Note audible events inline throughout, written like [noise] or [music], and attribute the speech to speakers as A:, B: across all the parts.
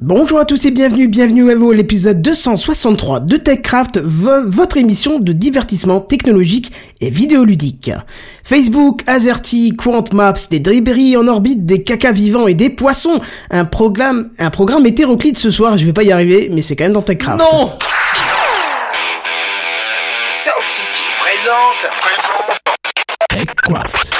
A: Bonjour à tous et bienvenue, bienvenue à vous à l'épisode 263 de TechCraft, vo- votre émission de divertissement technologique et vidéoludique. Facebook, Azerty, Quant Maps, des débris en orbite, des cacas vivants et des poissons. Un programme, un programme hétéroclite ce soir, je vais pas y arriver, mais c'est quand même dans TechCraft.
B: Non South City présente. Présente.
C: TechCraft.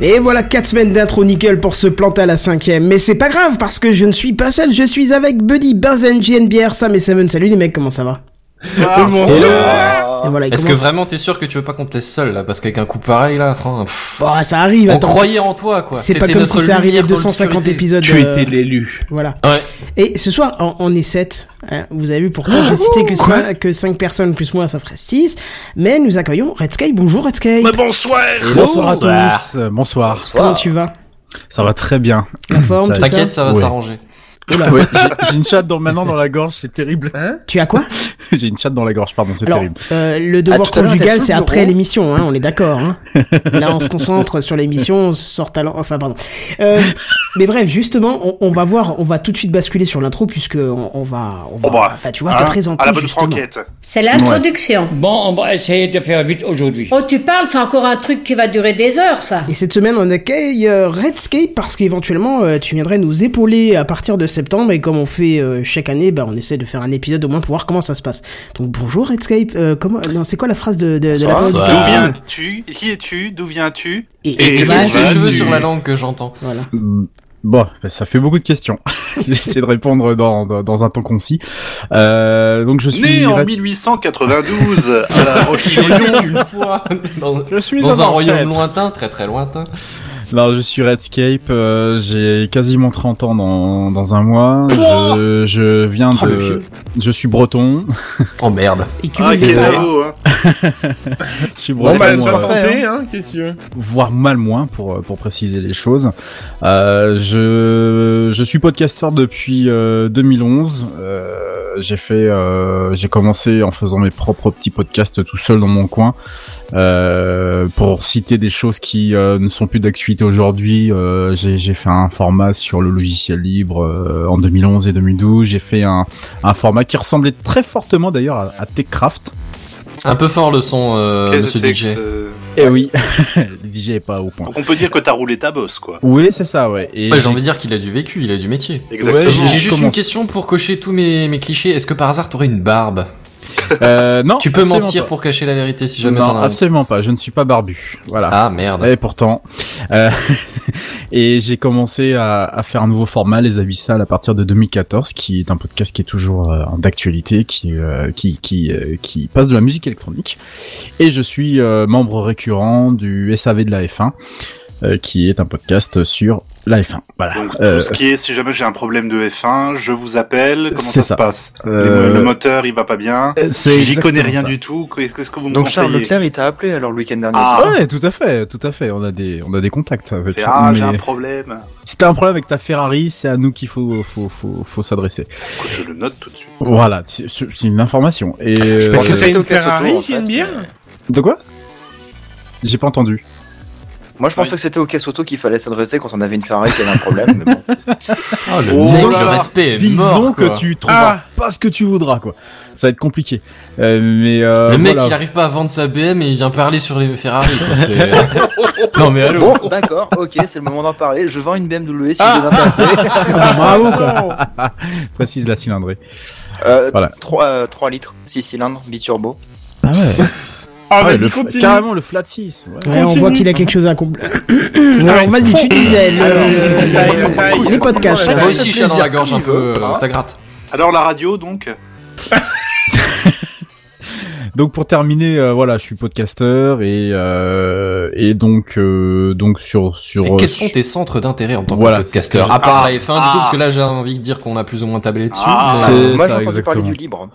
A: Et voilà 4 semaines d'intro nickel pour se planter à la cinquième. Mais c'est pas grave parce que je ne suis pas seul, je suis avec Buddy, Benzen, JNBR, Sam et Seven. Salut les mecs, comment ça va Et voilà, il
D: Est-ce que
A: commence.
D: vraiment t'es sûr que tu veux pas qu'on te laisse seul là Parce qu'avec un coup pareil là, Fran, pff,
A: Bah, ça arrive,
D: on
A: attends.
D: croyait en toi quoi.
A: C'est pas
D: T'étais
A: comme
D: notre
A: si ça arrivait
D: lumière dans
A: 250
D: l'obscurité.
A: épisodes.
C: Tu
A: euh,
C: étais l'élu.
A: Voilà.
D: Ouais.
A: Et ce soir, on, on est 7. vous avez vu, pourtant, j'ai cité que 5, que cinq personnes plus moi, ça ferait 6. Mais nous accueillons Red Sky. Bonjour Red Sky.
B: bonsoir
E: Bonsoir à tous. Euh, Bonsoir.
A: Comment tu vas
E: Ça va très bien.
A: La forme,
E: Ça-
A: tout
D: T'inquiète, ça va
E: Ouais.
D: s'arranger.
E: Ouais, [laughs] j'ai- J'ai une chatte dans, maintenant dans la gorge, c'est terrible.
A: Tu as quoi
E: [laughs] J'ai une chatte dans la gorge, pardon, c'est
A: Alors,
E: terrible.
A: euh, le devoir
F: Ah, tout à l'heure, t'as
A: conjugal,
F: fait
A: c'est
F: le
A: après
F: bureau.
A: l'émission, hein, on est d'accord. Hein. Là, on se concentre sur l'émission, on sort talent. Enfin, pardon. Euh, mais bref, justement, on, on va voir, on va tout de suite basculer sur l'intro puisque on, on va, on va,
B: Oh bah,
A: enfin, tu vois, te
B: Hein
A: présenter
B: À la bonne
A: justement.
B: franquette.
G: C'est l'introduction.
H: Bon, on va essayer de faire vite aujourd'hui.
G: Oh, tu parles, c'est encore un truc qui va durer des heures, ça.
A: Et cette semaine, on accueille euh, Redscape parce qu'éventuellement, euh, tu viendrais nous épauler à partir de septembre. Et comme on fait euh, chaque année, bah, on essaie de faire un épisode au moins pour voir comment ça se passe. Donc bonjour Redscape. Euh, comment Non, c'est quoi la phrase de, de, de la
D: Bonsoir.
A: productrice
D: Bonsoir.
I: D'où viens-tu Qui es-tu D'où viens-tu
A: Et,
D: Et
A: et
D: il y
A: voilà,
D: a
I: vas-y.
D: des cheveux
I: Vas-y.
D: sur la langue que j'entends.
E: [laughs]
A: voilà.
E: Mm, Bon, ça fait beaucoup de questions. [laughs] J'essaie de répondre dans, dans, dans un temps concis. Euh, donc je suis.
I: Né en
E: Red-
I: 1892 à La Roche-sur-Yon.
D: une fois dans,
E: Je suis
D: dans un
E: un
D: royaume
E: ancêtre.
D: lointain, très très lointain.
E: Alors je suis Redscape, euh, j'ai quasiment 30 ans dans, dans un mois. Je, je viens
D: Oh, le
E: de.
D: vieux.
E: Je suis breton. [laughs]
D: Oh merde.
A: Et tu
I: Ah,
A: veux des-
I: Kenavo, hein.
E: Je suis
F: Bon,
E: breton.
F: bah,
E: euh,
F: santé, hein, qu'est-ce que tu veux
E: voire mal moins pour euh, pour préciser les choses. Euh, je je suis podcasteur depuis euh, 2011. Euh, j'ai fait euh, j'ai commencé en faisant mes propres petits podcasts tout seul dans mon coin. Euh, pour citer des choses qui euh, ne sont plus d'actualité aujourd'hui, euh, j'ai j'ai fait un format sur le logiciel libre euh, en 2011 et 2012. J'ai fait un un format qui ressemblait très fortement d'ailleurs à, à TechCraft.
D: Un peu fort le son, euh,
I: Qu'est-ce que
D: monsieur
I: c'est que
D: DJ.
I: ce-
E: Et Eh oui, [laughs] le DJ est pas au point.
I: Donc on peut dire que t'as roulé ta bosse, quoi.
E: Oui, c'est ça, ouais. Et
D: Ouais,
E: j'ai-
D: J'ai envie de dire qu'il a du vécu, il a du métier.
I: Exactement.
E: j'ai-
D: J'ai juste une
E: commence.
D: question pour cocher tous mes, mes clichés. Est-ce que par hasard t'aurais une barbe
E: Euh, non.
D: Tu peux
E: absolument
D: mentir
E: pas.
D: pour cacher la vérité si jamais
E: Non,
D: t'en as. une.
E: absolument pas. Je ne suis pas barbu. Voilà.
D: Ah merde.
E: Et pourtant, euh, [laughs] et j'ai commencé à, à faire un nouveau format, les avis sales, à partir de 2014, qui est un podcast qui est toujours euh, d'actualité, qui euh, qui qui, euh, qui passe de la musique électronique. Et je suis euh, membre récurrent du SAV de la F1, euh, qui est un podcast sur la F1. Voilà.
I: Donc
E: Euh,
I: tout ce qui est, si jamais j'ai un problème de F1, je vous appelle, comment
E: C'est
I: ça, se
E: ça.
I: passe
E: Euh,
I: Les- Le moteur, il va pas bien
E: c'est
I: J'y connais
E: exactement
I: rien
E: ça.
I: du tout, qu'est- qu'est-ce que vous me
F: Donc Charles
I: conseillez
F: Leclerc, il t'a appelé alors le week-end dernier.
I: Ah.
F: c'est ça
E: Ouais, tout à fait, tout à fait. On a des on a des contacts avec.
I: Fait, Ah, j'ai
E: mais-
I: un problème
E: Si t'as un problème avec ta Ferrari, c'est à nous qu'il faut, faut, faut, faut s'adresser.
I: Écoute, Je le note tout de suite.
E: Voilà, c'est c'est une information. Et
F: Je pense
E: euh,
F: que
E: euh,
F: c'était
E: de
F: au casse
E: quoi J'ai pas entendu.
F: Moi, je pensais que c'était au casse auto qu'il fallait s'adresser quand on avait une Ferrari qui avait un problème.
I: [laughs]
F: mais bon.
D: Oh, le
F: Oh
D: mec,
F: là
D: le
F: là.
D: respect est
E: Disons
D: mort.
E: que
D: quoi.
E: tu trouveras
J: Ah.
E: pas ce que tu voudras, quoi. Ça va être compliqué. Euh, mais euh,
D: Le mec,
E: voilà.
D: il arrive pas à vendre sa BM et il vient parler sur les
F: [laughs]
D: Ferrari. quoi, c'est- [laughs] non mais allô.
F: Bon, d'accord, ok, c'est le moment d'en parler. Je vends une BMW si
I: Ah.
F: vous êtes intéressé.
I: [laughs]
E: bravo, quoi.
J: Ah,
E: Précise la cylindrée.
F: Euh,
E: Voilà.
F: 3, litres, 6 cylindres, biturbo.
E: Ah ouais.
J: Ah,
E: ouais,
J: vas-y,
E: le f-
J: continue.
E: carrément le flat 6. ouais.
A: Ouais, on voit qu'il a quelque chose à combler. Alors vas-y, tu disais le- hein,
J: taille, taille.
A: les podcasts.
D: Moi aussi,
F: fait
D: je suis dans la
F: plaisir,
D: gorge
F: comme
D: un
F: il
D: peu,
F: veut,
D: euh,
F: hein.
D: ça gratte.
I: Alors la radio donc
E: Donc pour terminer, euh, voilà, je suis podcasteur et euh, et donc euh, donc sur sur.
D: Et
E: euh,
D: quels
E: sur-
D: sont tes centres d'intérêt en tant
E: Voilà,
D: que
E: c'est ce
D: podcasteur
E: que
D: À part
I: Ah.
D: la F1 du coup, parce que là j'ai envie de dire qu'on a plus ou moins tablé dessus.
I: Ah,
D: mais-
E: c'est-
F: Moi, j'ai
E: ça,
F: entendu parler
E: exactement.
F: du libre.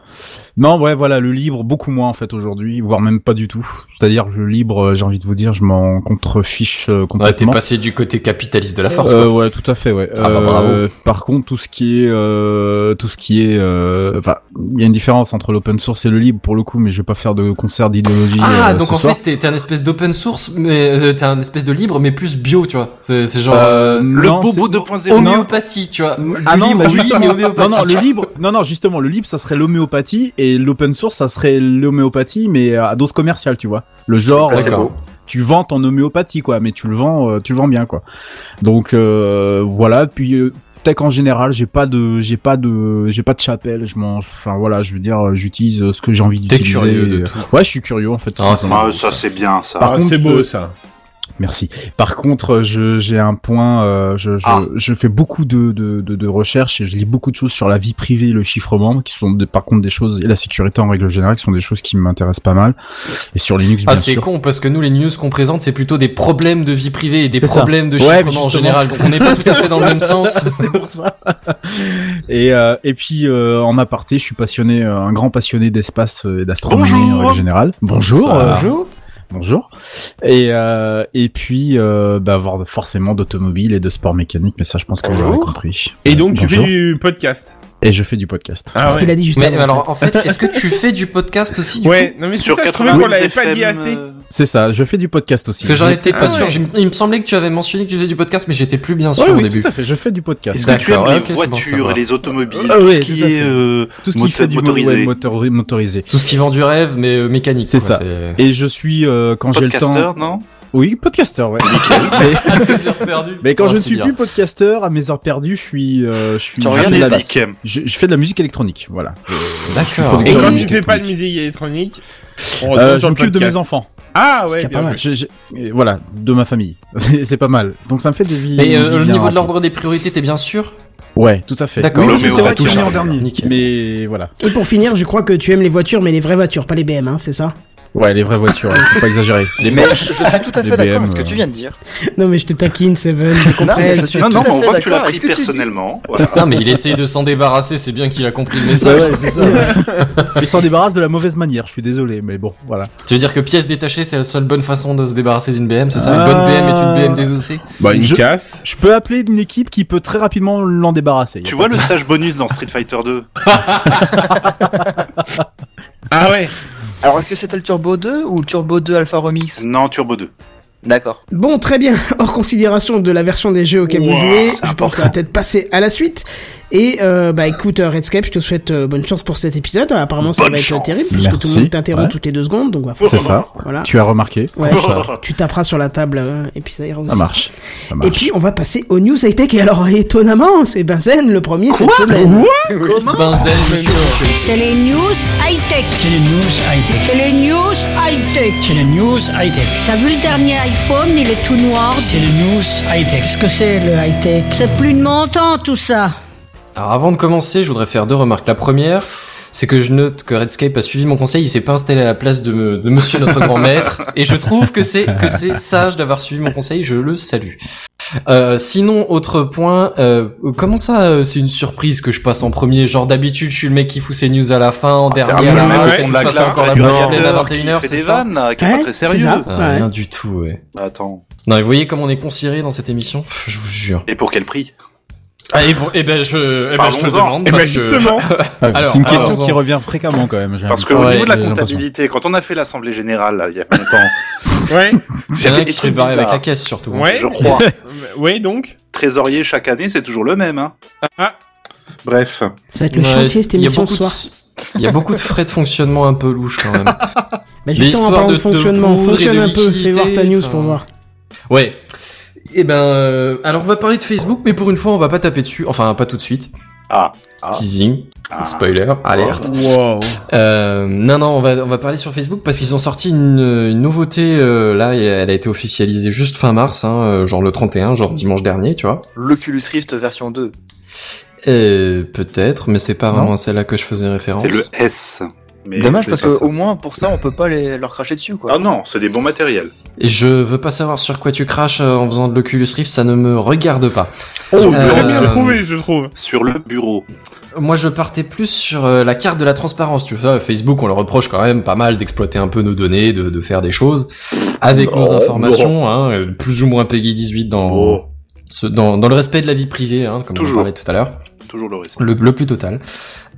E: Non, ouais, voilà, le libre beaucoup moins en fait aujourd'hui, voire même pas du tout. C'est-à-dire le libre, euh, j'ai envie de vous dire, je m'en contrefiche euh,
D: Ouais, t'es
E: complètement.
D: passé du côté capitaliste de la force.
E: Euh,
D: quoi.
E: ouais, tout à fait, ouais.
D: Ah bah, bravo.
E: Euh, par contre, tout ce qui est, euh, tout ce qui est, euh, enfin, il y a une différence entre l'open source et le libre pour le coup, mais je vais pas faire de concert d'idéologie.
D: Ah,
E: euh,
D: donc
E: ce
D: en
E: soir.
D: fait, t'es t'es un espèce d'open source, mais euh, t'es un espèce de libre, mais plus bio, tu vois. C'est c'est genre
E: Euh,
D: euh,
I: Le
E: non,
I: bobo
E: c'est-
I: 2.0.
D: homéopathie, tu vois. Du
E: Ah non,
D: libre,
E: bah,
D: oui,
E: justement.
D: mais
E: non,
D: homéopathie.
E: non, le libre, non, non, justement, le libre, ça serait l'homéopathie et l'open source, ça serait l'homéopathie, mais euh, à dose commerciale, tu vois. Le genre, euh,
F: Bah, c'est
D: d'accord.
F: beau.
E: tu vends ton homéopathie quoi mais tu le vends euh, tu le vends bien quoi donc euh, voilà puis euh, tech en général j'ai pas de j'ai pas de j'ai pas de chapelle je m'en enfin voilà je veux dire euh, j'utilise euh, ce que j'ai envie
D: T'es
E: d'utiliser
D: curieux de
E: et- euh,
D: tout.
E: ouais je suis curieux en fait tout
D: Ah,
E: simplement.
I: Ah, ça c'est bien ça.
E: Par
J: Ah,
E: contre,
J: c'est
E: euh,
J: beau ça.
E: merci par contre euh, je j'ai un point euh, je je,
I: Ah.
E: je fais beaucoup de, de de de recherches et je lis beaucoup de choses sur la vie privée et le chiffrement qui sont de- par contre des choses et la sécurité en règle générale qui sont des choses qui m'intéressent pas mal et sur Linux bien
D: Ah, c'est
E: sûr
D: con parce que nous, les news qu'on présente, c'est plutôt des problèmes de vie privée et des
E: C'est ça.
D: problèmes de
E: Ouais, mais
D: chiffrement en
E: justement.
D: général. Donc, on n'est pas tout à fait dans
E: [laughs]
D: le même sens.
E: [laughs] c'est pour ça. Et, euh, et puis euh, en aparté, je suis passionné, euh, un grand passionné d'espace euh, et d'astronomie en
I: Bonjour.
E: règle générale. Bonjour,
D: Ça.
E: euh, bonjour. Et euh, et puis euh, bah, avoir forcément d'automobile et de sport mécanique, mais ça je pense que vous l'avez
J: Bonjour.
E: compris. Euh,
J: Et donc, tu fais
E: Bonjour.
J: du podcast.
E: et je fais du podcast.
J: Ah
A: Ce qu'il
J: ouais.
A: a dit juste
D: Mais
A: avant,
D: alors, en fait, est-ce que tu fais du podcast aussi du
J: Ouais, non mais c'est
I: Sur
J: ça, je trouvais qu'on
I: 92
J: l'avait pas
I: FM,
J: dit assez.
I: euh,
E: C'est ça, je fais du podcast aussi.
D: Parce que j'en étais pas
J: Ah
D: sûr.
J: ouais.
D: J'ai- Il me semblait que tu avais mentionné que tu faisais du podcast, mais j'étais plus bien sûr
E: Ouais,
D: au
E: oui,
D: début.
E: tout à fait, je fais du podcast.
I: Est-ce que tu aimes
D: D'accord,
I: les
D: ok, c'est bon à
I: voitures
D: savoir.
I: et les automobiles,
E: Ah
I: tout
E: ouais,
I: ce
E: tout
I: qui
E: à
I: est
E: fait.
I: euh,
E: Tout ce qui
I: moto-
E: fait du
I: motorisé.
E: ouais, motori- motorisé.
D: Tout ce qui vend du rêve, mais euh, mécanique.
E: C'est
D: quoi,
E: ça. [laughs] Et je suis euh, quand j'ai le temps.
I: podcasteur, non
E: Oui, podcasteur, ouais.
D: À deux heures perdues,
E: Ah, Mais quand
D: pour
E: je ne
D: ainsi
E: suis
D: dire.
E: plus podcasteur, à mes heures perdues, je suis, euh, je suis,
I: Tu
E: je
I: regardes
E: fais de
I: les
E: la
I: musiques.
E: je, je fais de la musique électronique, voilà.
D: D'accord.
J: Et
E: Comme
J: quand tu
E: musique
J: fais pas de
E: électronique.
J: musique électronique, on
E: Euh,
J: retourne
E: je
J: sur le
E: m'occupe de
J: podcast.
E: mes enfants,
J: Ah
E: ce qui
J: ouais,
E: est pas
J: bien
E: mal.
J: joué.
E: Je- je- et voilà, de ma famille. [laughs] C'est c'est pas mal. Donc ça me fait des vies.
D: Mais
E: des
D: euh,
E: vies bien
D: au niveau de
E: rapides.
D: l'ordre des priorités, t'es bien sûr
E: Ouais, tout à fait.
D: D'accord.
E: Oui, parce que c'est vrai
I: L'homéopathie,
E: que je suis né en
I: j'arrive.
E: dernier.
D: Nickel.
E: Mais voilà.
A: Et pour finir, je crois que tu aimes les voitures, mais les vraies voitures, pas les BM, hein, c'est ça
E: Ouais, les vraies voitures, hein, faut pas exagérer. Les
F: Mais je, je suis tout à
E: Les
F: fait d'accord
E: BM,
F: avec ce que
E: euh.
F: tu viens de dire.
A: Non, mais je te taquine, Seven, je
F: Non, mais
A: comprends.
F: je suis
I: Non,
F: tout
I: non,
F: à
I: mais on
F: fait
I: voit que tu l'as
F: d'accord avec
I: pris
F: ce que tu dis.
I: personnellement. Voilà.
D: Non, mais il essayait de s'en débarrasser, c'est bien qu'il a compris le
E: Ouais,
D: message.
E: ouais, c'est [laughs] ça. Ils s'en débarrassent de la mauvaise manière, je suis désolé, mais bon, voilà.
D: Tu veux dire que pièce détachée, c'est la seule bonne façon de se débarrasser d'une BM, c'est ça Une
E: Ah.
D: bonne BM est une BM désossée
J: Bah une
E: Je-
J: casse.
E: Je peux appeler une équipe qui peut très rapidement l'en débarrasser.
I: Tu vois le stage bonus dans Street Fighter 2
J: Ah ouais.
F: Alors, est-ce que c'était le Turbo 2 ou le Turbo 2 Alpha Remix
I: Non, Turbo 2.
F: D'accord.
A: Bon, très bien. Hors considération de la version des jeux auxquels vous
J: Ouah,
A: jouez,
I: c'est
A: je pense qu'on va peut-être passer à la suite. Et euh, bah écoute, euh, Redscape, je te souhaite euh, bonne chance pour cet épisode. Apparemment, ça
I: Bonne
A: va être euh,
I: chance.
A: terrible puisque tout le
E: Merci.
A: monde t'interrompt
E: Ouais.
A: toutes les deux secondes, donc on va
E: C'est ça.
A: Voilà.
E: Tu as remarqué. [laughs]
A: Ouais,
I: ça.
A: tu taperas sur la table euh, et puis ça ira aussi.
E: Ça marche. Ça marche.
A: Et puis on va passer aux news high tech. Et alors étonnamment, c'est Benzen le premier cette semaine.
D: Benzel,
I: Ah,
D: monsieur.
G: C'est les news high-tech.
C: C'est les news high-tech.
G: C'est les news high-tech.
C: C'est les news high-tech.
G: T'as vu le dernier iPhone, il est tout noir.
C: C'est les news high-tech.
K: que c'est le high-tech
G: C'est plus de mon temps tout ça.
D: Alors avant de commencer, je voudrais faire deux remarques. La première, c'est que je note que Redscape a suivi mon conseil, il s'est pas installé à la place de, me- de monsieur notre grand maître, et je trouve que c'est que c'est sage d'avoir suivi mon conseil, je le salue. Euh, sinon, autre point, euh, comment ça, euh, c'est une surprise que je passe en premier Genre d'habitude, je suis le mec qui fout ses news à la fin,
I: Ah,
D: en dernier, à la
J: mais
D: fin,
J: ouais,
D: je fais
J: on
D: une
J: la
D: face
J: glace,
D: encore la
I: du
D: bouche
I: réalisateur
D: pleine à
I: qui
D: 21h,
I: fait
D: c'est
I: des
D: ça
I: vannes, là, qui est
A: Ouais,
I: pas très
A: c'est
I: sérieux.
A: ça.
D: Ah,
A: Ouais.
D: Rien du tout, ouais.
I: Attends.
D: Non, mais vous voyez comment on est considéré dans cette émission Je vous jure.
I: Et pour quel prix
D: Ah, et, bon, eh ben, je, eh ben, je te
I: Parlons-en.
D: demande,
J: Et ben
D: parce que...
J: justement.
E: Ah oui,
D: Alors,
E: c'est une
D: alors,
E: question
D: on-
E: qui revient fréquemment quand même. j'ai
I: Parce
E: l'impression.
I: que au
D: Ouais,
I: niveau de la
E: j'ai l'impression.
I: comptabilité, quand on a fait l'assemblée générale là, il y a longtemps,
J: Ouais.
D: Il y en a
I: fait
D: un
I: des
D: qui s'est
I: trucs
D: barré avec
I: bizarres.
D: la caisse surtout. hein.
J: Ouais.
I: Je crois.
J: Ouais, donc.
I: [laughs] Trésorier chaque année, c'est toujours le même. Hein.
J: Ah.
I: Bref.
A: Ça va être le
D: Ouais,
A: chantier cette
D: il y a
A: émission ce
D: beaucoup de-
A: soir.
D: Il y a beaucoup de frais de fonctionnement un peu louches
I: [laughs]
D: quand même.
A: Bah
D: Mais
A: justement, en
D: histoire
A: parlant de,
D: de- de
A: fonctionnement,
D: poudre et
A: fonctionne
D: de
A: un peu, fais voir ta
D: liquidité,
A: news
D: enfin,
A: pour voir.
D: Ouais. Eh ben, euh, alors on va parler de Facebook, mais pour une fois, on va pas taper dessus. Enfin, pas tout de suite.
I: Ah. Ah.
D: Teasing,
I: Ah.
D: spoiler, alerte.
J: Wow.
D: Euh, non, non, on va, on va parler sur Facebook parce qu'ils ont sorti une, une nouveauté euh, là, et elle a été officialisée juste fin mars, hein, euh, genre le 31, genre dimanche dernier, tu vois.
F: L'Oculus Rift version 2.
D: Et Peut-être, mais c'est pas
F: Non.
D: vraiment à celle-là que je faisais référence.
I: C'est le S. Mais
F: Dommage
I: c'est
F: parce
I: pas
F: que
I: ça.
F: au moins pour ça on peut pas les, leur cracher dessus quoi.
I: Ah non, c'est des bons matériels.
D: Et je veux pas savoir sur quoi tu craches euh, en faisant de l'Oculus Rift, ça ne me regarde pas.
J: Oh,
D: Euh,
J: très bien trouvé, je trouve.
I: Sur le bureau.
D: Moi, je partais plus sur euh, la carte de la transparence. Tu vois, Facebook, on leur reproche quand même pas mal d'exploiter un peu nos données, de, de faire des choses avec nos
I: Non,
D: informations, hein, euh, plus ou moins Peggy 18 dans,
I: Oh.
D: ce- dans, dans le respect de la vie privée, hein, comme
I: Toujours.
D: on en parlait tout à l'heure,
I: Toujours le risque.
D: le, le plus total.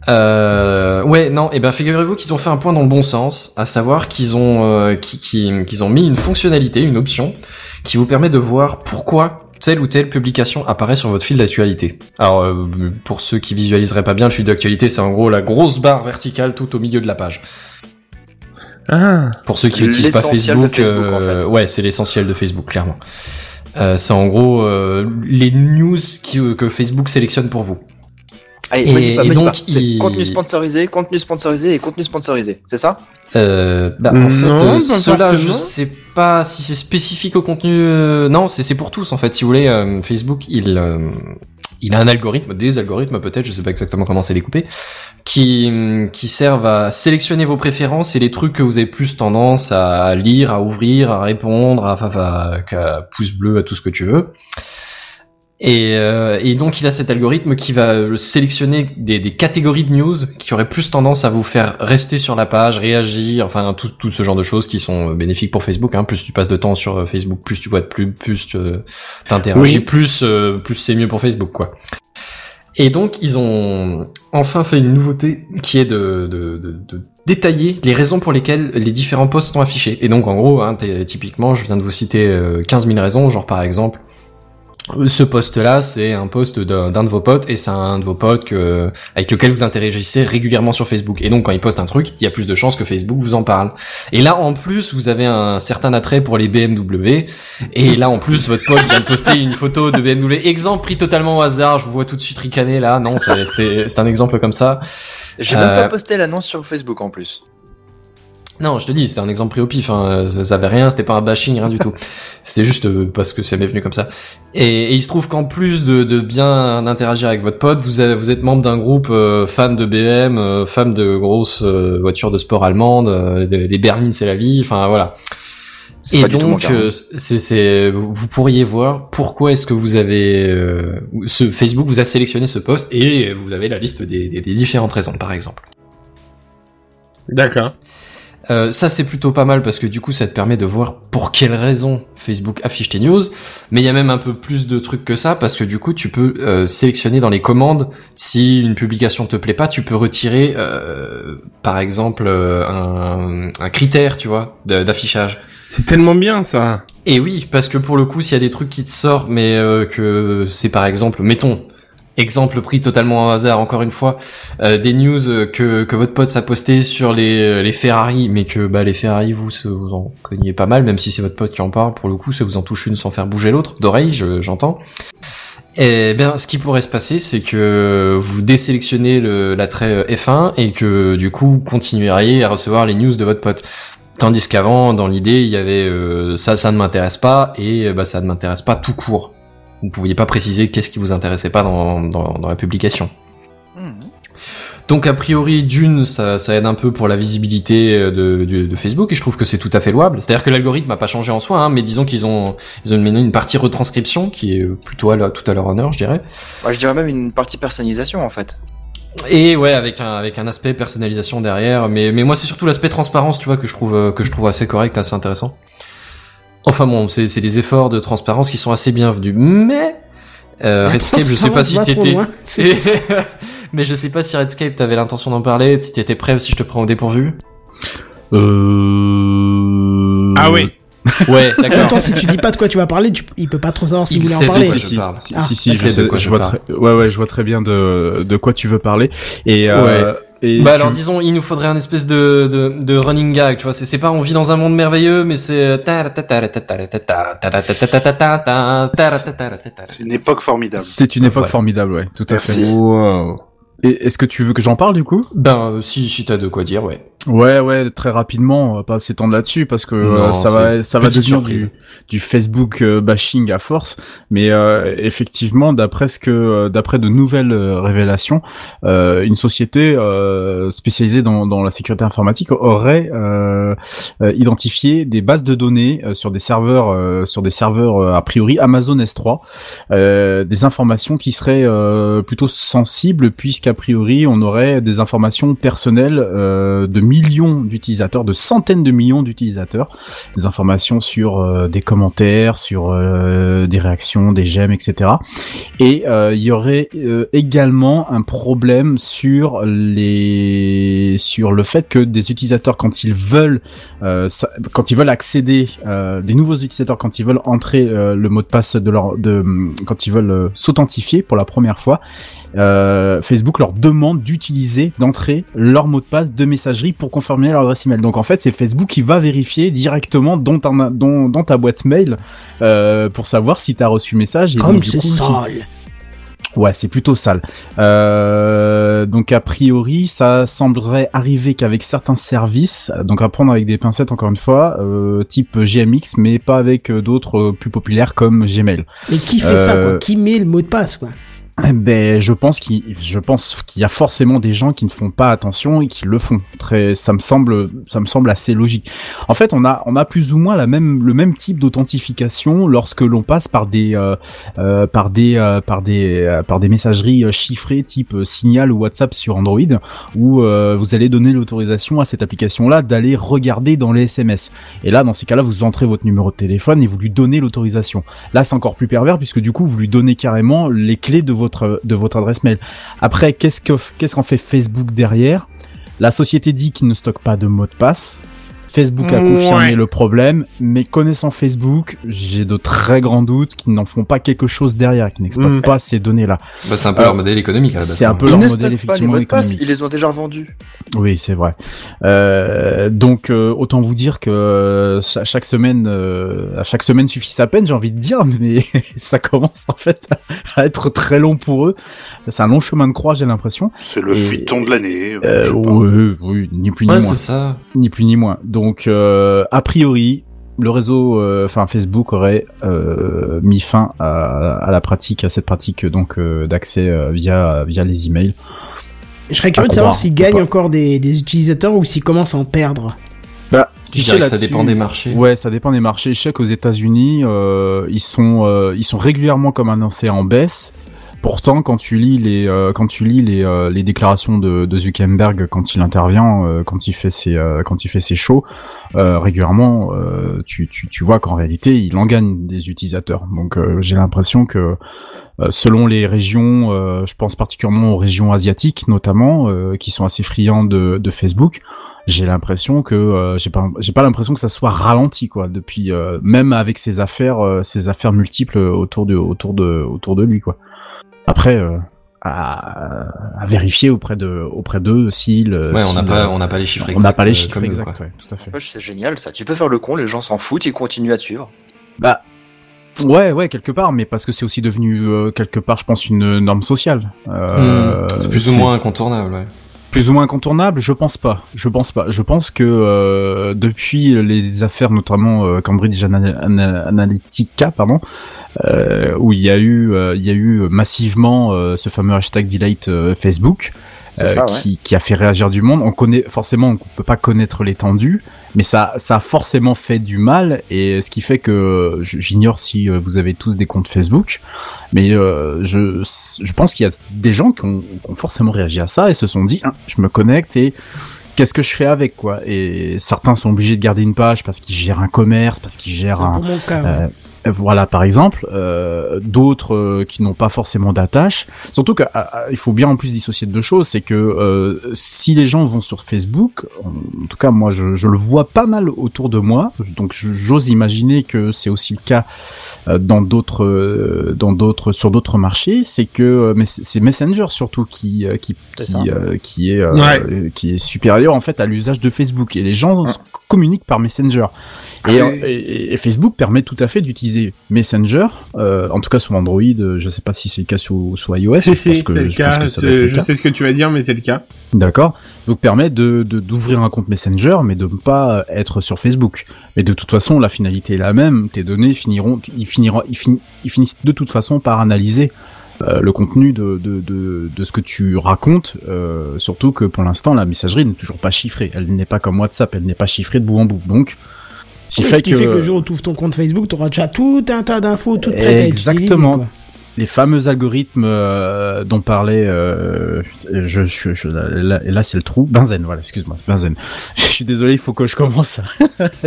D: Euh, ouais, non, et ben figurez-vous qu'ils ont fait un point dans le bon sens, à savoir qu'ils ont, euh, qui- qui- qu'ils ont mis une fonctionnalité, une option, qui vous permet de voir pourquoi telle ou telle publication apparaît sur votre fil d'actualité. Alors, euh, pour ceux qui visualiseraient pas bien, le fil d'actualité, c'est en gros la grosse barre verticale tout au milieu de la page.
J: Ah.
D: Pour ceux qui n'utilisent pas
F: L'essentiel
D: Facebook,
F: de Facebook, en
D: euh,
F: fait.
D: ouais, c'est l'essentiel de Facebook, clairement. Euh, c'est en gros euh, les news qui, euh, que Facebook sélectionne pour vous.
F: Allez,
D: Et-
F: vas-y, pas,
D: et
F: vas-y
D: donc,
F: pas. C'est
D: il-
F: contenu sponsorisé, contenu sponsorisé et contenu sponsorisé, c'est ça
D: Euh, bah,
J: Non,
D: en fait,
J: pas
D: euh, cela, je
J: forcément.
D: sais pas si c'est spécifique au contenu. euh, non, c'est c'est pour tous en fait. Si vous voulez, euh, Facebook, il euh, il a un algorithme, des algorithmes peut-être, je sais pas exactement comment c'est découpé, qui hum, qui servent à sélectionner vos préférences et les trucs que vous avez plus tendance à lire, à ouvrir, à répondre, à, à, à, à pouce bleu, à tout ce que tu veux. Et, euh, et donc il a cet algorithme qui va euh, sélectionner des, des catégories de news qui auraient plus tendance à vous faire rester sur la page, réagir, enfin tout, tout ce genre de choses qui sont euh, bénéfiques pour Facebook. Hein. Plus tu passes de temps sur euh, Facebook, plus tu vois de pubs, plus tu euh, t'interagis,
J: Oui.
D: plus euh, plus c'est mieux pour Facebook quoi. Et donc ils ont enfin fait une nouveauté qui est de, de, de, de détailler les raisons pour lesquelles les différents posts sont affichés. Et donc en gros, hein, t'es- typiquement, je viens de vous citer euh, 15 000 raisons, genre par exemple ce poste-là, c'est un poste d'un d'un de vos potes et c'est un de vos potes que, avec lequel vous interagissez régulièrement sur Facebook. Et donc, quand il poste un truc, il y a plus de chances que Facebook vous en parle. Et là, en plus, vous avez un certain attrait pour les BMW. Et là, en plus, votre pote vient de poster une photo de BMW. Exemple pris totalement au hasard. Je vous vois tout de suite ricaner là. Non, c'est- c'était- c'est un exemple comme ça.
F: J'ai
D: Euh,
F: même pas posté l'annonce sur Facebook en plus.
D: Non, je te dis, c'était un exemple pris au pif. hein. Ça, ça avait rien, c'était pas un bashing, rien du tout. C'était juste euh, parce que ça m'est venu comme ça. Et, et il se trouve qu'en plus de, de bien interagir avec votre pote, vous, avez- vous êtes membre d'un groupe euh, fan de BM, euh, fan de grosses euh, voitures de sport allemandes, euh, des des berlines, c'est la vie. Enfin voilà.
F: C'est
D: Et
F: pas du tout mon
D: donc,
F: cas. hein.
D: euh, c'est, c'est- vous pourriez voir pourquoi est-ce que vous avez euh, ce Facebook vous a sélectionné ce poste et vous avez la liste des, des- des différentes raisons, par exemple.
J: D'accord.
D: Euh, ça, c'est plutôt pas mal parce que du coup, ça te permet de voir pour quelles raisons Facebook affiche tes news. Mais il y a même un peu plus de trucs que ça parce que du coup, tu peux euh, sélectionner dans les commandes si une publication te plaît pas, tu peux retirer, euh, par exemple, euh, un, un critère, tu vois, de- d'affichage.
J: C'est tellement bien, ça.
D: Et oui, parce que pour le coup, s'il y a des trucs qui te sortent, mais euh, que c'est par exemple, mettons, exemple pris totalement au hasard, encore une fois, euh, des news euh, que, que votre pote s'est posté sur les, les Ferrari, mais que bah, les Ferrari, vous, ça vous en cognez pas mal, même si c'est votre pote qui en parle, pour le coup, ça vous en touche une sans faire bouger l'autre, d'oreille, je- j'entends. Eh bien, ce qui pourrait se passer, c'est que vous désélectionnez le- l'attrait F1 et que du coup, vous continueriez à recevoir les news de votre pote. Tandis qu'avant, dans l'idée, il y avait euh, ça, ça ne m'intéresse pas et euh, bah, ça ne m'intéresse pas tout court. Vous ne pouviez pas préciser qu'est-ce qui vous intéressait pas dans, dans, dans la publication.
F: Mhm.
D: Donc a priori, d'une, ça, ça aide un peu pour la visibilité euh, de, du- de Facebook et je trouve que c'est tout à fait louable. C'est-à-dire que l'algorithme n'a pas changé en soi, hein, mais disons qu'ils ont ils ont mené une partie retranscription qui est euh, plutôt à la- tout à leur honneur, je dirais.
F: Moi, je dirais même une partie personnalisation en fait.
D: Et ouais, avec un avec un aspect personnalisation derrière, mais mais moi c'est surtout l'aspect transparence, tu vois, que je trouve euh, que je trouve assez correct, assez intéressant. Enfin bon, c'est c'est des efforts de transparence qui sont assez bienvenus, mais euh,
A: La
D: Redscape, je sais pas
A: transparence va trop
D: si t'étais,
A: loin.
D: Et- [laughs] mais je sais pas si Redscape t'avais l'intention d'en parler, si t'étais prêt ou si je te prends au dépourvu.
E: Euh...
J: Ah oui.
D: Ouais,
A: En même
D: d'accord.
A: temps, si tu dis pas de quoi tu vas parler, tu, il peut pas trop savoir si
D: Il
A: vous voulez
D: sait
A: en
D: de
A: parler.
D: quoi
E: Si,
D: je parle.
E: Si,
A: Ah.
E: si, si,
D: Elle
E: je
D: sait de
E: sais-
D: quoi
E: je
D: je
E: vois
D: parle.
E: très- ouais, ouais, je vois très bien de, de quoi tu veux parler. Et, euh, et tu-
D: Bah alors disons, il nous faudrait un espèce de, de, de running gag, tu vois, c'est c'est pas on vit dans un monde merveilleux, mais c'est... euh, taratatataratatata, taratatatata, taratatatata.
I: C'est une époque formidable.
E: c'est une époque
D: Voilà.
E: formidable, ouais, tout à
F: Merci.
E: fait. Wow. Et est-ce que tu veux que j'en parle du coup
D: Ben euh, si, si t'as de quoi dire, ouais.
E: Ouais, ouais, très rapidement, on va pas s'étendre là-dessus parce que euh,
D: Non,
E: ça va, ça va
D: petite
E: devenir
D: surprise.
E: du, du Facebook euh, bashing à force. Mais euh, effectivement, d'après ce que, euh, d'après de nouvelles euh, révélations, euh, une société euh, spécialisée dans, dans la sécurité informatique aurait euh, euh, identifié des bases de données euh, sur des serveurs, euh, sur des serveurs euh, a priori Amazon S3, euh, des informations qui seraient euh, plutôt sensibles puisqu'a priori on aurait des informations personnelles euh, de millions d'utilisateurs, de centaines de millions d'utilisateurs, des informations sur euh, des commentaires, sur euh, des réactions, des j'aime, etc. Et euh, il y aurait euh, également un problème sur les sur le fait que des utilisateurs quand ils veulent euh, ça- quand ils veulent accéder euh, des nouveaux utilisateurs quand ils veulent entrer euh, le mot de passe de leur de hum, quand ils veulent euh, s'authentifier pour la première fois euh, Facebook leur demande d'utiliser d'entrer leur mot de passe de messagerie pour confirmer leur adresse email donc en fait c'est Facebook qui va vérifier directement dans ta, dans, dans ta boîte mail euh, pour savoir si tu as reçu message et
A: Comme
E: donc, du
A: c'est
E: coup, si-
A: sale.
E: Ouais, c'est plutôt sale. Euh, donc a priori, ça semblerait arriver qu'avec certains services, euh, donc à prendre avec des pincettes encore une fois, euh, type GMX, mais pas avec euh, d'autres euh, plus populaires comme Gmail.
A: Mais qui fait ça, quoi
E: Euh,
A: Qui met le mot de passe, quoi
E: Eh Ben, je pense qu'il, je pense qu'il y a forcément des gens qui ne font pas attention et qui le font. Très, ça me semble, ça me semble assez logique. En fait, on a, on a plus ou moins la même, le même type d'authentification lorsque l'on passe par des, euh, euh, par des, euh, par des, euh, par des messageries euh, chiffrées type euh, Signal ou WhatsApp sur Android, où euh, vous allez donner l'autorisation à cette application-là d'aller regarder dans les SMS. Et là, dans ces cas-là, vous entrez votre numéro de téléphone et vous lui donnez l'autorisation. Là, c'est encore plus pervers puisque du coup, vous lui donnez carrément les clés de votre de votre adresse mail. Après, qu'est-ce que qu'est-ce qu'en fait Facebook derrière La société dit qu'il ne stocke pas de mot de passe. Facebook a
J: Ouais.
E: confirmé le problème, mais connaissant Facebook, j'ai de très grands doutes qu'ils n'en font pas quelque chose derrière, qu'ils n'exploitent
J: Mm.
E: pas ces données-là.
D: Bah c'est un peu
E: Alors,
D: leur modèle économique à la base.
E: C'est un peu
F: Ils
E: leur
F: ne
E: modèle
F: stockent pas les
E: effectivement
F: mots de passe,
E: économique.
F: ils les ont déjà revendus.
E: Oui, c'est vrai. Euh, donc euh, autant vous dire que euh, cha- chaque semaine, euh, à chaque semaine suffit sa peine, j'ai envie de dire, [laughs] mais ça commence en fait à être très long pour eux. C'est un long chemin de croix, j'ai l'impression.
I: C'est le
E: Et-
I: fuiton de l'année. je
E: Euh,
I: sais pas.
E: oui, oui, ni plus ni
D: Ouais,
E: moins
D: c'est ça.
E: ni plus ni moins. Donc, euh, a priori, le réseau, euh, enfin Facebook aurait euh, mis fin à, à la pratique, à cette pratique euh, donc euh, d'accès euh, via via les emails.
A: Je serais curieux de savoir
E: croire,
A: s'ils
E: à
A: gagnent
E: croire.
A: encore des, des utilisateurs ou s'ils commencent à en perdre.
E: Bah,
D: Je dirais que ça dépend des marchés.
E: Ouais, ça dépend des marchés. Je sais qu'aux États-Unis, euh, ils sont euh, ils sont régulièrement comme annoncés en baisse. Pourtant, quand tu lis les euh, quand tu lis les, euh, les déclarations de, de Zuckerberg quand il intervient, euh, quand il fait ses euh, quand il fait ses shows, euh, régulièrement, euh, tu, tu tu vois qu'en réalité, il en gagne des utilisateurs. Donc, euh, j'ai l'impression que euh, Selon les régions, euh, je pense particulièrement aux régions asiatiques notamment, euh, qui sont assez friands de, de Facebook, j'ai l'impression que euh, j'ai pas j'ai pas l'impression que ça soit ralenti quoi depuis euh, même avec ses affaires euh, ses affaires multiples autour de autour de autour de lui quoi. Après euh, à, à vérifier auprès de auprès d'eux s'ils euh,
D: Ouais, on n'a
E: s'ils-
D: pas, on n'a pas les chiffres
E: on
D: exacts.
E: n'a pas les
D: euh,
E: chiffres
D: comme eux,
E: exacts
D: quoi.
E: ouais, tout à fait.
F: Moche, C'est génial ça. Tu peux faire le con, les gens s'en foutent, ils continuent à te suivre.
E: Bah ouais ouais quelque part mais parce que c'est aussi devenu euh, quelque part je pense une norme sociale. Euh,
D: Hmm. C'est plus ou
E: c'est-
D: moins incontournable, ouais.
E: Plus ou moins incontournable, je pense pas. Je pense pas. Je pense que euh, depuis les affaires, notamment euh, Cambridge Ana- Ana- Analytica, pardon, euh, où il y a eu, euh, il y a eu massivement euh, ce fameux hashtag delete euh, Facebook, euh,
F: C'est ça, ouais.
E: qui, qui a fait réagir du monde. On connaît forcément, on peut pas connaître l'étendue, mais ça, ça a forcément fait du mal. Et ce qui fait que euh, j- j'ignore si euh, vous avez tous des comptes Facebook, mais euh, je, je pense qu'il y a des gens qui ont, qui ont forcément réagi à ça et se sont dit, Ah, je me connecte et qu'est-ce que je fais avec quoi Et certains sont obligés de garder une page parce qu'ils gèrent un commerce, parce qu'ils
A: C'est
E: gèrent un
A: pour mon cas. ouais.
E: euh, Voilà, par exemple, euh, d'autres euh, qui n'ont pas forcément d'attache. Surtout qu'il faut bien en plus dissocier de deux choses, c'est que euh, si les gens vont sur Facebook, en, en tout cas moi je, je le vois pas mal autour de moi, donc je- j'ose imaginer que c'est aussi le cas euh, dans d'autres, euh, dans d'autres, sur d'autres marchés, c'est que euh, mais c'est c'est Messenger surtout qui euh, qui qui, euh, qui est euh,
J: Ouais.
E: euh, qui est supérieur en fait à l'usage de Facebook et les gens se communiquent par Messenger.
F: Ah
E: Et,
F: oui.
E: et- et Facebook permet tout à fait d'utiliser Messenger, euh, en tout cas sur Android, euh, je sais pas si c'est le cas sous, sous iOS,
J: Si,
E: je
J: si,
E: pense
J: c'est
E: que-
J: le
E: je pense
J: cas.
E: que ça doit être
J: c'est-
E: le
J: Je
E: cas.
J: sais ce que tu vas dire, mais c'est le cas.
E: D'accord. Donc permet de de- d'ouvrir un compte Messenger, mais de ne pas euh, être sur Facebook. Mais de toute façon, la finalité est la même. Tes données finiront, ils finiront, ils, fin- ils finissent de toute façon par analyser euh, le contenu de de, de de ce que tu racontes. euh, surtout que pour l'instant, la messagerie n'est toujours pas chiffrée. Elle n'est pas comme WhatsApp. Elle n'est pas chiffrée de bout en bout. Donc, ce qui
A: Oui,
E: fait
A: ce qui
E: que,
A: fait que le jour où tu ouvres ton compte Facebook, tu auras déjà tout un tas d'infos toutes prêtes à être
E: Exactement.
A: utilisées,
E: les fameux algorithmes euh, dont parlait euh, je, je, je- là, là, c'est le trou Benzen voilà excuse-moi Benzen [laughs] je suis désolé il faut que je commence à-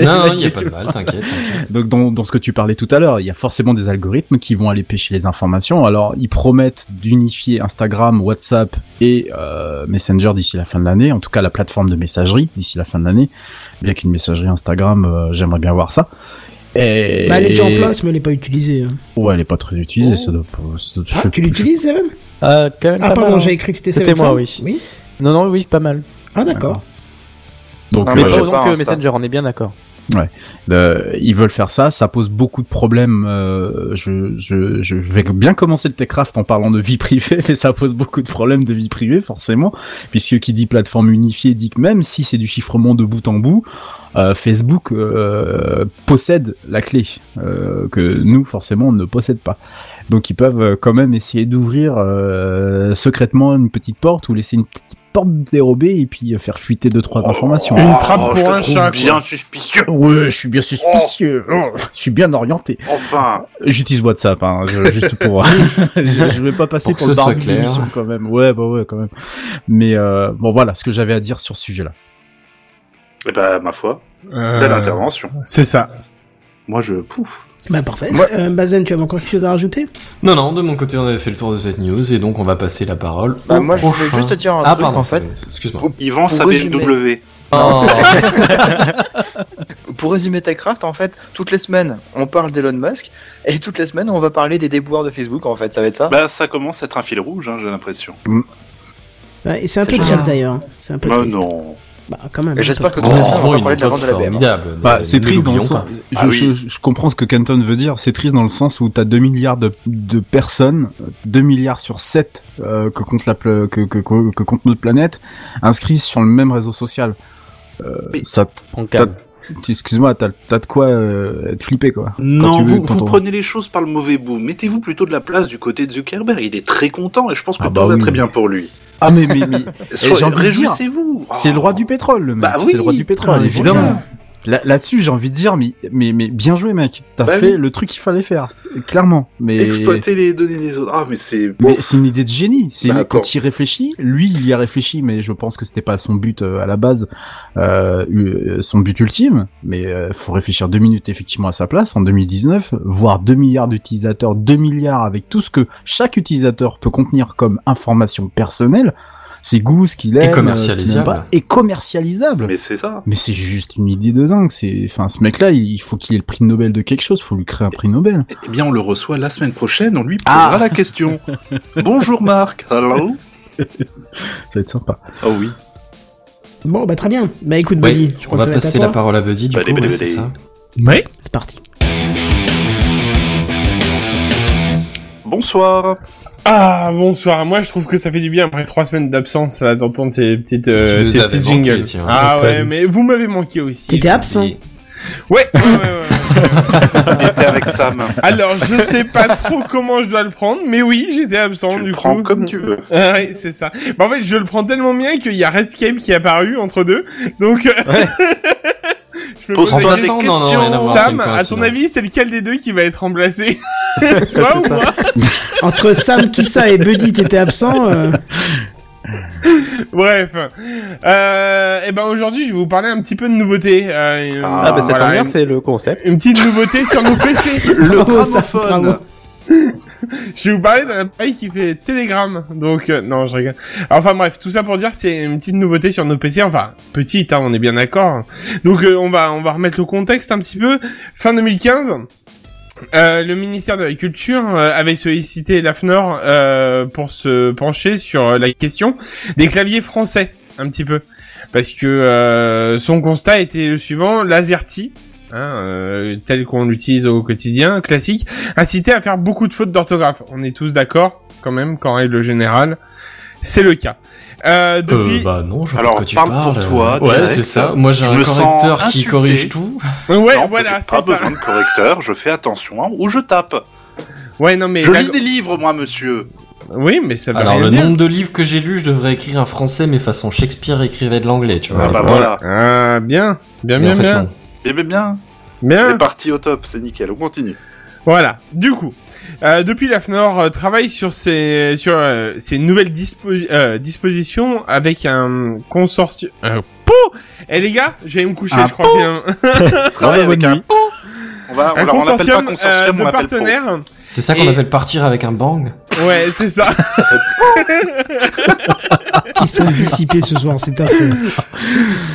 D: Non, non, il y a pas de mal, t'inquiète, t'inquiète.
E: donc dans, dans ce que tu parlais tout à l'heure il y a forcément des algorithmes qui vont aller pêcher les informations alors ils promettent d'unifier Instagram WhatsApp et euh, Messenger d'ici la fin de l'année en tout cas la plateforme de messagerie d'ici la fin de l'année bien qu'une messagerie Instagram euh, j'aimerais bien voir ça et
A: quoi. Bah, elle est déjà en place, mais elle n'est pas utilisée. hein.
E: ouais elle est pas très utilisée ça doit pas- ça-
A: Ah,
E: je-
A: tu
E: je-
A: l'utilises, Seven
K: Ah, quand même
A: Ah,
K: pas
A: pardon,
K: mal, hein.
A: j'avais cru que c'était Seven.
K: C'était moi,
A: ça
K: oui. Non, non, oui, pas mal.
A: Ah, d'accord.
E: donc
F: Non,
K: Mais
F: Moi,
K: pas
F: j'ai
K: autant
F: pas
K: que
F: Insta.
K: Messenger, on est bien d'accord.
E: Euh, ils veulent faire ça, ça pose beaucoup de problèmes. euh, je, je, je vais bien commencer le Techcraft en parlant de vie privée, [laughs] mais ça pose beaucoup de problèmes de vie privée forcément, puisque qui dit plateforme unifiée dit que même si c'est du chiffrement de bout en bout, euh, Facebook euh, possède la clé euh, que nous forcément on ne possède pas. Donc ils peuvent euh, quand même essayer d'ouvrir euh, secrètement une petite porte ou laisser une petite porte dérobée et puis euh, faire fuiter deux trois informations.
J: Une trappe
I: Oh,
J: pour
I: je te
J: un
I: trouve
J: chat,
I: bien
J: quoi.
I: suspicieux.
E: Ouais, je suis bien suspicieux. [laughs] Je suis bien orienté.
I: Enfin,
E: J'utilise WhatsApp, hein, je- juste [laughs] pour. je, je vais pas passer
D: Pour que
E: pour, le
D: ce soit
E: barbu de
D: clair.
E: l'émission quand même. Ouais, bah ouais, quand même. Mais euh, bon, voilà ce que j'avais à dire sur ce sujet-là.
I: eh ben, ma foi,
J: Euh,
I: belle intervention.
J: C'est ça.
I: Moi, je pouf.
A: Bah, parfait.
I: Moi-
A: Euh, Bazen, tu avais encore quelque chose à rajouter
D: Non, non, de mon côté, on avait fait le tour de cette news et donc on va passer la parole.
F: Bah,
D: au
F: moi, je voulais
D: Oh, prochain.
F: juste te dire un
D: Ah,
F: truc,
D: pardon,
F: en fait.
D: c'est- Excuse-moi.
F: Pour-
I: Yvan
F: Pour
I: sa
F: résumer.
I: BMW.
D: Oh,
F: [laughs] Pour résumer Techcraft, en fait, toutes les semaines, on parle d'Elon Musk, et toutes les semaines, on va parler des déboires de Facebook, en fait, ça va être ça.
I: Bah, ça commence à être un fil rouge, hein, j'ai l'impression.
A: Ouais, Et c'est un
F: C'est
A: peu
F: genre-
A: triste d'ailleurs. hein. C'est un peu
I: Bah,
A: triste.
I: non.
A: Bah, quand même.
F: Et j'espère que
D: oh,
F: tout à l'heure,
D: ils
F: on va
D: ont
F: parler de
D: pas
F: la vente de la BM.
D: formidable.
E: Bah,
D: Ne-
E: c'est
D: ne
E: triste dans le
D: l'oublions
E: sens.
D: pas.
E: Je,
I: Ah oui.
E: je- je comprends ce que Canton veut dire. C'est triste dans le sens où t'as 2 milliards de, de personnes, 2 milliards sur 7 euh, que compte la pla- que, que, que, que compte notre planète, inscrits sur le même réseau social. Euh, ça,
K: En calme.
E: tu- excuse-moi, t'as, t'as de quoi euh, être flippé quoi.
I: Non,
E: tu veux,
I: vous,
E: quand
I: vous
E: on-
I: prenez les choses par le mauvais bout. Mettez-vous plutôt de la place du côté de Zuckerberg. Il est très content et je pense que
E: Ah
I: tout
E: bah
I: va
E: oui.
I: très bien pour lui.
E: Ah mais mais, mais
I: Soyez-
E: j'ai envie de dire,
I: Réjouissez-vous.
E: c'est
I: [laughs]
E: le
I: Oh.
E: roi du pétrole le mec.
I: Bah
E: c'est
I: oui.
E: le roi du pétrole
D: Ah,
E: évidemment.
D: évidemment.
E: Là- Là-dessus, j'ai envie de dire, mais, mais, mais bien joué, mec. T'as
I: Bah
E: fait
I: oui.
E: le truc qu'il fallait faire, clairement. Mais
I: Exploiter les données des autres. Ah, mais c'est.
E: Mais c'est une idée de génie. C'est
I: Bah,
E: une-
I: attends.
E: quand il réfléchit, lui, il y a réfléchi, mais je pense que c'était pas son but euh, à la base, euh, euh, son but ultime. Mais euh, faut réfléchir deux minutes effectivement à sa place en 2019, voir 2 milliards d'utilisateurs, 2 milliards avec tout ce que chaque utilisateur peut contenir comme information personnelle, ses goûts, ce qu'il aime, euh, ce qu'il aime
D: commercialisable.
E: pas, et commercialisable.
I: Mais c'est ça.
E: Mais c'est juste une idée de dingue. C'est, enfin, ce mec-là, il faut qu'il ait le prix Nobel de quelque chose. Faut lui créer un prix Nobel.
I: Eh bien, on le reçoit la semaine prochaine. On lui
E: Ah.
I: posera la [laughs] question. Bonjour Marc. Hello.
E: Ça va être sympa.
I: Ah oui.
A: Bon, bah, très bien. Bah, écoute,
D: Ouais,
A: Buddy, je
D: on
A: crois
D: va
A: que ça
D: passer
A: va
D: la
A: être à toi.
D: parole à Buddy, du
I: Buddy,
D: coup,
I: buddy,
D: ouais, c'est
I: buddy.
D: ça.
J: Ouais.
A: C'est parti.
J: [laughs]
I: Bonsoir.
J: Ah, bonsoir. Moi, je trouve que ça fait du bien après trois semaines d'absence là, d'entendre ces petites,
D: Tu
J: euh,
D: nous
J: ces
D: avais
J: petits
D: manqué,
J: jingles.
D: tiens.
J: ah
K: Pas
J: ouais,
K: vu.
J: mais vous m'avez manqué aussi.
A: T'étais absent.
J: Ouais, ouais, ouais, ouais, [laughs] ouais.
I: On était avec Sam.
J: Alors, je sais pas trop comment je dois le prendre, mais oui, j'étais absent
I: Tu
J: du
I: le prends
J: coup.
I: comme tu veux.
J: [laughs] Ah ouais, c'est ça. Bah, en fait, je le prends tellement bien qu'il y a Redscape qui est apparu entre deux. Donc, euh, [laughs] je me pose
I: Pose-toi
J: la
I: des
J: question.
D: Non, non, rien à
I: questions.
D: voir, c'est une
J: Sam, à ton
D: coïncidence.
J: avis, c'est lequel des deux qui va être
D: [laughs]
J: remplacé [laughs] Toi ou moi
A: Entre Sam Kissa et Buddy, t'étais absent. euh,
J: Bref. Euh, eh ben aujourd'hui, je vais vous parler un petit peu de nouveautés. euh,
K: Ah, bah ça
J: voilà,
K: tombe bien,
J: une-
K: c'est le concept.
J: Une petite nouveauté sur nos PC.
A: Le
J: gramophone. Je vais vous parler d'un appareil qui fait Telegram. Donc, euh, non, je rigole. Enfin bref, tout ça pour dire, c'est une petite nouveauté sur nos PC. Enfin, petite, hein, on est bien d'accord. Donc, euh, on va, on va remettre le contexte un petit peu. Fin 2015. euh, le ministère de la Culture euh, avait sollicité l'AFNOR euh, pour se pencher sur euh, la question des claviers français, un petit peu. Parce que euh, son constat était le suivant, l'AZERTY, hein, euh, tel qu'on l'utilise au quotidien, classique, incité à faire beaucoup de fautes d'orthographe. On est tous d'accord, quand même, qu'en règle générale, c'est le cas. Euh, depuis...
D: Euh, bah non, je vois
I: Alors,
D: pas de quoi tu
I: parle
D: parles.
I: pour toi,
D: ouais,
I: direct.
D: c'est ça. Moi, j'ai
I: Je
D: un
I: me sens
D: correcteur qui
I: insulté.
D: corrige tout.
J: ouais,
I: Non,
J: voilà,
I: j'ai
J: c'est
I: pas
J: ça.
I: besoin de correcteur, je fais attention hein, où je tape.
J: Ouais, non, mais...
I: je
J: t'as-
I: lis des livres, moi, monsieur.
J: Oui, mais ça va
D: Alors,
J: rien
D: le
J: dire.
D: nombre de livres que j'ai lus, je devrais écrire un français, mais façon Shakespeare écrivait de l'anglais, tu vois.
I: Ah bah
D: Et
I: voilà.
J: Ah, bien, bien,
D: en
J: bien,
D: fait,
J: bien.
D: non.
I: Eh bien, bien.
J: Bien.
I: C'est parti au top, c'est nickel, on continue.
J: Voilà. Du coup, euh, depuis l'AFNOR euh, travaille sur ces sur euh, ces nouvelles disposi- euh, dispositions avec un consortium. Euh, pou Eh les gars, je vais me coucher,
I: Un
J: je crois bien.
I: Travaille
E: bah,
I: avec
E: bonne
I: un
E: nuit.
I: pot. hein. On va, on
D: Ah,
I: l'a- on
J: un
I: l'appelle pas
J: consortium euh,
I: consortium, on
J: de
I: l'appelle pot.
J: partenaires.
D: C'est ça qu'on
J: Et-
D: appelle partir avec un bang.
J: Ouais, c'est ça.
D: [laughs]
A: Qui sont dissipés ce soir, c'est affreux.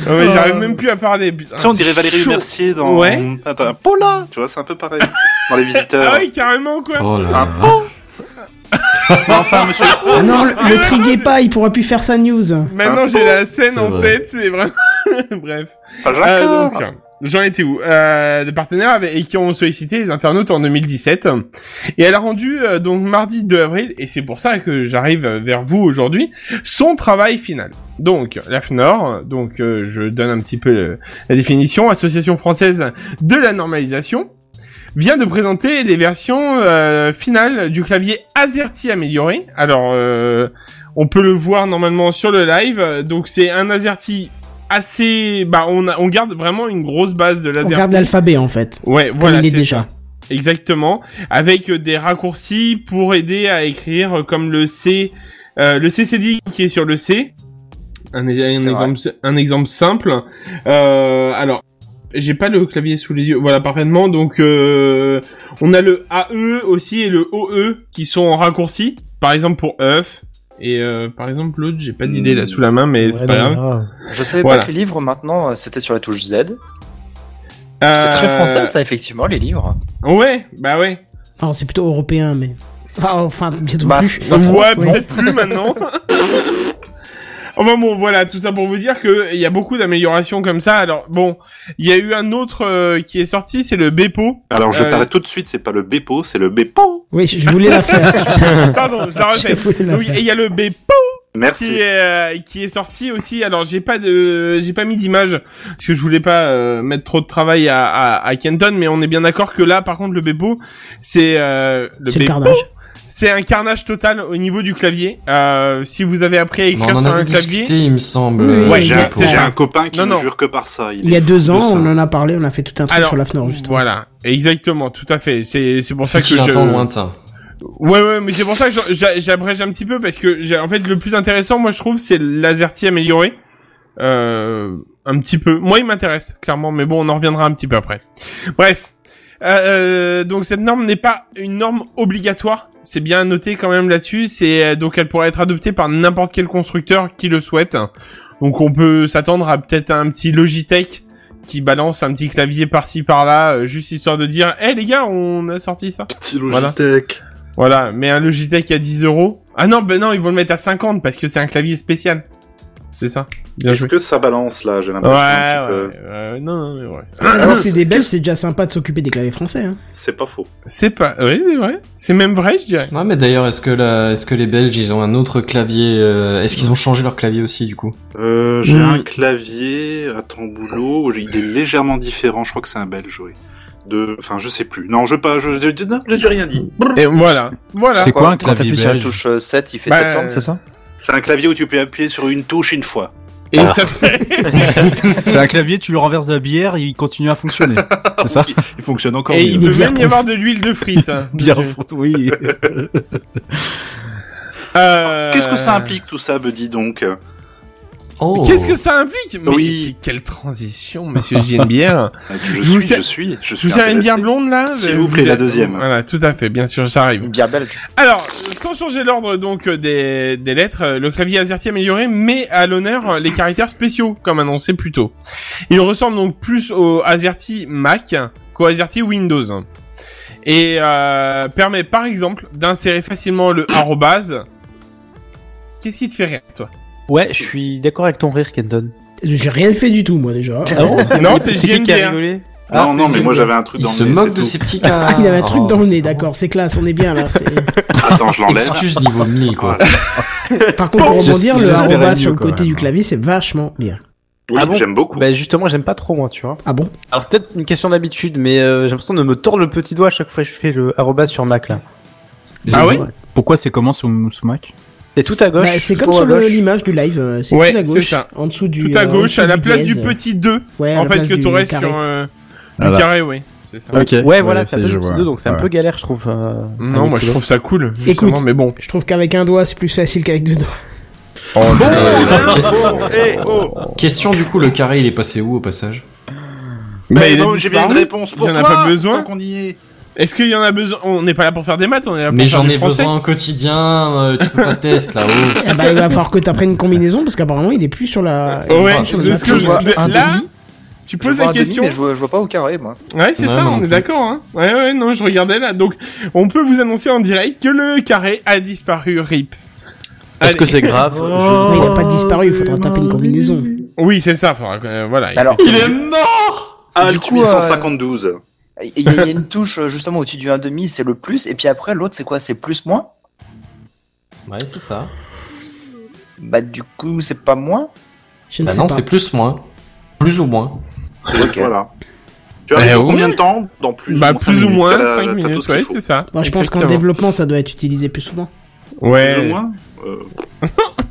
J: Non, mais j'arrive
D: Oh.
J: même plus à parler. putain,
I: Tu sais, on
J: c'est
I: dirait Valérie
J: chaud.
I: Mercier dans.
J: Ouais.
I: Attends, un pot là Tu vois, c'est un peu pareil. Dans les visiteurs.
J: Ah oui, carrément quoi.
D: Oh là
I: Un
D: là.
I: pot Mais enfin, monsieur.
A: Ah non, le, le triguez pas, il pourra plus faire sa news.
J: Maintenant,
I: un
J: j'ai la scène
D: C'est
J: en
D: vrai.
J: tête, c'est vraiment. [laughs] Bref.
I: Pas
J: Euh,
I: Jacques,
J: donc, j'en étais où euh, Les partenaires avaient- et qui ont sollicité les internautes en 2017. Et elle a rendu euh, donc mardi 2 avril, et c'est pour ça que j'arrive euh, vers vous aujourd'hui, son travail final. Donc, la FNOR, donc euh, je donne un petit peu le- la définition, Association française de la normalisation, vient de présenter les versions euh, finales du clavier AZERTY amélioré. Alors, euh, on peut le voir normalement sur le live. Donc, c'est un AZERTY assez... Bah, on, a- on garde vraiment une grosse base de
A: On garde
J: l'AZERTY.
A: l'alphabet en fait.
J: Ouais,
A: Comme
J: voilà,
A: il est
J: c'est
A: déjà.
J: Exactement, avec euh, des raccourcis pour aider à écrire euh, comme le C, euh, le CCD qui est sur le C. Un, é- un
F: C'est vrai.
J: exemple, un exemple simple. Euh, alors, j'ai pas le clavier sous les yeux, voilà parfaitement. Donc, euh, on a le AE aussi et le OE qui sont en raccourci. Par exemple pour EUF. Et euh, par exemple l'autre, j'ai pas d'idée
F: Hmm.
J: là sous la main, mais c'est
K: Ouais,
J: pas
K: non,
J: grave.
K: non.
F: Je savais
J: Voilà.
F: pas que les livres maintenant euh, c'était sur la touche Z. C'est très
J: Euh,
F: français ça effectivement les livres.
J: Ouais, bah ouais.
A: Alors c'est plutôt européen, mais. Enfin, enfin bientôt
F: Bah,
A: plus.
F: pas trop,
J: ouais, peut-être plus maintenant. [laughs] Enfin bon, voilà, tout ça pour vous dire que il y a beaucoup d'améliorations comme ça. Alors bon, il y a eu un autre euh, qui est sorti, c'est
A: [laughs]
J: le Bepo.
I: Alors, je
J: Euh,
I: t'arrête tout de suite, c'est pas le Bepo, c'est le Bepo.
A: Oui, je je voulais la
J: [laughs]
A: faire.
J: Pardon, je la
A: je
J: refais.
A: voulais Ah, la
J: Oui,
A: faire.
J: et il y a le Bepo qui
I: Merci.
J: est euh, qui est sorti aussi. Alors j'ai pas de j'ai pas mis d'image parce que je voulais pas euh, mettre trop de travail à, à, à Kenton, mais on est bien d'accord que là, par contre, le Bepo, c'est euh, le
A: C'est le
J: Bepo,
A: carnage.
J: c'est un carnage total au niveau du clavier. Euh, si vous avez appris à
D: Non,
J: écrire
D: Bah, on en
J: sur un
D: avait
J: clavier.
D: discuté, il me semble.
A: Oui,
D: euh,
J: Ouais,
I: J'ai
J: il y
I: un,
J: a-
D: pour-
J: c'est
I: j'ai
J: ça.
I: un copain qui
J: Non,
I: ne
J: non.
I: jure que par ça.
A: Il y a
I: est fou de
A: deux ans,
I: ça.
A: on en a parlé, on a fait tout un truc
J: Alors,
A: sur la FNOR,
J: [coughs]
A: justement.
J: Voilà, exactement, tout à fait. C'est c'est pour ça que
D: Faut-il
J: je.
D: un temps lointain.
J: Ouais, ouais, mais c'est pour ça que j'en- j'a- j'abrège un petit peu parce que j'ai- en fait le plus intéressant, moi je trouve, c'est l'azerty amélioré. Euh, un petit peu. Moi, il m'intéresse clairement, mais bon, on en reviendra un petit peu après. Bref. Euh, euh, donc cette norme n'est pas une norme obligatoire, c'est bien noté quand même là-dessus. C'est euh, donc elle pourrait être adoptée par n'importe quel constructeur qui le souhaite. Donc on peut s'attendre à peut-être un petit Logitech qui balance un petit clavier par-ci par-là, euh, juste histoire de dire, eh les gars, on a sorti ça.
I: Petit
J: Voilà.
I: Logitech.
J: Voilà, mais un Logitech à 10 euros. Ah non, ben non, ils vont le mettre à 50 parce que c'est un clavier spécial. C'est ça. Bien
I: Est-ce
J: joué.
I: que ça balance là J'ai
J: Ouais, ouais,
I: l'impression un petit peu.
J: ouais, non, non, mais ouais.
A: Alors que c'est des Belges, c'est déjà sympa de s'occuper des claviers français. Hein.
I: C'est pas faux.
J: C'est pas, oui, c'est vrai. C'est même vrai, je dirais.
D: Ouais, mais d'ailleurs, est-ce que la, est-ce que les Belges, ils ont un autre clavier, euh, est-ce qu'ils ont changé leur clavier aussi, du coup?
I: Euh, j'ai
A: Mm.
I: un clavier à tamboulot, il est légèrement différent, je crois que c'est un belge, oui. De... Enfin, je sais plus. Non, je pas, je, je, je- non, je n'ai rien dit.
J: Et voilà. Voilà.
E: C'est quoi un
F: Quand
E: clavier
F: t'appuies sur la
E: belge
F: touche euh, 7 il fait
J: Bah,
F: 70 c'est ça
I: C'est un clavier où tu peux appuyer sur une touche une fois.
J: Et ça fait-
E: C'est un clavier, tu le renverses de la bière, il continue à fonctionner. C'est ça
I: Il, il fonctionne encore
J: Et il
I: mieux.
J: peut même y avoir de l'huile de frite. hein.
I: [laughs]
E: Bière frotte, oui.
J: Euh,
I: Ah, Euh, Qu'est-ce que ça implique tout ça, Buddy, donc
J: Mais Qu'est-ce que ça implique Mais quelle transition, monsieur JNBR
I: Je
J: Vous
I: suis,
J: ser-
I: je suis, je
J: Vous
I: suis.
J: servez une
I: intéressé.
J: bière blonde là
I: S'il vous plaît, la
J: êtes-
I: deuxième.
J: Voilà, tout à fait, bien sûr, j'arrive.
F: Une bière belge.
J: Alors, sans changer l'ordre donc euh, des, des lettres, euh, le clavier AZERTY amélioré met à l'honneur euh, les caractères spéciaux, comme annoncé plus tôt. Il ressemble donc plus au AZERTY Mac qu'au AZERTY Windows. Et euh, permet par exemple d'insérer facilement le arrobase. Qu'est-ce qui te fait rire, toi
K: Ouais, je suis d'accord avec ton rire, Kenton.
A: J'ai rien fait du tout, moi, déjà.
K: Ah [laughs] bon
J: Non, c'est
K: qui qui a
J: JNBR.
K: rigolé
I: Non, non, mais
K: c'est
I: moi
K: JNBR.
I: j'avais un truc
D: Il
I: dans le
D: se
I: nez,
D: moque
I: c'est
D: de
I: tout.
D: ses
J: [laughs]
D: petits
A: Ah,
D: cas.
A: il avait un truc
D: Oh,
A: dans le
D: c'est
A: nez,
D: bon.
A: d'accord, c'est classe, on est bien là. c'est-
I: Attends, je l'enlève. Ah
D: Excuse niveau 1000, quoi.
A: Par
K: [laughs]
A: contre, pour
K: J'es-
A: rebondir, le
K: j'espérais
A: arroba
K: mieux,
A: sur le
K: quand
A: côté
K: même,
A: du
K: hein.
A: clavier, c'est vachement bien.
I: Oui,
K: Ah bon
I: j'aime beaucoup.
K: Bah justement, j'aime pas trop moi, tu vois.
A: Ah bon
K: Alors c'est peut-être une question d'habitude, mais euh, j'ai l'impression de me tordre le petit doigt à chaque fois que je fais le arroba sur Mac là.
J: Ah oui
E: Pourquoi c'est comment sous, sous Mac
K: C'est tout à gauche.
A: Bah, c'est
K: tout
A: comme
K: en
A: sur le-
K: gauche.
A: l'image du live, euh, c'est
J: Ouais,
A: tout à
J: c'est
A: gauche,
J: ça.
A: en dessous du.
J: Tout à
A: euh, en
J: gauche,
A: dessous
J: à la
A: du
J: place
A: dièse.
J: du petit 2,
A: Ouais, à
J: en
A: la
J: fait,
A: place
J: que
A: du
J: t'aurais
A: carré.
J: sur euh,
E: Voilà.
J: le carré, oui. C'est ça.
E: Ok.
K: Ouais, voilà, c'est
E: c'est
K: un peu
E: je
K: le petit
E: vois.
K: deux, donc c'est un
E: Ah Ouais.
K: peu galère, je trouve. euh,
J: Non,
K: avec
J: moi
K: le
J: je
K: doigt.
J: trouve ça cool, justement,
A: Écoute.
J: mais bon.
A: Je trouve qu'avec un doigt, c'est plus facile qu'avec deux doigts.
I: Oh, eh, oh.
D: Question du coup, le carré il est passé où au passage
J: Ah,
I: Mais
J: il a
I: bon, Eh, oh, j'ai bien
J: disparu.
I: une réponse pour
J: Il y en
I: toi.
J: a pas besoin.
I: tant qu'on y est.
J: Est-ce qu'il y en a besoin On n'est pas là pour faire des maths, on est là pour
D: Mais
J: faire
D: j'en
J: du
D: ai
J: français.
D: besoin au quotidien, euh, tu peux pas test là-haut.
A: Ah bah, il va falloir que t'apprennes une combinaison parce qu'apparemment il est plus sur la.
J: Oh ouais,
A: il est plus sur le
J: de
A: map.
J: ce que
F: Je vois
J: je-
F: un
J: là,
F: demi.
J: tu
F: Je
J: poses
F: vois
J: la
F: un demi,
J: question.
F: mais je vois, je vois pas au carré, moi.
J: Ouais, c'est
D: Ouais,
J: ça,
D: moi non
J: on est
D: plus.
J: d'accord. Hein. Ouais, ouais, non, je regardais là. Donc, on peut vous annoncer en direct que le carré a disparu. Rip.
K: Est-ce
J: Allez.
K: que [laughs] c'est grave Je-
A: Mais il a pas disparu, il faudra taper une combinaison.
J: Oui, c'est ça. faudra que- euh, voilà.
F: Alors,
I: Il est mort. Alt
F: Du coup,
I: 852.
F: il y, a- il y a une touche euh, justement au-dessus du 1,5, c'est le plus, et puis après l'autre, c'est quoi C'est plus moins
D: Ouais, c'est ça.
F: Bah, du coup, c'est pas moins
A: Je ne
D: Bah
A: sais
D: non,
A: pas.
D: c'est plus moins. Plus ou moins.
I: Et
F: Ok.
I: Voilà. Tu arrives
J: Eh
I: dans
J: oui.
I: combien de temps Dans plus
J: bah,
I: ou moins cinq
J: plus ou
I: minutes,
J: moins
I: t'as la-
J: 5
I: t'as tout
J: minutes.
I: ce qu'il
J: Ouais,
I: faut.
J: c'est ça.
A: Moi, Bah, je pense qu'en
J: Exactement.
A: développement, ça doit être utilisé plus souvent.
I: Plus ou
J: Ouais.
I: moins Euh,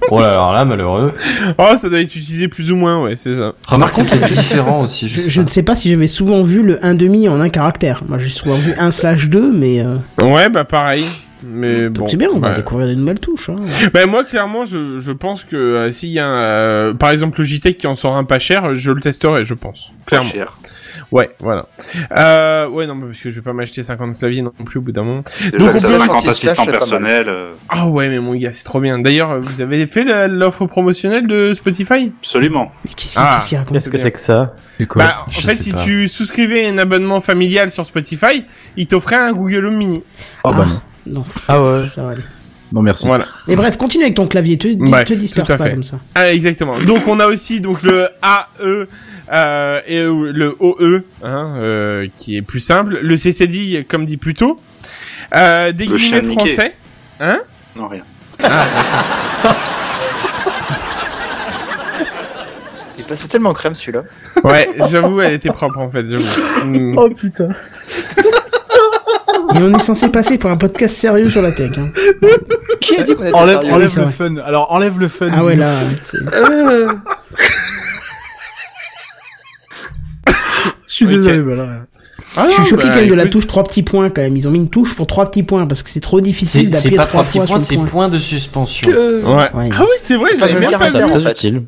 D: Oh là alors là, malheureux.
J: Oh, ça doit être utilisé plus ou moins. Ouais, c'est ça.
D: Remarque, c'est peut-être différent aussi. Je
A: Je,
D: sais
A: je
D: pas.
A: ne sais pas si j'avais souvent vu le 1,5 en un caractère. Moi, j'ai souvent vu 1 slash 2, mais euh,
J: Ouais, bah pareil. Mais
A: donc
J: bon.
A: c'est bien, on va
J: ouais.
A: découvrir de nouvelles touches. hein.
J: Ben moi clairement je, je pense que euh, s'il y a un, euh, par exemple Logitech qui en sort un pas cher, je le testerai je pense.
I: pas
J: Clairement.
I: cher.
J: Ouais, voilà. Euh, ouais non mais parce que je vais pas m'acheter 50 claviers non plus au bout d'un moment.
I: Déjà
J: on
I: que
J: peut-
I: t'as 50
F: Francis Lash,
I: assistants
F: c'est pas mal.
I: personnels. euh,
J: Ah ouais mais mon gars, c'est trop bien. D'ailleurs, euh, vous avez fait la- l'offre promotionnelle de Spotify
I: Absolument.
A: Mais qu'est-ce qu'il
J: Ah.
A: qu'est-ce qu'il raconte
K: Qu'est-ce que c'est que ça
E: C'est quoi
J: Bah en
D: Je
J: fait
D: sais
J: si
D: pas.
J: tu souscrivais à un abonnement familial sur Spotify, ils t'offraient un Google Home Mini.
E: Oh bah non.
A: Non,
K: Ah ouais.
A: ça va aller.
E: Non merci.
J: Voilà.
A: Mais bref, continue avec ton clavier, te,
J: Bref,
A: te disperse
J: tout à
A: pas
J: fait.
A: comme ça.
J: Ah, exactement. Donc on a aussi donc le AE euh, et euh, le OE hein, euh, qui est plus simple, le CCD comme dit plus tôt, euh, des
I: Le
J: guillemets
I: chien niqué.
F: [laughs]
J: français. Hein
I: Non, rien.
F: Et bah, c'est tellement crème celui-là.
J: Ouais, j'avoue, elle était propre en fait. j'avoue. Mm.
K: Oh putain.
A: Et on est censé passer pour un podcast sérieux sur la tech. Hein.
F: Qui a dit qu'on était
E: Enlève,
F: sérieux
E: enlève
A: c'est
E: le
A: vrai.
E: fun. Alors enlève le fun.
A: Ah ouais, là, c'est-
K: Je suis
J: Ok.
K: désolé, bah là.
J: Ah
A: je suis
J: non,
A: choqué
J: bah,
A: quand même de la
J: écoute,
A: touche trois petits points quand même. Ils ont mis une touche pour trois petits points parce que c'est trop difficile
D: C'est c'est
A: d'appuyer
D: pas
A: trois
D: trois petits
A: fois sur
D: points, c'est
A: le point.
D: points de suspension.
J: Ouais.
A: Ouais,
J: ah oui, c'est vrai,
F: c'est
J: je
F: pas
J: l'avais
F: le même
J: bien pas
K: C'est
J: vu.
F: caractère.
K: très
F: fait.
K: utile.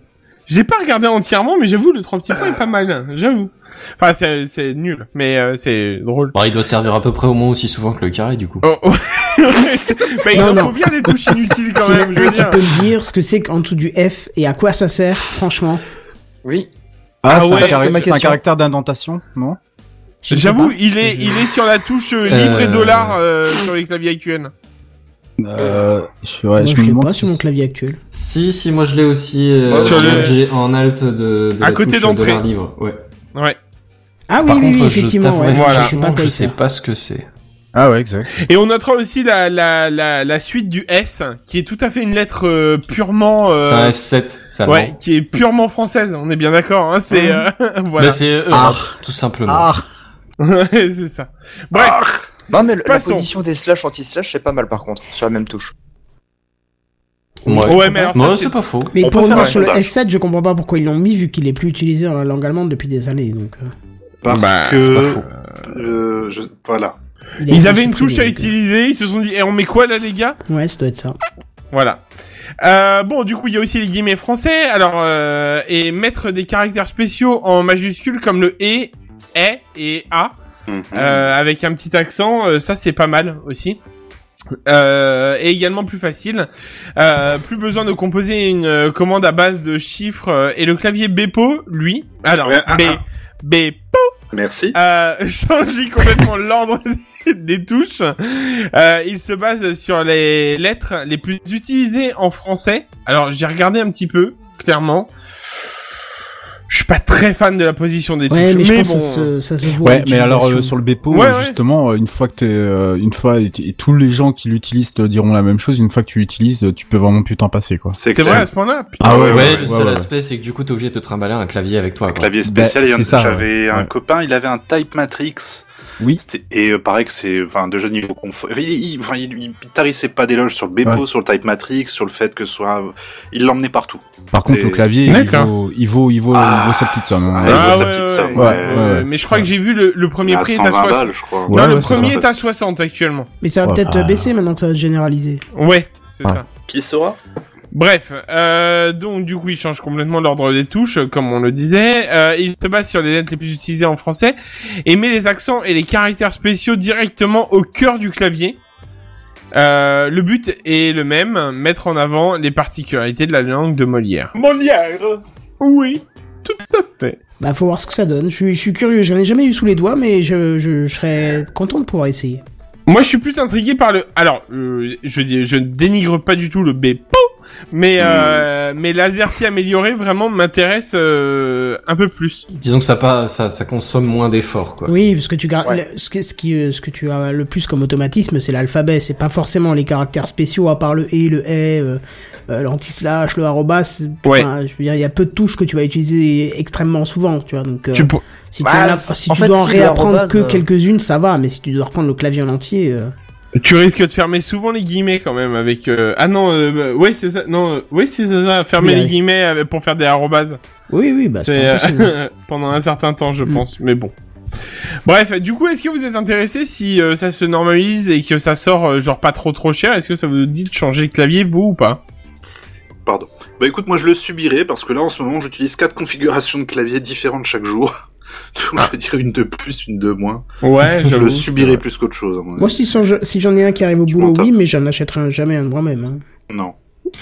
J: J'ai pas regardé entièrement, mais j'avoue, le trois petits points est pas mal. J'avoue. Enfin, c'est c'est nul, mais euh, c'est drôle.
D: Bon, il doit servir à peu près au moins aussi souvent que le carré du coup.
J: Oh, [laughs] ouais. bah, il
A: Non,
J: en
A: non.
J: faut bien des touches inutiles quand
A: Si
J: même. Je
A: quelqu'un
J: veux
A: qui
J: dire.
A: peut me dire ce que c'est qu'en dessous du F et à quoi ça sert, franchement.
F: Oui.
E: Ah,
J: Ah
E: c'est
J: ouais,
E: un
J: c'était
E: caractère-
F: ma
E: c'est un,
F: question.
E: caractère d'indentation, non
A: Je ne sais
J: J'avoue,
A: pas.
J: il est, il est sur la touche euh, libre et
D: Euh.
J: dollar euh, sur les claviers actuels.
E: euh, Je, ouais,
A: Moi,
E: je
A: je
E: me
A: l'ai
E: demande
A: pas
E: si
A: sur mon clavier actuel.
D: Si, si, moi je l'ai aussi euh,
I: Ouais,
D: sur
J: je
D: le
J: l'ai.
D: G- en alt de, de la
J: À côté
D: touche
J: d'entrée.
D: dollar livre. Ouais.
J: Ouais.
A: Ah oui,
D: Par
A: oui,
D: contre,
A: oui,
D: je
A: effectivement.
D: t'avouerai
A: Ouais.
J: Voilà.
A: Je sais pas hein.
D: franchement,
A: quoi
D: je
A: il
D: sais
A: sert.
D: pas ce que c'est.
E: Ah ouais, exact.
J: Et on notera aussi la, la, la, la suite du S, qui est tout à fait une lettre euh, purement. euh,
D: C'est un F7, ça
J: ouais, qui est purement française. On est bien d'accord. Hein, c'est euh, [laughs]
D: Bah,
J: voilà,
D: c'est Europe, tout simplement.
J: Ouais, c'est ça. Bref,
F: Non, mais le- la
J: Passons.
F: position des slash anti-slash, c'est pas mal par contre, sur la même touche.
J: Ouais, mais alors ça,
D: Non,
J: c'est-
D: Ah, c'est pas faux.
A: Mais
I: On
A: pour
I: peut faire
A: revenir
I: un
A: sur le
I: sondage.
A: S7, je comprends pas pourquoi ils l'ont mis vu qu'il est plus utilisé dans la langue allemande depuis des années. Donc, euh,
I: Parce
J: Bah,
D: C'est pas
I: que.
D: faux.
I: euh, je- Voilà.
A: il a
J: ils
A: été
J: avaient une
A: supprimé,
J: touche à
A: donc, euh,
J: utiliser. Ils se sont dit, eh, on met quoi là, les gars
A: Ouais, ça doit être ça.
J: Voilà. Euh, bon, du coup, il y a aussi les guillemets français. Alors, euh, et mettre des caractères spéciaux en majuscules comme le et, est et a, euh, avec un petit accent, euh, ça c'est pas mal aussi. Euh, et également plus facile, Euh, plus besoin de composer une euh, commande à base de chiffres euh, et le clavier Bepo, lui, alors
I: Ouais, ah,
J: B,
I: ah.
J: Bepo,
I: Merci.
J: euh, [laughs] change complètement l'ordre [laughs] des touches. Euh, il se base sur les lettres les plus utilisées en français. Alors j'ai regardé un petit peu, clairement. Je suis pas très fan de la position des
A: Ouais,
J: touches,
A: mais je pense
J: bon,
A: que ça se- ça se voit.
E: Ouais, mais
A: l'utilisation.
E: alors euh, sur le Bepo,
J: Ouais,
E: euh,
J: ouais.
E: justement, euh, une fois que t'es, euh, une fois et, t- et tous les gens qui l'utilisent te diront la même chose. Une fois que tu l'utilises, euh, tu peux vraiment plus t'en passer quoi.
I: C'est
J: c'est vrai à ce point-là. Putain.
E: Ah ouais, ouais,
D: le
E: ouais,
D: seul
E: ouais.
D: aspect, c'est que du coup, t'es obligé de te trimballer un clavier avec toi. Quoi.
I: clavier spécial.
E: Bah,
I: et un-
E: c'est ça,
I: J'avais
E: ouais.
I: un
E: Ouais.
I: copain, il avait un Type Matrix.
E: Oui.
I: C'était- Et euh, pareil que c'est, enfin, déjà niveau confort. Il, il, enfin, il, il tarissait pas d'éloges sur le Bepo,
E: Ouais.
I: sur le Type Matrix, sur le fait que ce soit, il l'emmenait partout.
E: Par contre,
I: C'est-
E: le clavier, il
J: D'accord.
E: vaut, il vaut, il vaut,
I: Ah.
E: il vaut sa petite somme. hein.
I: Ah, il vaut
J: Ah
I: sa
J: ouais,
I: petite
J: ouais,
I: somme,
J: ouais.
E: ouais. Ouais, ouais.
J: Mais je crois que j'ai vu le, le premier
I: à
J: prix est
I: 120
J: à 60.
I: balles, je crois.
E: Ouais,
J: non, le
E: ouais, c'est
I: ça.
J: premier est à 60 actuellement.
A: Mais ça va
E: Ouais.
A: peut-être
E: Ah.
A: baisser maintenant que ça va se généraliser.
J: Ouais, c'est
E: Ouais.
J: ça.
I: Qui sera?
J: Bref, euh, donc du coup, il change complètement l'ordre des touches, euh, comme on le disait. Euh, il se base sur les lettres les plus utilisées en français et met les accents et les caractères spéciaux directement au cœur du clavier. Euh, le but est le même, mettre en avant les particularités de la langue de Molière.
I: Molière!
J: Oui, tout à fait.
A: Bah, faut voir ce que ça donne. Je suis, je suis curieux, j'en ai jamais eu sous les doigts, mais je, je, je serais content de pouvoir essayer.
J: Moi, je suis plus intrigué par le. Alors, euh, je dis, je ne dénigre pas du tout le Bepo, mais
A: Mmh.
J: euh, mais l'azerty amélioré vraiment m'intéresse euh, un peu plus.
D: Disons que ça, pas, ça, ça consomme moins d'efforts. quoi.
A: Oui, parce que tu gardes,
F: Ouais.
A: le- ce, que, ce, qui, euh, ce que tu as le plus comme automatisme, c'est l'alphabet. C'est pas forcément les caractères spéciaux, à part le et, le e, euh, euh, l'anti-slash, le arrobas. c'est-
J: Ouais.
A: enfin, je veux dire, il y a peu de touches que tu vas utiliser extrêmement souvent, tu vois. Donc, euh,
J: Tu, pour-
A: si
F: Bah,
A: tu, en as- si
F: en
A: tu
F: fait,
A: dois en
F: si, le
A: réapprendre
F: arrobase,
A: que
F: euh,
A: quelques-unes, ça va, mais si tu dois reprendre le clavier en entier. euh,
J: Tu risques de fermer souvent les guillemets quand même avec euh, ah non euh, bah, ouais c'est ça non euh, oui c'est ça, ça, fermer
A: Oui,
J: les
A: oui.
J: guillemets avec- pour faire des arrobases
A: Oui, oui, bah, c'est
J: c'est
A: pas
J: [laughs]
A: impossible.
J: euh, pendant un certain temps je
A: Mm.
J: pense mais bon bref du coup est-ce que vous êtes intéressé si euh, ça se normalise et que ça sort euh, genre pas trop trop cher est-ce que ça vous dit de changer de clavier vous ou pas
I: Pardon. Bah écoute, moi je le subirai parce que là en ce moment j'utilise quatre configurations de clavier différentes chaque jour. [laughs] Donc je vais dire une de plus, une de moins.
A: [laughs]
J: ouais
I: Je
J: j'avoue,
I: le
J: c'est
I: subirai
J: vrai.
I: plus qu'autre chose. à mon avis.
A: Moi, si, j'en- si j'en ai un qui arrive au
I: Je
A: boulot,
I: m'entends.
A: oui, mais j'en achèterai un- jamais un de moi-même. hein.
I: Non.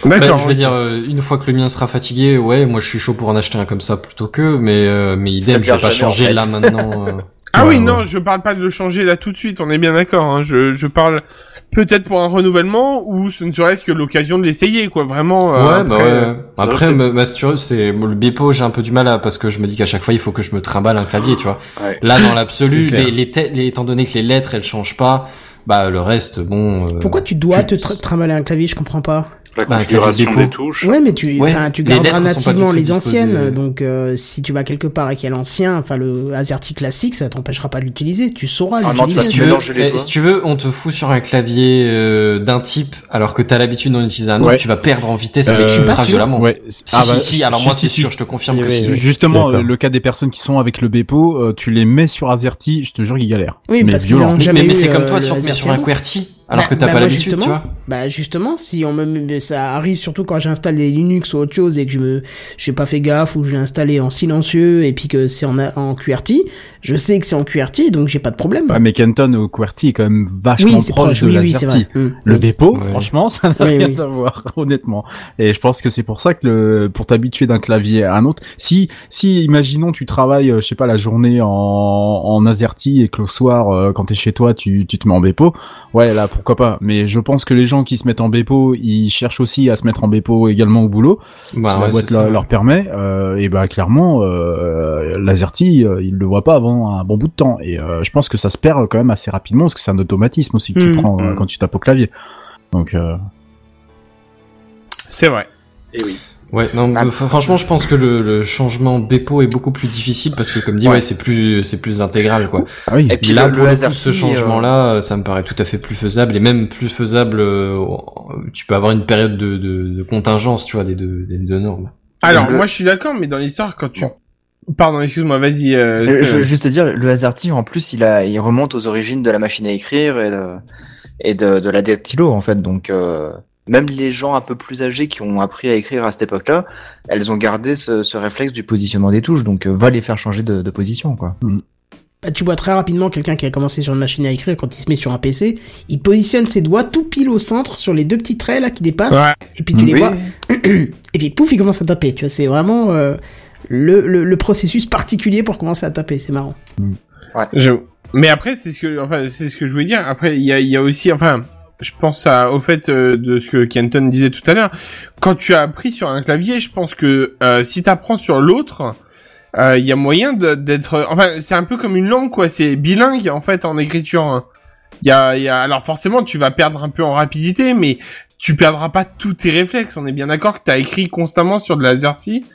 D: Bah,
J: d'accord
D: je veux dire, euh, une fois que le mien sera fatigué, ouais, moi je suis chaud pour en acheter un comme ça plutôt que, mais, euh, mais idem, je vais
F: C'est-à-dire
D: pas
F: jamais, en
D: changer
F: fait.
D: là maintenant. euh.
J: ah
D: Ouais,
J: oui
D: ouais.
J: non je parle pas de le changer là tout de suite on est bien d'accord hein. je je parle peut-être pour un renouvellement ou ce ne serait-ce que l'occasion de l'essayer quoi vraiment euh,
D: ouais, bah
J: après, euh,
D: ouais. Après,
I: peut-être-
D: me- m'assurer, c'est bon, le Bepo, j'ai un peu du mal à parce que je me dis qu'à chaque fois, il faut que je me trimballe un clavier, tu vois.
I: Ouais.
D: Là, dans l'absolu,
E: C'est clair.
D: les, les, têtes- les- étant donné que les lettres, elles changent pas, bah le reste, bon. euh,
A: Pourquoi tu dois
D: tu-
A: te tra- trimballer un clavier Je comprends pas.
I: La
D: Bah,
I: configuration
D: clavier dépôt.
I: des touches.
A: Ouais, mais tu,
D: Ouais,
A: enfin, tu
D: les
A: garderas
D: lettres sont pas du
A: nativement
D: tout
A: les anciennes.
D: disposées.
A: Donc, euh, si tu vas quelque part et qu'il y a l'ancien, enfin le AZERTY classique, ça t'empêchera pas de l'utiliser. Tu sauras
F: Ah non, tu vas
D: si
A: l'utiliser.
D: tu,
F: te
D: veux,
F: mélanger les
D: eh,
F: doigts.
D: si tu veux, on te fout sur un clavier euh, d'un type alors que t'as l'habitude d'en utiliser un autre,
E: Ouais.
D: tu vas perdre en vitesse,
E: Euh,
D: mais
E: je suis
D: ultra
A: pas sûr.
D: violemment.
E: Ouais.
D: Si,
E: Ah,
D: si,
E: bah,
D: si, alors
E: si,
D: moi
E: si,
D: c'est
E: si.
D: sûr, je te confirme que
K: Oui,
D: si.
K: oui, oui.
E: Justement,
K: D'accord.
E: euh, le cas des personnes qui sont avec le Bepo, euh, tu les mets sur Azerty, je te jure qu'ils galèrent.
A: Oui,
E: mais
A: parce qu'ils
E: violent.
A: ont
D: Mais-
A: jamais
D: mais
A: eu,
D: mais c'est
A: euh,
D: comme toi
A: le
D: si on te met
A: AZERTY
D: sur un
A: avant.
D: QWERTY alors
A: Bah-
D: que t'as
A: bah
D: pas
A: moi,
D: l'habitude, tu
A: justement.
D: vois.
A: Bah justement, si on me- me ça arrive surtout quand j'installe des Linux ou autre chose et que je me j'ai pas fait gaffe ou je l'ai installé en silencieux et puis que c'est en, a- en QWERTY, je sais que c'est en QWERTY donc j'ai pas de problème.
E: Ouais, Ah, mais Kenton au QWERTY est quand même vachement
A: oui, c'est
E: proche,
A: proche.
E: de
A: Oui, oui, c'est
E: l'Azerty.
A: vrai. Mm.
E: Le
A: Oui.
E: Bepo,
D: Ouais.
E: franchement, ça n'a
A: Oui,
E: rien
A: oui.
E: à voir, [laughs] honnêtement. Et je pense que c'est pour ça que le, pour t'habituer d'un clavier à un autre, si, si, imaginons, tu travailles, euh, je sais pas, la journée en, en AZERTY et que le soir, euh, quand t'es chez toi, tu, tu te mets en Bepo, ouais, là, pourquoi pas. Mais je pense que les gens qui se mettent en Bepo, ils cherchent aussi à se mettre en Bepo également au boulot.
D: Bah,
E: si
D: ouais,
E: la boîte
D: c'est
E: leur,
D: ça.
E: leur permet, euh, et ben clairement, euh, l'Azerty, euh, il le voit pas avant un bon bout de temps. Et euh, je pense que ça se perd quand même assez rapidement, parce que c'est un automatisme aussi que tu
J: Mhm.
E: prends euh,
I: Mhm.
E: quand tu tapes au clavier. Donc, euh,
J: c'est vrai
I: Et eh oui.
D: Ouais, non,
F: Ah.
D: euh, fr- franchement, je pense que le, le changement Bepo est beaucoup plus difficile parce que, comme dit, ouais,
F: Ouais.
D: c'est plus, c'est plus intégral, quoi.
E: ah oui.
F: Et puis
D: Là,
F: le,
D: pour
F: le
D: le
F: hasard
D: coup, ce
F: si, euh,
D: changement-là, euh, ça me paraît tout à fait plus faisable et même plus faisable. euh, en- tu peux avoir une période de, de, de contingence, tu vois, des deux, des deux normes.
J: Alors,
F: Le-
J: moi, je suis d'accord, mais dans l'histoire, quand tu...
F: Euh, Bon.
J: Pardon, excuse-moi, vas-y. euh,
F: Euh,
J: c'est-
F: je veux juste te dire, le Hazarty, en plus, il, a, il remonte aux origines de la machine à écrire et de, et de, de la dactylo, en fait. Donc, euh, même les gens un peu plus âgés qui ont appris à écrire à cette époque-là, elles ont gardé ce, ce réflexe du positionnement des touches, donc euh, va les faire changer de, de position, quoi.
A: Bah, tu vois très rapidement quelqu'un qui a commencé sur une machine à écrire quand il se met sur un PC, il positionne ses doigts tout pile au centre sur les deux petits traits là qui dépassent,
J: Ouais.
A: et puis tu les
J: Oui.
A: vois, [clears throat] et puis pouf, il commence à taper. Tu vois, c'est vraiment euh, le, le, le processus particulier pour commencer à taper, c'est marrant.
J: J'avoue. Mais après, c'est ce que, enfin, c'est ce que je voulais dire. Après, il y a, il y a aussi, enfin, je pense à, au fait euh, de ce que Kenton disait tout à l'heure. Quand tu as appris sur un clavier, je pense que euh, si tu apprends sur l'autre, euh, il y a moyen de- d'être, enfin, c'est un peu comme une langue, quoi. C'est bilingue en fait en écriture. hein. Il y a, il y a, alors forcément, tu vas perdre un peu en rapidité, mais tu perdras pas tous tes réflexes. On est bien d'accord que t'as écrit constamment sur de la Zerti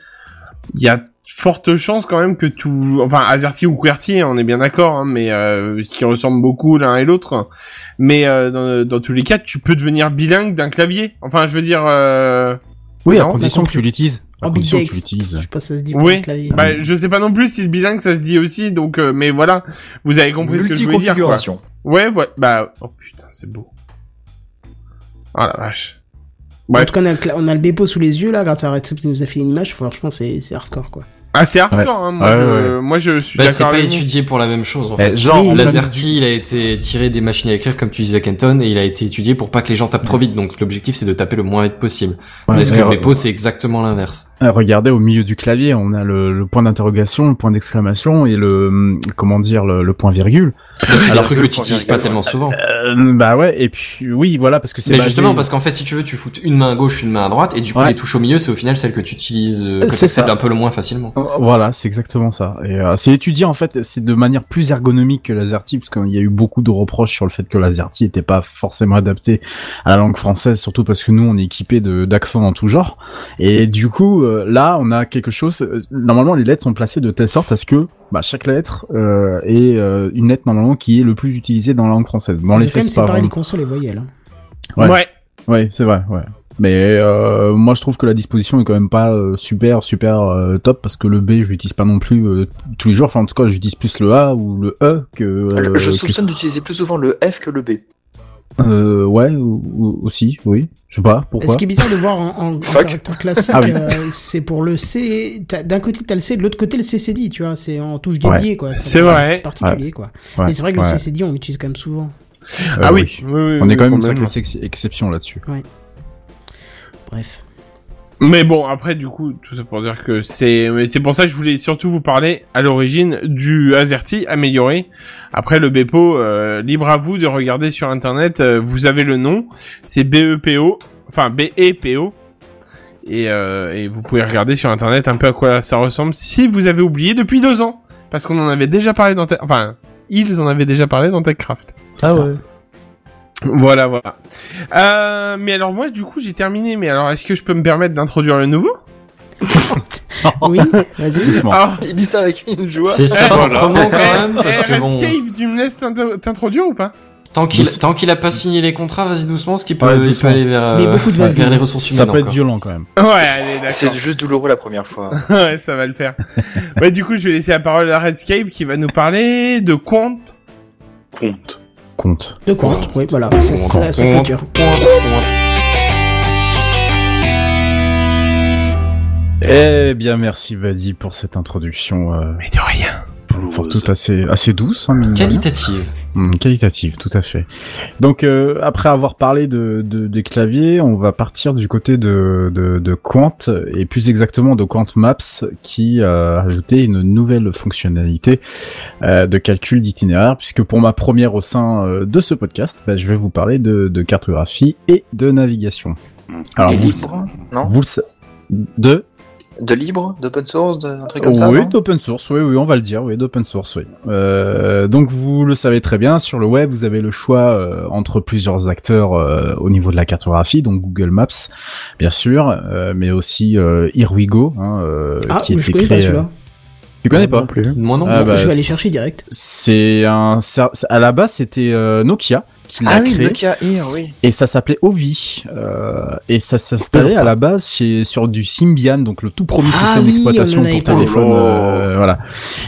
J: il y a forte chance quand même que tout enfin Azerty ou QWERTY on est bien d'accord hein, mais euh, ce qui ressemble beaucoup l'un et l'autre mais euh, dans, dans tous les cas tu peux devenir bilingue d'un clavier enfin je veux dire euh,
E: Oui, à
J: non,
E: condition
J: t'as
E: que tu l'utilises.
A: Oh,
E: À condition que tu l'utilises.
A: Je sais pas si ça se dit pour
J: oui
A: le clavier.
J: bah, je sais pas non plus si le bilingue ça se dit aussi donc euh, mais voilà vous avez compris ce que je voulais dire quoi.
F: Multi-configuration.
J: ouais ouais bah oh putain c'est beau oh la vache
A: En tout cas, on a, le cla- on a le Bepo sous les yeux là, grâce à Redstone qui nous a filé une image. Franchement, c'est c'est hardcore quoi.
J: ah c'est hardcore hein, moi,
D: Ouais,
J: je,
D: ouais.
J: moi je suis
D: Bah,
J: d'accord
D: c'est pas
J: avec vous.
D: étudié pour la même chose en
E: Eh,
D: fait.
E: genre, en
D: l'Azerty, il a été tiré des machines à écrire comme tu disais Kenton et il a été étudié pour pas que les gens tapent trop vite. Donc l'objectif c'est de taper le moins vite possible.
E: Ouais,
D: Parce que le
E: mais-
D: dépôt c'est exactement l'inverse.
E: Ah, Regardez au milieu du clavier, on a le, le point d'interrogation, le point d'exclamation et le hum, comment dire le, le point virgule.
D: C'est un
E: Alors
D: truc
E: que
D: que
E: le
D: tu
E: point
D: utilises pas tellement souvent.
E: Euh, bah ouais, et puis oui, voilà parce que c'est
D: Mais
E: basé-
D: justement, parce qu'en fait, si tu veux, tu foutes une main à gauche, une main à droite, et du coup,
E: Ouais.
D: les touches au milieu, c'est au final celle que tu utilises, euh, que
E: C'est
D: t'acceptes
E: ça.
D: un peu le moins facilement.
E: Voilà, c'est exactement ça. Et euh, c'est étudié en fait, c'est de manière plus ergonomique que l'AZERTY, parce qu'il y a eu beaucoup de reproches sur le fait que l'AZERTY n'était pas forcément adapté à la langue française, surtout parce que nous on est équipé de d'accents dans tout genre. Et du coup, euh, là, on a quelque chose. euh, Normalement, les lettres sont placées de telle sorte à ce que bah, chaque lettre euh, est euh, une lettre normalement qui est le plus utilisée dans la langue française. Dans les
A: J'ai quand
E: faits,
A: même
E: c'est pas
A: séparé les
E: vraiment-
A: consoles et voyelles. hein.
E: Ouais.
J: Ouais.
E: Ouais, c'est vrai, ouais. Mais euh, moi je trouve que la disposition est quand même pas euh, super super euh, top parce que le B je l'utilise pas non plus euh, tous les jours. Enfin en tout cas j'utilise plus le A ou le E que. euh,
F: Ah, Je- je
E: que-
F: soupçonne d'utiliser plus souvent le F que le B.
E: Euh, ouais ou- ou- aussi oui. Je sais pas
A: Mais
E: pourquoi.
A: Ce qui est bizarre de voir en,
E: [laughs]
A: en, en
F: Fuck.
A: caractère classique,
E: Ah oui.
A: euh, c'est pour le C. t'as- D'un côté t'as le C, de l'autre côté le CCD, tu vois. C'est en touche dédiée, quoi.
J: C'est vrai.
A: C'est particulier,
E: Ouais.
A: quoi.
E: Ouais.
A: Mais c'est vrai que
E: Ouais.
A: le CCD, on l'utilise quand même souvent.
E: Euh,
J: ah oui, oui, oui,
E: On
J: oui,
E: est quand même une
J: complètement.
E: sacrée sex- exception là-dessus.
A: Bref.
E: [laughs]
J: Mais bon, après, du coup, tout ça pour dire que c'est, mais c'est pour ça que je voulais surtout vous parler à l'origine du AZERTY amélioré. Après le BEPO, euh, libre à vous de regarder sur internet. euh, vous avez le nom, c'est BEPO, enfin BEPO, et, euh, et vous pouvez regarder sur internet un peu à quoi ça ressemble si vous avez oublié depuis deux ans, parce qu'on en avait déjà parlé dans, Tech- enfin, ils en avaient déjà parlé dans TechCraft.
A: Ah ouais.
J: Voilà, voilà. Euh, mais alors moi, du coup, j'ai terminé. Mais alors, est-ce que je peux me permettre d'introduire le nouveau
A: Oui, vas-y.
E: Doucement.
J: Ah,
F: [laughs] Il dit ça avec une joie.
D: Fais ça
J: Eh,
D: proprement quand
J: eh,
D: même, parce
J: eh,
D: que bon,
J: Redscape, tu me laisses t'inter- t'introduire ou pas
D: tant qu'il,
E: Doucement.
D: tant qu'il a pas signé les contrats, vas-y doucement, ce qui peut,
E: Ouais,
D: il peut
E: doucement.
D: aller vers,
A: Mais
D: euh,
A: beaucoup de vas-y.
D: vers les ressources humaines.
E: Ça peut être
D: encore.
E: violent quand même.
J: Ouais, allez,
F: C'est
J: d'accord.
F: juste douloureux la première fois.
J: [laughs] Ouais, ça va le faire. ouais, du coup, je vais laisser la parole à Redscape qui va nous parler de Quant.
I: Compte.
E: Compte.
A: De quoi Oui, voilà. Ça- Ça ça
D: Compte.
A: clôture.
E: Eh bien merci Badi pour cette introduction euh,
J: Mais de rien.
E: fort tout assez assez douce. Hein, mine de rien.
D: Qualitative.
E: Hmm, qualitative, tout à fait. Donc euh, après avoir parlé de, de- des claviers, on va partir du côté de, de, de Quant et plus exactement de Quant Maps qui euh, a ajouté une nouvelle fonctionnalité euh, de calcul d'itinéraire puisque pour ma première au sein euh, de ce podcast, bah, je vais vous parler de, de cartographie et de navigation. Alors
F: Et
E: vous,
F: libre, non
E: vous le sa- de
F: De libre, d'open source, de- un truc comme ça.
E: oui,
F: non
E: d'open source, oui, oui, on va le dire, oui, d'open source, oui. Euh, donc vous le savez très bien, sur le web, vous avez le choix euh, entre plusieurs acteurs euh, au niveau de la cartographie, donc Google Maps, bien sûr, euh, mais aussi euh, Here We Go, hein, euh,
A: Ah,
E: qui a
A: je
E: été
A: connais pas
E: créé, euh,
A: celui-là.
E: Tu connais pas
K: plus.
D: Moi non.
E: Ah, bah,
A: Je vais aller
E: c'est-
A: chercher direct.
E: C'est un, c'est- à la base c'était euh, Nokia qui l'a
F: Ah oui,
E: créé.
F: Nokia Air, oui.
E: Et ça s'appelait Ovi. euh, et ça s'installait à la base chez, sur du Symbian, donc le tout premier
F: Ah
E: système
F: oui,
E: d'exploitation
F: on en avait
E: pour
F: parlé.
E: téléphone.
F: Oh là.
E: euh, voilà.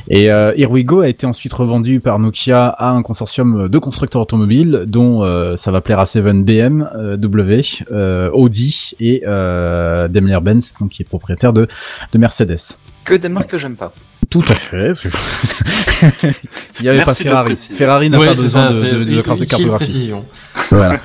E: Et euh, Here We Go a été ensuite revendu par Nokia à un consortium de constructeurs automobiles, dont euh, ça va plaire à Seven BMW, euh, Audi et euh, Daimler-Benz, donc qui est propriétaire de, de Mercedes.
F: Que des marques que j'aime pas.
E: Tout à fait. [laughs] Il n'y avait
F: Merci
E: pas
F: de
E: Ferrari.
F: préciser.
E: Ferrari n'a
F: Ouais,
E: pas
F: c'est
E: besoin
F: ça,
E: de,
F: c'est
E: de, de
F: une-
E: carte de
F: une
E: cartographie.
D: précision.
E: Voilà.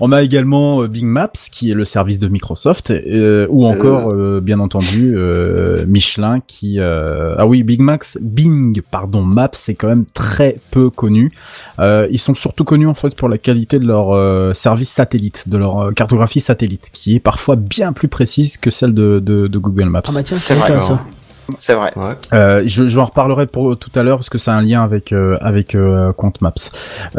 E: On a également euh, Bing Maps, qui est le service de Microsoft, euh, ou encore, euh, bien entendu, euh, Michelin, qui... euh, Ah oui, Big Max, Bing, pardon, Maps, c'est quand même très peu connu. Euh, ils sont surtout connus, en fait, pour la qualité de leur euh, service satellite, de leur euh, cartographie satellite, qui est parfois bien plus précise que celle de, de- de Google Maps.
A: Ah bah tiens, je C'est savais vrai, pas ça.
F: C'est vrai.
E: Euh, je, je en reparlerai pour tout à l'heure parce que ça a un lien avec euh, avec euh, Compte Maps.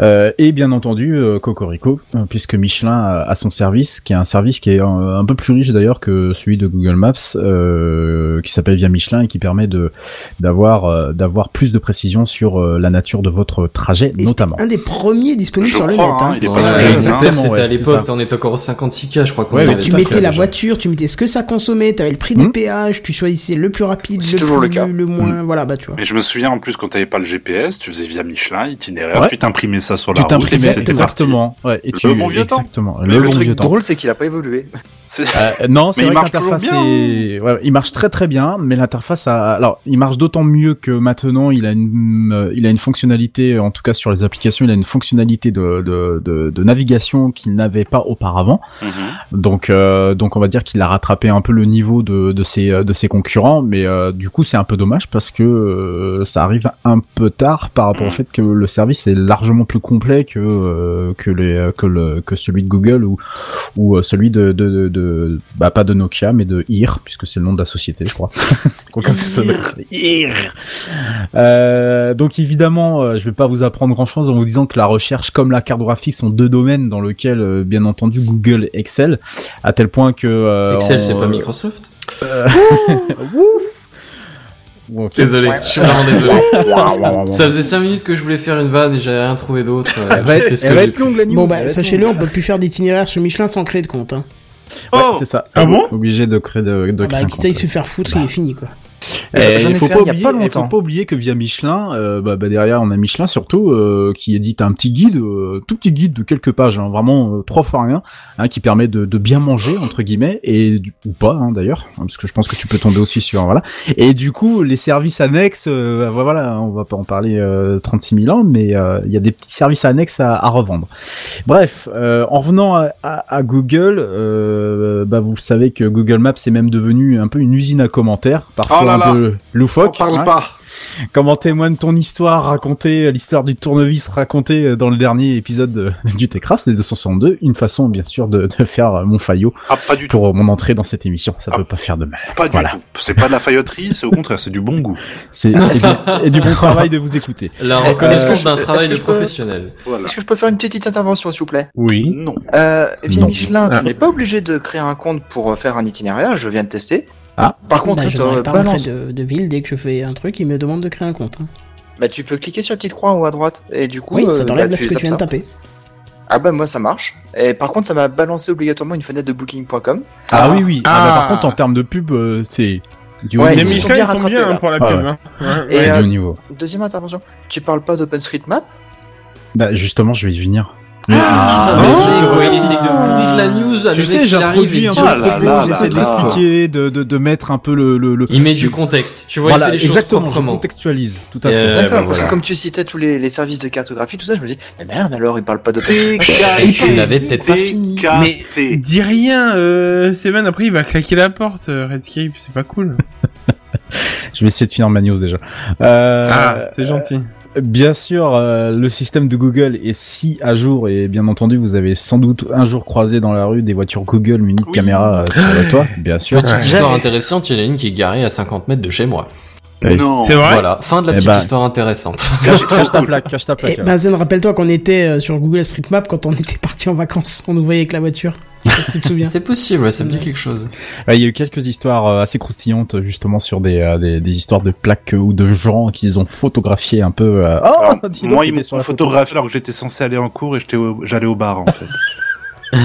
E: Euh, et bien entendu euh, Cocorico euh, puisque Michelin a, a son service qui est un service qui est euh, un, peu plus riche d'ailleurs que celui de Google Maps euh, qui s'appelle Via Michelin et qui permet de d'avoir euh, d'avoir plus de précision sur euh, la nature de votre trajet
A: Et c'était
E: notamment.
A: un des premiers disponibles sur le net. hein.
D: Ouais,
E: Ouais,
D: Exactement,
E: exactement,
D: c'était
E: ouais,
D: à l'époque,
E: c'est ça.
D: on était encore au 56K, je crois qu'on
E: Ouais,
D: avait
E: donc
A: Tu
D: ça.
A: mettais la voiture, tu mettais ce que ça consommait, t'avais le prix des péages, tu choisissais le plus rapide, le
I: toujours
A: plus,
I: le cas.
A: le moins, voilà, bah tu vois.
I: Mais je me souviens en plus quand t'avais pas le GPS, tu faisais via Michelin, itinéraire,
E: Ouais.
I: tu t'imprimais ça sur la
E: Tu
I: route et
E: t'imprimais,
I: c'était
E: exactement. Ouais, et
I: le
E: tu-
I: bon vieux temps.
E: exactement,
F: Le,
E: le bon
F: truc
E: vieux temps.
F: drôle, c'est qu'il a pas évolué.
I: [laughs]
E: Euh, non, c'est
F: Mais il
E: vrai
F: marche
E: que
F: toujours
E: l'interface
F: bien. hein.
E: est- ouais, il marche très très bien, mais l'interface a... alors il marche d'autant mieux que maintenant il a une euh, il a une fonctionnalité en tout cas sur les applications il a une fonctionnalité de de, de, de navigation qu'il n'avait pas auparavant.
I: Mhm.
E: Donc euh, donc on va dire qu'il a rattrapé un peu le niveau de de ses euh, de ses concurrents, mais euh, du coup c'est un peu dommage parce que euh, ça arrive un peu tard par
F: Mm.
E: rapport au fait que le service est largement plus complet que euh, que les euh, que le que celui de Google ou ou euh, celui de de, de, de- bah pas de Nokia mais de IR puisque c'est le nom de la société je crois. [laughs] Quoi que ça soit. Euh, donc évidemment, euh, je vais pas vous apprendre grand chose en vous disant que la recherche comme la cartographie sont deux domaines dans lesquels, euh, bien entendu, Google excelle, à tel point que euh,
D: Excel,
E: en-
D: c'est pas Microsoft
E: Euh,
A: [laughs]
E: Ouh, ok.
D: Désolé, je suis vraiment désolé.
E: Ouah, ouah, ouah, ouah.
D: Ça faisait 5 minutes que je voulais faire une vanne et j'avais rien trouvé d'autre. euh,
E: Elle va
D: j'ai
E: être-
D: fait ce
E: elle
D: que
E: va
D: j'ai
E: être
D: pu.
E: longue, la news.
A: Bon
E: Ça
A: bah
E: va être
A: sachez-le, on peut plus faire d'itinéraire sur Michelin sans créer de compte. Hein.
E: Ouais, c'est ça.
A: Ah bon
E: Obligé de créer de, de
A: Ah bah
E: créer un
A: quitte à y
E: compte.
A: se faire foutre, il est fini quoi.
E: Et
F: Euh, J'en ai
E: il faut
F: fait
E: pas
F: un il y a
E: oublier,
F: pas
E: il faut
F: longtemps.
E: pas oublier que via Michelin, euh, bah, bah, derrière on a Michelin surtout euh, qui édite un petit guide, euh, tout petit guide de quelques pages, hein, vraiment euh, trois fois rien, hein, qui permet de, de bien manger entre guillemets et du- ou pas hein, d'ailleurs, hein, parce que je pense que tu peux tomber aussi sur voilà. Et du coup les services annexes, euh, voilà, on va pas en parler euh, 36 000 ans, mais euh, il y a des petits services annexes à, à revendre. Bref, euh, en revenant à, à- à Google, euh, bah, vous savez que Google Maps est même devenu un peu une usine à commentaires, parfois
I: Oh là
E: un
I: là.
E: peu loufoque.
I: On parle
E: hein.
I: pas.
E: Comment témoigne ton histoire racontée, euh, l'histoire du tournevis racontée euh, dans le dernier épisode de- [laughs] du Techcraft, le 262, une façon bien sûr de, de faire euh, mon faillot
I: Ah,
E: pour euh, mon entrée dans cette émission. Ça peut pas faire de mal.
I: Pas du tout. C'est pas de la failloterie, c'est au contraire, c'est du bon goût.
E: C'est et du- et du bon travail de vous écouter.
D: La
I: Est-ce que
D: reconnaissance
I: je-
D: d'un
I: est-ce
D: travail
I: que
D: de
I: je peux-
D: professionnel.
F: Est-ce que je peux faire une petite intervention, s'il vous plaît
J: Oui.
I: Non.
F: Euh, via
I: Non.
F: Michelin,
I: Ah.
F: tu n'es pas obligé de créer un compte pour euh, faire un itinéraire, je viens de tester.
E: Ah.
F: Par contre,
A: Bah, je
F: te
A: n'arrive pas à
F: balance-
A: rentrer de, de ville dès que je fais un truc, il me demande de créer un compte. hein.
F: bah, tu peux cliquer sur la petite croix en haut à droite, et du coup,
A: Oui,
F: euh,
A: ça t'enlève là
F: bah,
A: ce que
F: zappes
A: tu viens de
F: ça.
A: taper.
F: Ah bah moi ça marche. Et par contre, ça m'a balancé obligatoirement une fenêtre de booking.com.
E: Ah, oui oui. Ah, bah,
F: Ah.
E: par contre en termes de pub, euh, c'est du
F: Ouais,
E: haut
F: ils
E: niveau.
F: se sont bien rattrapés, là.
E: Ah, ouais.
F: Et,
E: C'est
F: euh,
E: du haut niveau.
F: Deuxième intervention. Tu parles pas d'OpenStreetMap
E: Bah, justement, je vais y venir. Mais-
D: Ah,
E: mais-
D: mais
E: mais-
D: Diego, il essaie de pourrir la news, le
E: Tu
D: mec,
E: sais,
D: il arrive et
E: j'introduis
D: il
E: un
D: dit,
E: peu
D: ah
E: le
D: là là
E: propos, j'essaie
D: là
E: de
D: là.
E: l'expliquer, de, de, de mettre un peu le, le,
D: Il met du contexte. Tu vois, il fait les choses
E: exactement,
D: proprement.
E: Je contextualise, tout à
D: Et,
E: fait.
D: euh,
F: D'accord,
D: bah,
F: parce
D: voilà.
F: que comme tu citais tous les, les services de cartographie, tout ça, je me dis, mais merde, alors ils parlent pas
D: Et tu
F: d'OpenStreetMap.
D: l'avais peut-être pas fini.
J: Mais dis rien, euh, Seven, après il va claquer la porte, euh, Redscape, c'est pas cool.
E: Je vais essayer de finir ma news déjà. Euh,
J: Ah, c'est gentil.
E: euh, Bien sûr, euh, le système de Google est si à jour et bien entendu, vous avez sans doute un jour croisé dans la rue des voitures Google munies de caméras euh, sur le toit, bien sûr.
D: Petite histoire intéressante, il y en a une qui est garée à 50 mètres de chez moi.
E: Oui. Non. C'est vrai
D: Voilà, fin de la
E: Eh
D: petite
E: ben.
D: histoire intéressante.
E: Cache ta plaque, cache
A: Eh
E: ta plaque.
A: ben- [laughs] Et Benzen, rappelle-toi qu'on était euh, sur Google Street Map quand on était parti en vacances, on nous voyait avec la voiture. Tu te
D: [laughs]
A: souviens
D: C'est possible, ouais, ça me dit quelque chose.
L: Bah,
E: Ouais, Il y a eu quelques histoires euh, assez croustillantes justement sur des, euh, des, des histoires de plaques euh, ou de gens qu'ils ont photographié un peu.
K: Ah,
E: euh, Oh,
L: Alors,
E: dis donc,
L: moi,
E: il
L: ils
E: était
L: me
E: sur
L: sont
E: la photo.
L: photographiés alors que j'étais censé aller en cours et j'étais au- j'allais au bar en fait.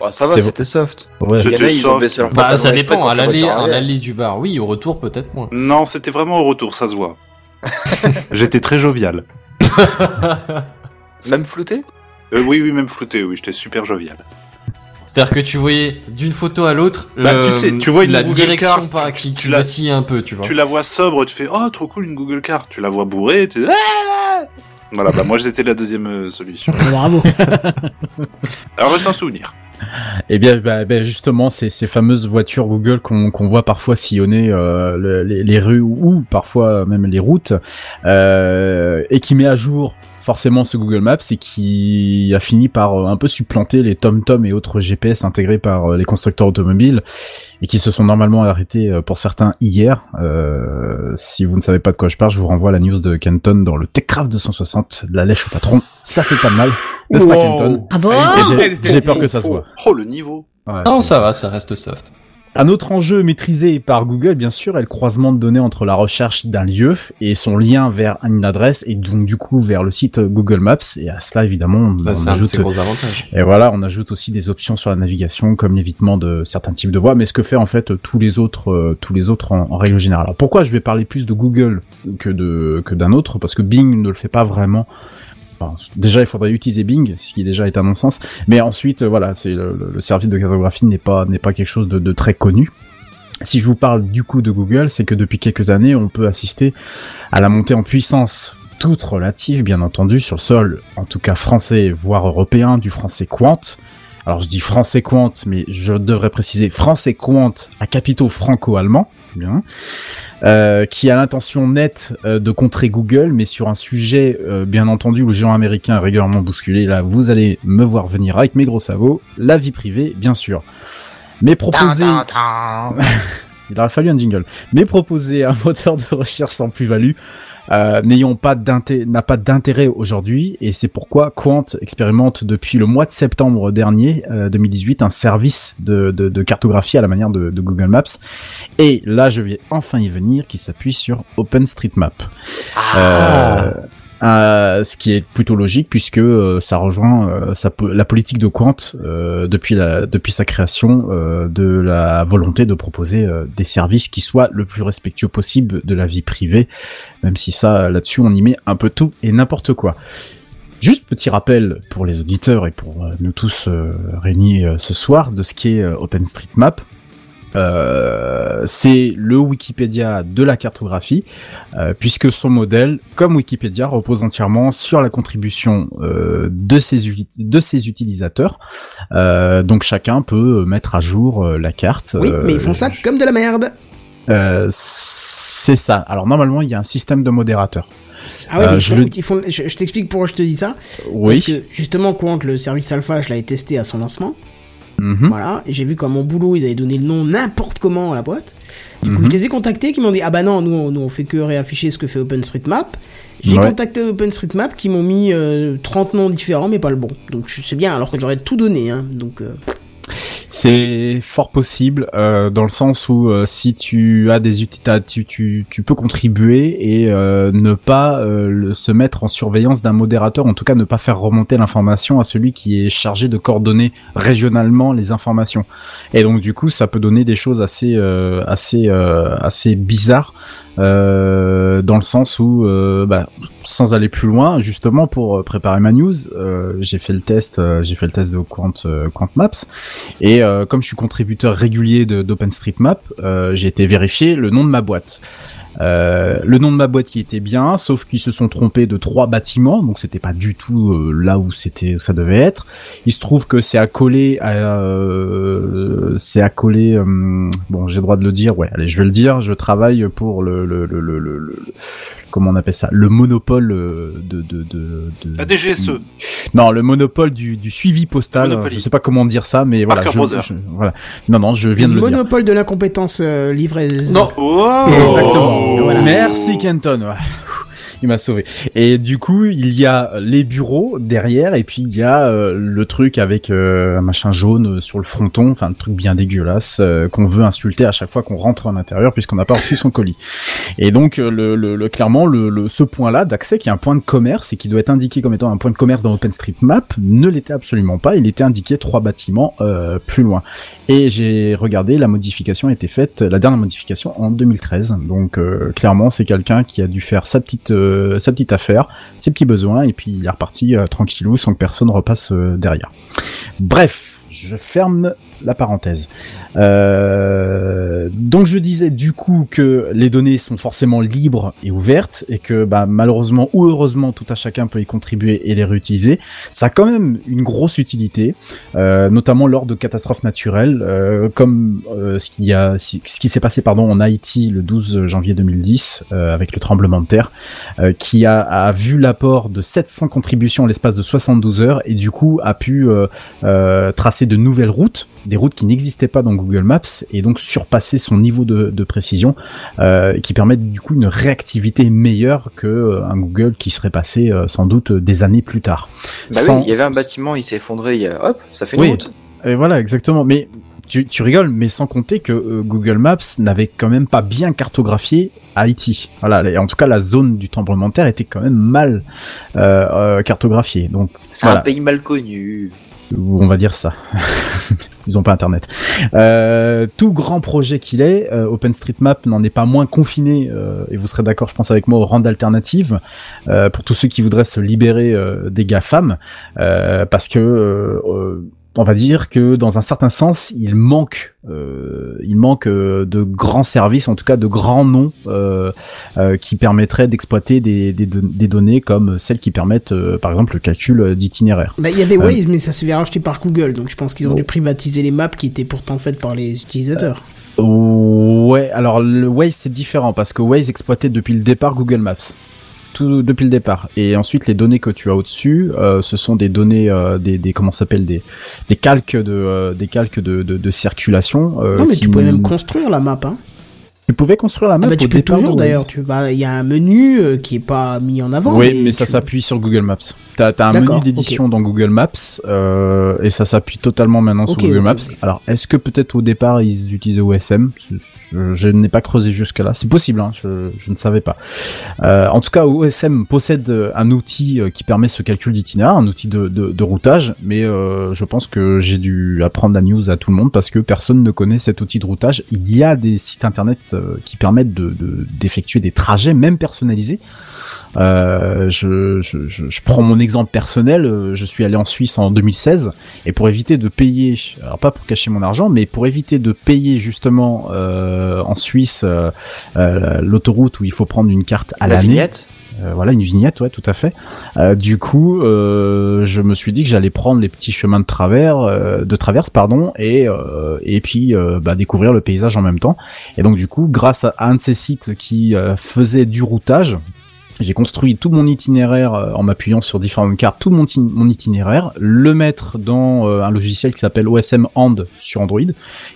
F: Bah, ça va,
L: C'est
F: c'était soft.
E: Ouais.
F: Il y en a,
L: C'était
F: ils ont
L: soft.
F: baissé leur
D: Bah,
F: pantalon
D: ça
F: exprès
D: dépend.
F: quand
D: À
F: ils
D: l'aller,
F: retournent
D: à
F: arrière.
D: l'aller du bar, oui. Au retour, peut-être moins.
L: [laughs] Non, c'était vraiment au retour, ça se voit. [laughs] j'étais très jovial.
F: Même flouté
L: Euh, oui, oui, même flouté, oui, j'étais super jovial.
D: C'est-à-dire que tu voyais d'une photo à l'autre,
L: Bah,
D: le-
L: tu sais, tu vois une
D: la
L: Google
D: direction
L: Card,
D: pas qui, qui
L: tu la-
D: vacille un peu, tu vois.
L: Tu la vois sobre, tu fais oh trop cool une Google Card. Tu la vois bourrée, tu Ah voilà. Bah moi j'étais la deuxième euh, solution.
A: Bravo.
L: Alors c'est un souvenir.
E: Eh bien, bah, bah, justement, ces, ces fameuses voitures Google qu'on qu'on voit parfois sillonner euh, le- les, les rues ou, ou parfois même les routes, euh, et qui met à jour forcément ce Google Maps et qui a fini par euh, un peu supplanter les TomTom et autres GPS intégrés par euh, les constructeurs automobiles et qui se sont normalement arrêtés euh, pour certains hier. Euh, si vous ne savez pas de quoi je parle, je vous renvoie à la news de Kenton dans le TechCraft 260, de la lèche au patron. Ça fait pas de mal, n'est-ce pas
J: Wow.
E: Kenton
G: Ah bon
E: Et j'ai-
J: Quelle
E: J'ai
J: sensation.
E: peur que ça se voit.
L: Oh le niveau.
E: Ouais.
D: Non, ça va, ça reste soft.
E: Un autre enjeu maîtrisé par Google, bien sûr, est le croisement de données entre la recherche d'un lieu et son lien vers une adresse et donc du coup vers le site Google Maps. Et à cela, évidemment, on,
D: Bah,
E: on
D: c'est un de ses
E: ajoute
D: gros avantages.
E: et voilà, on ajoute aussi des options sur la navigation comme l'évitement de certains types de voies, mais ce que fait en fait tous les autres, euh, tous les autres en, en règle générale. Alors pourquoi je vais parler plus de Google que de que d'un autre Parce que Bing ne le fait pas vraiment. Enfin, déjà, il faudrait utiliser Bing, ce qui déjà est un non-sens. Mais ensuite, euh, voilà, c'est le, le- le service de cartographie n'est pas n'est pas quelque chose de, de très connu. Si je vous parle du coup de Google, c'est que depuis quelques années, on peut assister à la montée en puissance, toute relative bien entendu, sur le sol, en tout cas français, voire européen, du français quant. Alors je dis français quant, mais je devrais préciser français quant à capitaux franco-allemand, bien, euh, qui a l'intention nette euh, de contrer Google, mais sur un sujet, euh, bien entendu, où le géant américain est régulièrement bousculé. Là, vous allez me voir venir avec mes gros sabots, la vie privée, bien sûr. Mais proposer... Il aurait fallu un jingle. Mais proposer un [laughs] moteur de recherche sans plus-value, euh, n'ayant pas d'inté- n'a pas d'intérêt aujourd'hui, et c'est pourquoi Quant expérimente depuis le mois de septembre dernier, euh, 2018, un service de, de, de cartographie à la manière de, de Google Maps. Et là, je vais enfin y venir, qui s'appuie sur OpenStreetMap.
F: Bah
E: Euh, euh, ce qui est plutôt logique puisque euh, ça rejoint euh, sa po- la politique de Quant euh, depuis, la, depuis sa création euh, de la volonté de proposer euh, des services qui soient le plus respectueux possible de la vie privée, même si ça là-dessus on y met un peu tout et n'importe quoi. Juste petit rappel pour les auditeurs et pour euh, nous tous euh, réunis euh, ce soir de ce qu'est euh, OpenStreetMap. Euh, c'est le Wikipédia de la cartographie, euh, puisque son modèle, comme Wikipédia, repose entièrement sur la contribution euh, de, ses, uli- de ses utilisateurs. Euh, donc chacun peut mettre à jour euh, la carte.
A: Oui, mais ils
E: euh,
A: font ça comme de la merde.
E: euh, c'est ça. Alors normalement, il y a un système de modérateur.
A: Ah ouais,
E: Euh,
A: mais ils
E: je
A: font-
E: le-
A: ils font- je, je t'explique pourquoi je te dis ça.
E: Oui.
A: Parce que justement, quand le service Alpha, je l'avais testé à son lancement.
E: Mhm.
A: Voilà, et j'ai vu qu'à mon boulot, ils avaient donné le nom n'importe comment à la boîte. Du coup,
E: Mhm.
A: je les ai contactés qui m'ont dit Ah bah non, nous, on- nous on fait que réafficher ce que fait OpenStreetMap. J'ai
E: Ouais.
A: contacté OpenStreetMap qui m'ont mis euh, 30 noms différents, mais pas le bon. Donc je- c'est bien, alors que j'aurais tout donné. Hein. Donc euh,
E: C'est fort possible euh, dans le sens où euh, si tu as des uti- t'as- tu, tu, tu peux contribuer et euh, ne pas euh, le- se mettre en surveillance d'un modérateur, en tout cas ne pas faire remonter l'information à celui qui est chargé de coordonner régionalement les informations. Et donc du coup, ça peut donner des choses assez euh, assez euh, assez bizarres. euh, dans le sens où, euh, bah, sans aller plus loin, justement pour préparer ma news, euh, j'ai fait le test, euh, j'ai fait le test de Quant, euh, Quant Maps, et euh, comme je suis contributeur régulier de- d'OpenStreetMap, euh, j'ai été vérifier le nom de ma boîte. Euh, le nom de ma boîte qui était bien, sauf qu'ils se sont trompés de trois bâtiments, donc c'était pas du tout euh, là où c'était où ça devait être. Il se trouve que c'est accolé à euh, c'est accolé hum, bon j'ai le droit de le dire ouais allez je vais le dire je travaille pour le le le le, le- le- comment on appelle ça le monopole euh, de de de, de-
L: La DGSE.
E: Mm. non, le monopole du, du suivi postal.
L: E. Monopoly.
E: Je sais pas comment dire ça, mais voilà.
L: Parker
E: je-
L: Brothers.
E: je- voilà. Non, non, je viens de le dire.
A: monopole de l'incompétence euh, livrée.
D: Non.
L: Oh
E: Exactement.
A: Voilà.
E: Merci Kenton. ouais. qui m'a sauvé. Et du coup, il y a les bureaux derrière, et puis il y a euh, le truc avec euh, un machin jaune euh, sur le fronton, enfin le truc bien dégueulasse euh, qu'on veut insulter à chaque fois qu'on rentre à l'intérieur puisqu'on n'a pas reçu son colis. Et donc, euh, le, le- le- clairement, le, le- ce point-là d'accès, qui est un point de commerce et qui doit être indiqué comme étant un point de commerce dans OpenStreetMap, ne l'était absolument pas. Il était indiqué trois bâtiments euh, plus loin. Et j'ai regardé, la modification a été faite, la dernière modification en 2013. Donc, euh, clairement, c'est quelqu'un qui a dû faire sa petite, euh, sa petite affaire, ses petits besoins, et puis il est reparti euh, tranquillou sans que personne repasse euh, derrière. Bref, je ferme la parenthèse. Euh, donc je disais du coup que les données sont forcément libres et ouvertes et que bah, malheureusement ou heureusement tout à chacun peut y contribuer et les réutiliser. Ça a quand même une grosse utilité, euh, notamment lors de catastrophes naturelles euh, comme euh, ce qui a ce qui s'est passé pardon en Haïti le 12 janvier 2010 euh, avec le tremblement de terre euh, qui a, a vu l'apport de 700 contributions en l'espace de 72 heures et du coup a pu euh, euh, tracer de nouvelles routes, des routes qui n'existaient pas dans Google Maps et donc surpasser son niveau de, de précision euh, qui permettent du coup une réactivité meilleure que euh, un Google qui serait passé euh, sans doute euh, des années plus tard.
F: Bah oui,
E: Sans-
F: il y avait un bâtiment, il s'est effondré, il y a- hop, ça fait une
E: oui.
F: route.
E: Et voilà, exactement. Mais tu, tu rigoles, mais sans compter que euh, Google Maps n'avait quand même pas bien cartographié Haïti. Voilà, et en tout cas, la zone du tremblement de terre était quand même mal euh, euh, cartographiée. Donc,
F: C'est
E: voilà.
F: un pays mal connu.
E: on va dire ça. [laughs] Ils ont pas internet. Euh, tout grand projet qu'il est, euh, OpenStreetMap n'en est pas moins confiné, euh, et vous serez d'accord, je pense, avec moi, aux rentes alternatives, euh, pour tous ceux qui voudraient se libérer euh, des GAFAM, euh, parce que... euh, euh, on va dire que dans un certain sens, il manque, euh, il manque euh, de grands services, en tout cas de grands noms euh, euh, qui permettraient d'exploiter des, des, don- des données comme celles qui permettent, euh, par exemple, le calcul d'itinéraire.
A: Bah, il y avait
E: Euh,
A: Waze, mais ça s'est fait racheter par Google, donc je pense qu'ils ont
E: Bon.
A: dû privatiser les maps qui étaient pourtant faites par les utilisateurs.
E: Ouais, alors le Waze c'est différent parce que Waze exploitait depuis le départ Google Maps. Tout depuis le départ. Et ensuite les données que tu as au-dessus, euh, ce sont des données, euh, des, des comment ça s'appelle des, des calques de, euh, des calques de, de, de circulation. euh,
A: non, mais
E: qui-
A: tu pouvais même construire la map, hein.
E: Tu pouvais construire la map
A: Ah bah,
E: au
A: tu peux
E: départ de
A: toujours
E: Waze.
A: d'ailleurs. Tu vas, il y a un menu euh, qui est pas mis en avant.
E: oui,
A: mais-
E: mais ça s'appuie sur Google Maps. T'as as un
A: D'accord,
E: menu d'édition dans Google Maps euh, et ça s'appuie totalement maintenant
A: Ok,
E: sur Google
A: ok,
E: Maps.
A: ok.
E: Alors, est-ce que peut-être au départ ils utilisaient OSM Je- Je, je n'ai pas creusé jusqu'à là. C'est possible, hein, je, je ne savais pas. Euh, en tout cas, OSM possède euh, un outil euh, qui permet ce calcul d'itinéraire, un outil de, de- de routage, mais euh, je pense que j'ai dû apprendre la news à tout le monde parce que personne ne connaît cet outil de routage. Il y a des sites internet euh, qui permettent de- de- d'effectuer des trajets, même personnalisés. Euh, je, je, je, je prends mon exemple personnel. euh, Je suis allé en Suisse en 2016 et pour éviter de payer, alors pas pour cacher mon argent, mais pour éviter de payer justement euh, en Suisse euh, euh, l'autoroute où il faut prendre une carte à
F: La
E: l'année.
F: vignette
E: Euh, voilà une vignette, ouais, tout à fait. Euh, du coup, euh, je me suis dit que j'allais prendre les petits chemins de travers, euh, de traverse, pardon, et euh, et puis euh, bah, découvrir le paysage en même temps. Et donc du coup, grâce à, à un de ces sites qui euh, faisait du routage, j'ai construit tout mon itinéraire euh, en m'appuyant sur différentes cartes, tout mon, ti- mon itinéraire, le mettre dans euh, un logiciel qui s'appelle OSM Hand sur Android, et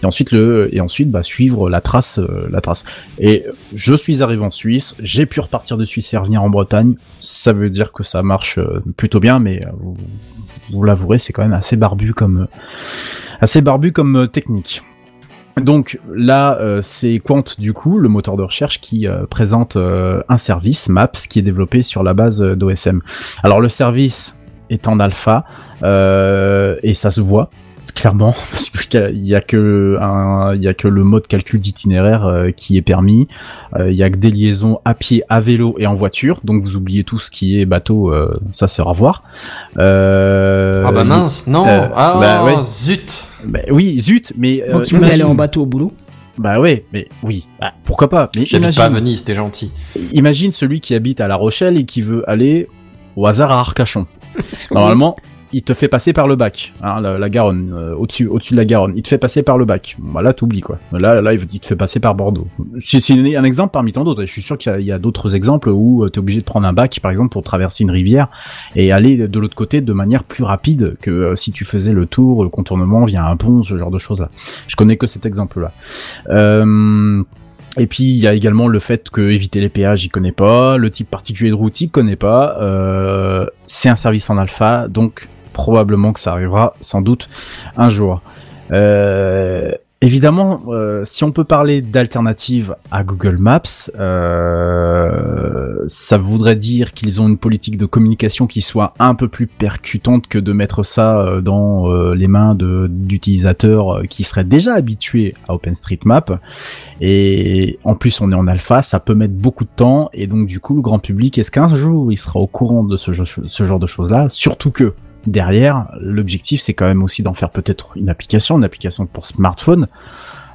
E: ensuite le et ensuite bah, suivre la trace, euh, la trace. Et je suis arrivé en Suisse, j'ai pu repartir de Suisse et revenir en Bretagne. Ça veut dire que ça marche euh, plutôt bien, mais euh, vous, vous l'avouerez, c'est quand même assez barbu comme euh, assez barbu comme euh, technique. Donc là, euh, c'est Quant du coup, le moteur de recherche qui euh, présente euh, un service Maps qui est développé sur la base euh, d'OSM. Alors le service est en alpha euh, et ça se voit clairement [laughs] parce que il y a que un- il y a que le mode calcul d'itinéraire euh, qui est permis. Euh, Il y a que des liaisons à pied, à vélo et en voiture. Donc vous oubliez tout ce qui est bateau, euh, ça c'est au revoir. Euh,
D: Ah bah mince, non.
E: euh,
D: Ah,
E: bah ouais.
D: zut.
E: Bah oui, zut, mais. euh,
A: Moi qui voulais aller en bateau au boulot.
E: Bah ouais, mais oui, bah, pourquoi pas. Mais
D: J'habite
E: imagine-
D: pas à Venise, t'es gentil.
E: Imagine celui qui habite à La Rochelle et qui veut aller au hasard à Arcachon. Normalement, il te fait passer par le bac, hein, la, la Garonne, euh, au-dessus, au-dessus de la Garonne. Il te fait passer par le bac. Bon, bah là, t'oublies quoi. Là, là, il il te fait passer par Bordeaux. C'est, c'est un exemple parmi tant d'autres. Et je suis sûr qu'il y a, il y a d'autres exemples où euh, t'es obligé de prendre un bac, par exemple, pour traverser une rivière et aller de l'autre côté de manière plus rapide que euh, si tu faisais le tour, le contournement via un pont, ce genre de choses là. Je connais que cet exemple là. Euh, Et puis il y a également le fait que éviter les péages, il connaît pas, le type particulier de route, il connaît pas. Euh, c'est un service en alpha, donc probablement que ça arrivera sans doute un jour. Euh, évidemment, euh, si on peut parler d'alternative à Google Maps, euh, ça voudrait dire qu'ils ont une politique de communication qui soit un peu plus percutante que de mettre ça euh, dans euh, les mains de- d'utilisateurs euh, qui seraient déjà habitués à OpenStreetMap. Et en plus, on est en alpha, ça peut mettre beaucoup de temps. Et donc, du coup, le grand public, est-ce qu'un jour, il sera au courant de ce, jeu- ce genre de choses-là Surtout que, derrière, l'objectif, c'est quand même aussi d'en faire peut-être une application, une application pour smartphone.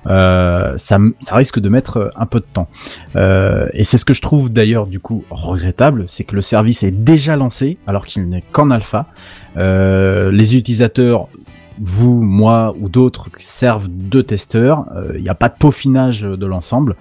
E: Euh, ça, m- ça risque de mettre euh, un peu de temps. Euh, et c'est ce que je trouve d'ailleurs du coup regrettable, c'est que le service est déjà lancé alors qu'il n'est qu'en alpha. Euh, les utilisateurs vous, moi ou d'autres qui servent de testeurs. euh, Il n'y a pas de peaufinage de l'ensemble.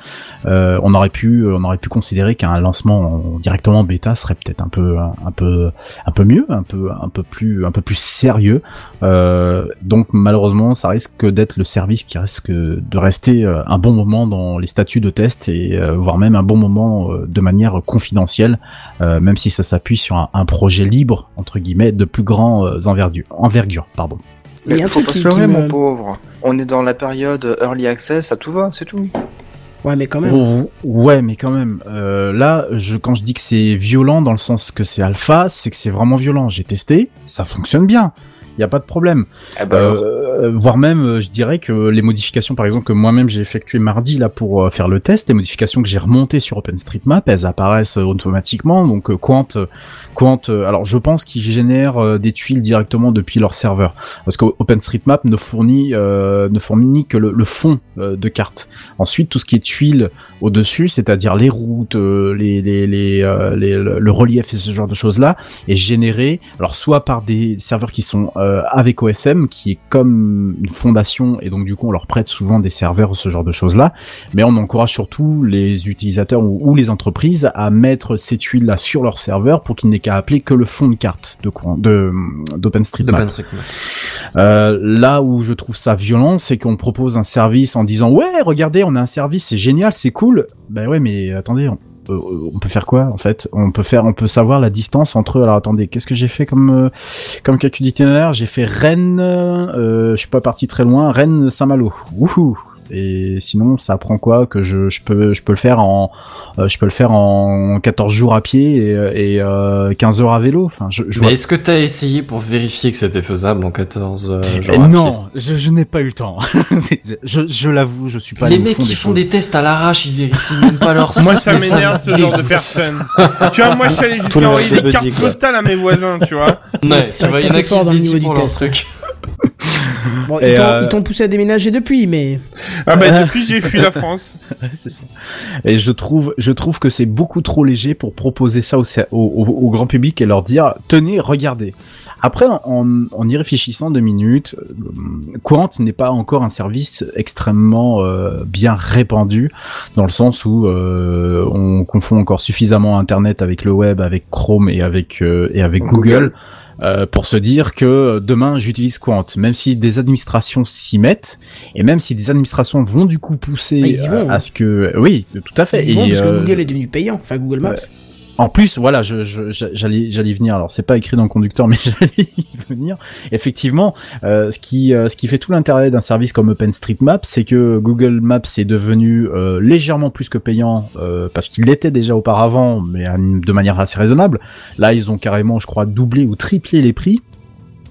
E: Euh, on aurait pu, on aurait pu considérer qu'un lancement en- directement en bêta serait peut-être un peu, un peu, un peu mieux, un peu, un peu plus, un peu plus sérieux. Euh, donc malheureusement, ça risque d'être le service qui risque de rester euh, un bon moment dans les statuts de test et euh, voire même un bon moment euh, de manière confidentielle, euh, même si ça s'appuie sur un, un projet libre entre guillemets de plus grand euh, envergure, envergure, pardon.
A: Mais il y a un
F: faut
A: truc
F: pas
A: qui-
F: se leurrer,
A: qui me-
F: mon pauvre. On est dans la période early access, ça tout va, c'est tout.
A: Ouais, mais quand même.
E: Oh, ouais, mais quand même. Euh, là, je, quand je dis que c'est violent dans le sens que c'est alpha, c'est que c'est vraiment violent. J'ai testé, ça fonctionne bien. Il n'y a pas de problème.
F: Eh ben,
E: Euh, voire même, euh, je dirais que les modifications, par exemple, que moi-même j'ai effectuées mardi là pour euh, faire le test, les modifications que j'ai remontées sur OpenStreetMap, elles apparaissent euh, automatiquement. Donc euh, Quant, euh, Quant, euh, alors je pense qu'ils génèrent euh, des tuiles directement depuis leur serveur, parce que OpenStreetMap ne fournit euh, ne fournit que le, le fond euh, de carte. Ensuite, tout ce qui est tuiles au-dessus, c'est-à-dire les routes, euh, les, les, les, euh, les- le le relief et ce genre de choses-là, est généré alors soit par des serveurs qui sont euh, avec OSM, qui est comme une fondation, et donc du coup on leur prête souvent des serveurs, ce genre de choses-là, mais on encourage surtout les utilisateurs ou, ou les entreprises à mettre ces tuiles-là sur leur serveur pour qu'ils n'aient qu'à appeler que le fond de carte de courant- de d'OpenStreetMap.
D: d'OpenStreetMap.
E: Euh, là où je trouve ça violent, c'est qu'on propose un service en disant ouais, regardez, on a un service, c'est génial, c'est cool. Ben ouais, mais attendez, on, euh, on peut faire quoi en fait On peut faire, on peut savoir la distance entre. Alors attendez, qu'est-ce que j'ai fait comme euh, comme calcul d'itinéraire J'ai fait Rennes, euh, je suis pas parti très loin, Rennes Saint-Malo. Wouhou et sinon, ça prend quoi que je, je peux je peux le faire en euh, je peux le faire en 14 jours à pied et, euh, et euh, 15 heures à vélo. Enfin, je, je vois-
D: Mais est-ce que t'as essayé pour vérifier que c'était faisable en 14 euh, jours
E: Eh
D: à
E: non, je, je n'ai pas eu le temps. [laughs] je je l'avoue, je suis
D: pied
E: pas
D: Les
E: allé au
D: mecs
E: fond
D: qui
E: des
D: font
E: choses.
D: des tests à l'arrache, ils vérifient même
L: [laughs]
D: pas leur
J: Moi, ça
D: mais
J: m'énerve ce
D: me
J: genre de
D: dégoûte.
J: personnes. tu vois, moi, je suis allé
D: Tout le
J: jusqu'à
D: monde
J: envoyer
D: fait
J: des cartes
D: petit, quoi.
J: postales à mes voisins, tu vois.
D: Ouais, tu vois, il y en a qui se dédient pour leur truc.
A: Bon,
E: Et,
A: ils t'ont-
E: euh,
A: ils t'ont poussé à déménager depuis, mais.
J: Ah bah, depuis, j'ai fui la France.
E: [laughs] Ouais, c'est ça. Et je trouve, je trouve que c'est beaucoup trop léger pour proposer ça au, cer- au, au- au grand public et leur dire tenez, regardez. Après, en, en y réfléchissant deux minutes, euh, Quant n'est pas encore un service extrêmement euh, bien répandu dans le sens où euh, on confond encore suffisamment Internet avec le web, avec Chrome et avec euh, et avec Google. euh, pour se dire que euh, demain j'utilise Quant, même si des administrations s'y mettent, et même si des administrations vont du coup pousser
A: Ah, ils y
E: euh,
A: vont,
E: à ce que oui, tout à fait.
A: Ils vont
E: Et,
A: parce que
E: euh,
A: Google est devenu payant, enfin Google Maps.
E: en plus, voilà, je, je- je- j'allais, j'allais y venir. Alors, c'est pas écrit dans le conducteur, [laughs] mais j'allais y venir. Effectivement, euh, ce qui, euh, ce qui fait tout l'intérêt d'un service comme OpenStreetMap, c'est que Google Maps est devenu euh, légèrement plus que payant euh, parce qu'il l'était déjà auparavant, mais à une- de manière assez raisonnable. Là, ils ont carrément, je crois, doublé ou triplé les prix.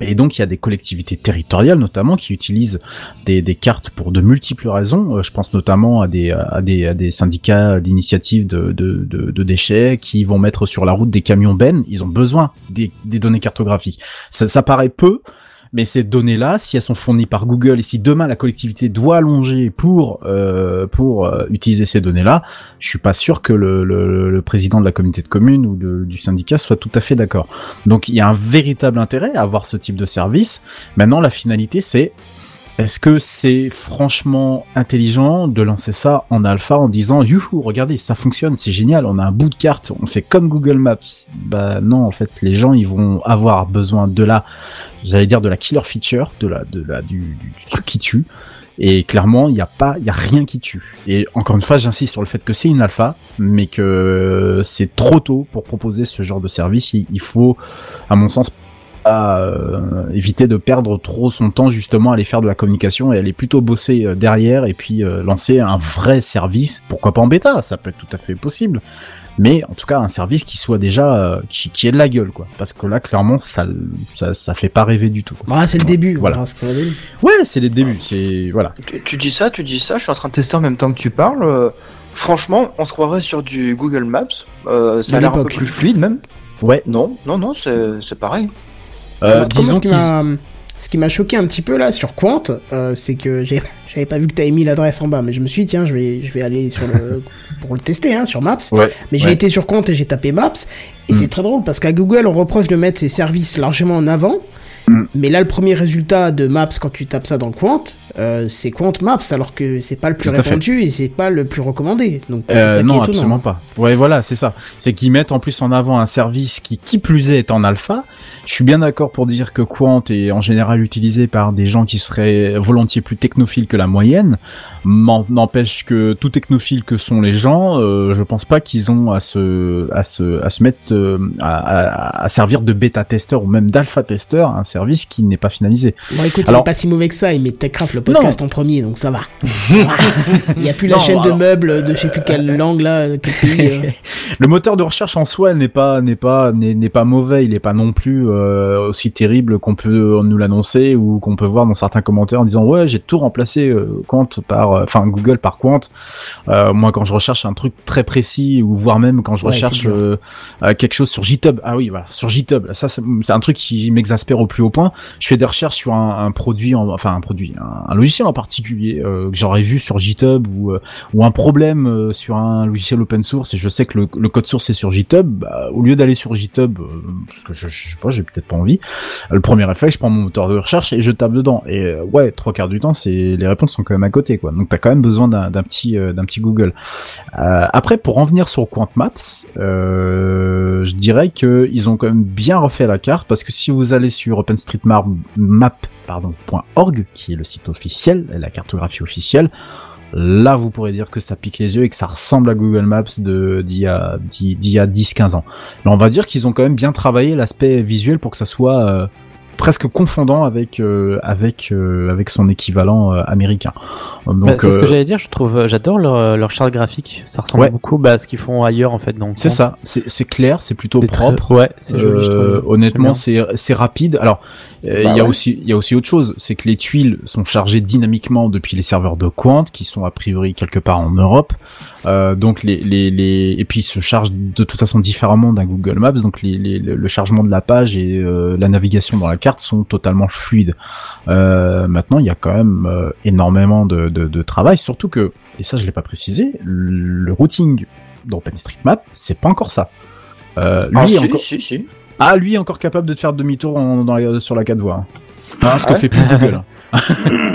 E: Et donc, il y a des collectivités territoriales, notamment, qui utilisent des, des cartes pour de multiples raisons. Euh, Je pense notamment à des, à des, à des syndicats d'initiatives de, de, de, de déchets qui vont mettre sur la route des camions bennes. Ils ont besoin des, des données cartographiques. Ça, ça paraît peu, mais ces données-là, si elles sont fournies par Google et si demain la collectivité doit allonger pour euh, pour euh, utiliser ces données-là, je suis pas sûr que le, le, le président de la communauté de communes ou de- du syndicat soit tout à fait d'accord. Donc il y a un véritable intérêt à avoir ce type de service. Maintenant, la finalité, c'est est-ce que c'est franchement intelligent de lancer ça en alpha en disant youhou regardez ça fonctionne c'est génial on a un bout de carte on fait comme Google Maps bah non en fait les gens ils vont avoir besoin de la j'allais dire de la killer feature de la de la du, du truc qui tue Et clairement, il n'y a pas, il y a rien qui tue. Et encore une fois, j'insiste sur le fait que c'est une alpha, mais que c'est trop tôt pour proposer ce genre de service. Il, il faut, à mon sens, pas, euh, éviter de perdre trop son temps justement à aller faire de la communication et aller plutôt bosser euh, derrière et puis euh, lancer un vrai service. Pourquoi pas en bêta Ça peut être tout à fait possible. Mais en tout cas, un service qui soit déjà, euh, qui, qui ait de la gueule, quoi. Parce que là, clairement, ça, ça, ça fait pas rêver du tout. quoi.
A: Bah, c'est le début.
E: Voilà.
A: on verra ce que ça va donner.
E: Ouais, c'est les débuts. C'est voilà.
F: Tu, tu dis ça, tu dis ça, je suis en train de tester en même temps que tu parles. euh, franchement, on se croirait sur du Google Maps. euh, ça
A: De
F: a l'air un peu
A: l'époque.
F: plus fluide même.
E: Ouais. Euh,
F: Non, non, non, c'est c'est pareil.
A: Alors, comment ce qui m'a- ce qui m'a choqué un petit peu là sur Quant, euh, c'est que j'ai- [laughs] j'avais pas vu que t'avais mis l'adresse en bas, mais je me suis dit tiens je vais je vais aller sur
E: [laughs]
A: le pour le tester hein, sur Maps.
E: Ouais,
A: mais j'ai
E: ouais. Hmm.
A: été sur Quant et j'ai tapé Maps et c'est très drôle parce qu'à Google on reproche de mettre ses services largement en avant,
E: Hmm.
A: mais là le premier résultat de Maps quand tu tapes ça dans Quant, euh, c'est Quant Maps alors que c'est pas le plus
E: Tout à fait.
A: répandu et c'est pas le plus recommandé. Donc c'est
E: Euh,
A: ça qui
E: non,
A: est étonnant. hein.
E: absolument pas. Ouais, voilà, c'est ça. C'est qu'ils mettent en plus en avant un service qui, qui plus est, est en alpha. Je suis bien d'accord pour dire que Quant est en général utilisé par des gens qui seraient volontiers plus technophiles que la moyenne. M'en- N'empêche que tout technophile que sont les gens, euh, je pense pas qu'ils ont à se, à se, à se mettre, euh, à, à- à servir de bêta-testeur ou même d'alpha-testeur un service qui n'est pas finalisé.
A: Bon écoute, il
E: Alors-
A: est pas si mauvais que ça, il met TechCraft le podcast en premier, donc
E: [laughs]
A: ça va. il y a plus la
E: Non,
A: chaîne de
E: alors,
A: meubles de je sais plus
E: [laughs]
A: quelle langue là, de quel pays. euh.
E: le moteur de recherche en soi n'est pas n'est pas n'est n'est pas mauvais, il est pas non plus euh, aussi terrible qu'on peut nous l'annoncer ou qu'on peut voir dans certains commentaires en disant ouais j'ai tout remplacé euh, Quant par euh, enfin Google par Quant. Euh, moi quand je recherche un truc très précis ou voire même quand je
K: Ouais,
E: recherche
K: c'est dur.
E: euh, euh, quelque chose sur GitHub ah oui voilà sur GitHub ça c'est c'est un truc qui m'exaspère au plus haut point. Je fais des recherches sur un, un produit en- enfin un produit un, un logiciel en particulier euh, que j'aurais vu sur GitHub ou euh, ou un problème euh, sur un logiciel open source et je sais que le, le code source est sur GitHub, bah, au lieu d'aller sur GitHub, euh, parce que je, je sais pas, j'ai peut-être pas envie, euh, le premier réflexe, je prends mon moteur de recherche et je tape dedans. Et euh, ouais, trois quarts du temps, c'est les réponses sont quand même à côté, quoi. Donc t'as quand même besoin d'un d'un petit euh, d'un petit Google. Euh, après, pour en venir sur Quant Maps, euh, je dirais que ils ont quand même bien refait la carte parce que si vous allez sur OpenStreetMap map, pardon, .org, qui est le site officiel, la cartographie officielle, là vous pourrez dire que ça pique les yeux et que ça ressemble à Google Maps de d'il y a d'il d'il y a 10-15 ans. Mais on va dire qu'ils ont quand même bien travaillé l'aspect visuel pour que ça soit euh, presque confondant avec euh, avec euh, avec son équivalent euh, américain. Donc
K: Bah, c'est ce
E: euh,
K: que j'allais dire, je trouve, euh, j'adore leur, leur charte graphique, ça ressemble
E: Ouais.
K: beaucoup bah, à ce qu'ils font ailleurs en fait. donc
E: C'est ça, c'est c'est clair, c'est plutôt propre. Euh,
K: ouais, c'est joli, je trouve.
E: Honnêtement, c'est c'est rapide. Alors, euh, il
K: Bah
E: y a
K: ouais.
E: aussi il y a aussi autre chose, c'est que les tuiles sont chargées dynamiquement depuis les serveurs de Quant, qui sont a priori quelque part en Europe. Euh, donc les, les, les et puis ils se chargent de toute façon différemment d'un Google Maps. Donc les, les- le le chargement de la page et euh, la navigation dans la carte sont totalement fluides. Euh, maintenant, il y a quand même euh, énormément de, de, de travail, surtout que et ça je l'ai pas précisé, le routing dans OpenStreetMap c'est pas encore ça. Euh, lui
F: Ah,
E: est
F: si,
E: encore...
F: si, si.
E: Ah, lui est encore capable de te faire demi-tour en- dans la- sur la 4 voies. hein. Hein, ce
F: Ah
E: que
F: ouais
E: fait plus Google.
F: [laughs]
E: hein.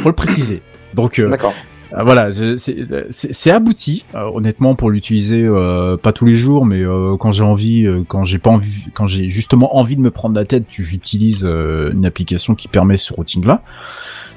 E: Faut le préciser. Donc, euh,
F: D'accord.
E: euh, voilà, je- c'est euh, c'est- c'est abouti. euh, honnêtement, pour l'utiliser, euh, pas tous les jours, mais euh, quand j'ai envie, euh, quand j'ai pas envie, quand j'ai justement envie de me prendre la tête, j'utilise euh, une application qui permet ce routing-là.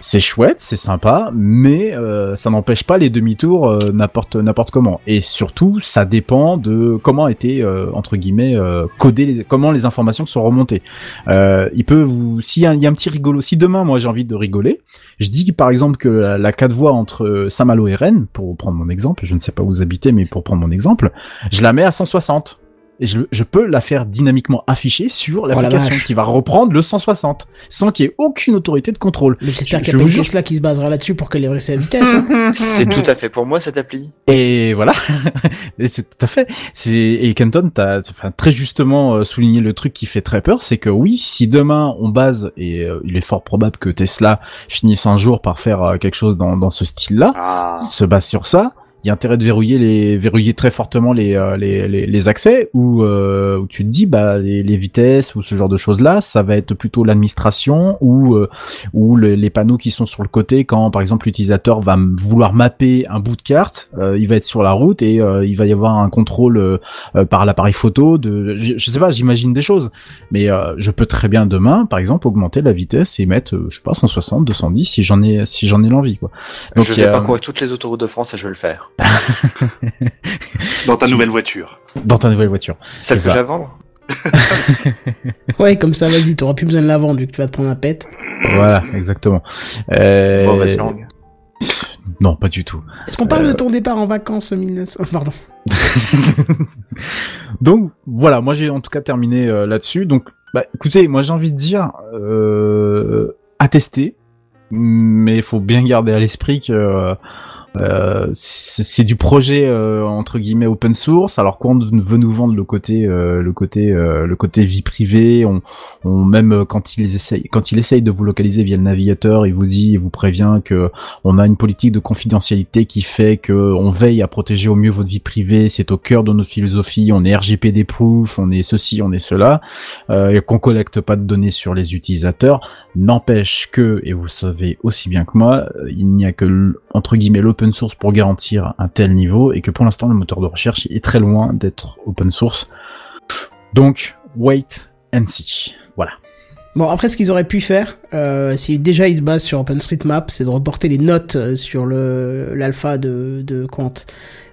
E: C'est chouette, c'est sympa, mais euh, ça n'empêche pas les demi-tours euh, n'importe n'importe comment. Et surtout, ça dépend de comment étaient euh, entre guillemets euh, codées les, comment les informations sont remontées. Euh, il peut vous s'il y, a- il y a un petit rigolo, si demain moi j'ai envie de rigoler, je dis par exemple que la, la quatre voies entre euh, Saint-Malo et Rennes, pour prendre mon exemple, je ne sais pas où vous habitez, mais pour prendre mon exemple, je la mets à 160. Et je, je peux la faire dynamiquement afficher sur
A: Oh la
E: l'application
A: vache.
E: qui va reprendre le 160 sans qu'il y ait aucune autorité de contrôle.
A: J'espère
E: Je-
A: qu'il
E: je
A: y a
E: vous
A: pas
E: jure,
A: Tesla qui se basera là-dessus pour qu'elle ait sa vitesse.
E: [laughs]
A: hein.
F: [laughs] C'est tout à fait pour moi cette appli.
E: Et voilà, [laughs] Et c'est tout à fait. C'est et Kenton, t'as enfin, très justement euh, souligné le truc qui fait très peur, c'est que oui, si demain on base et euh, il est fort probable
F: Ah.
L: Ah.
E: que Tesla finisse un jour par faire euh, quelque chose dans, dans ce style-là, se base sur ça. il y a intérêt de verrouiller les verrouiller très fortement les euh, les, les, les accès ou euh, où tu te dis bah les, les vitesses ou ce genre de choses là ça va être plutôt l'administration ou euh, ou le- les panneaux qui sont sur le côté quand par exemple l'utilisateur va m- vouloir mapper un bout de carte euh, il va être sur la route et euh, il va y avoir un contrôle euh, euh, par l'appareil photo de je, je sais pas j'imagine des choses mais euh, je peux très bien demain par exemple augmenter la vitesse et mettre euh, je sais pas 160 210 si j'en ai si j'en ai l'envie quoi
F: je vais
E: euh,
F: parcourir toutes les autoroutes de France et je vais le faire.
L: Dans ta nouvelle voiture.
E: dans ta nouvelle voiture
F: Celle
E: C'est
F: que
E: ça.
F: j'ai à vendre
A: Ouais, comme ça, vas-y, t'auras plus besoin de la vendre vu que tu vas te prendre un pet.
E: Voilà, exactement. Euh...
F: Mauvaise langue.
E: Non, pas du tout. [laughs]
A: Est-ce qu'on parle
E: Euh,
A: de ton départ en vacances 1900 Pardon.
E: Donc voilà, moi j'ai en tout cas terminé euh, là-dessus. Donc bah, écoutez, moi j'ai envie de dire euh, à tester, mais il faut bien garder à l'esprit que euh, euh, c'est c'est du projet euh, entre guillemets open source. Alors qu'on veut nous vendre le côté euh, le côté euh, le côté vie privée, on, on même euh, quand ils essayent quand ils essayent de vous localiser via le navigateur, il vous dit, il vous prévient que on a une politique de confidentialité qui fait que on veille à protéger au mieux votre vie privée. C'est au cœur de notre philosophie. On est RGPD proof, on est ceci, on est cela, euh, et qu'on collecte pas de données sur les utilisateurs. N'empêche que, et vous le savez aussi bien que moi, euh, il n'y a que l- entre guillemets l'open source pour garantir un tel niveau, et que pour l'instant le moteur de recherche est très loin d'être open source. Donc wait and see. Voilà.
A: Bon, après, ce qu'ils auraient pu faire, euh, si déjà ils se basent sur OpenStreetMap, c'est de reporter les notes euh, sur le l'alpha de, de Quant.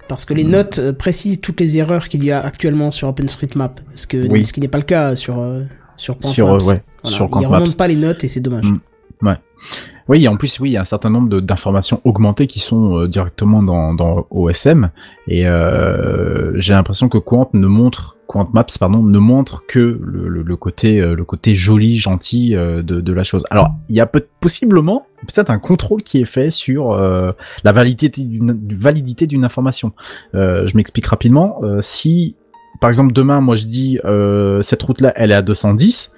A: Parce que les
E: Mhm.
A: notes euh, précisent toutes les erreurs qu'il y a actuellement sur OpenStreetMap. Ce, que,
E: Oui.
A: ce qui n'est pas le cas sur, euh, sur Quant
E: Sur, euh,
A: Maps.
E: ouais, sur Quant
A: ils
E: Maps.
A: remontent pas les notes et c'est dommage.
E: Mm. Ouais. Oui, et en plus, oui, il y a un certain nombre de- d'informations augmentées qui sont euh, directement dans, dans OSM. Et euh, j'ai l'impression que Quant ne montre, Quant Maps, pardon, ne montre que le, le- le côté, euh, le côté joli, gentil euh, de, de la chose. Alors, il y a peut possiblement peut-être un contrôle qui est fait sur euh, la validité d'une du- validité d'une information. Euh, je m'explique rapidement. Euh, si par exemple, demain, moi, je dis euh, cette route-là, elle est à 210,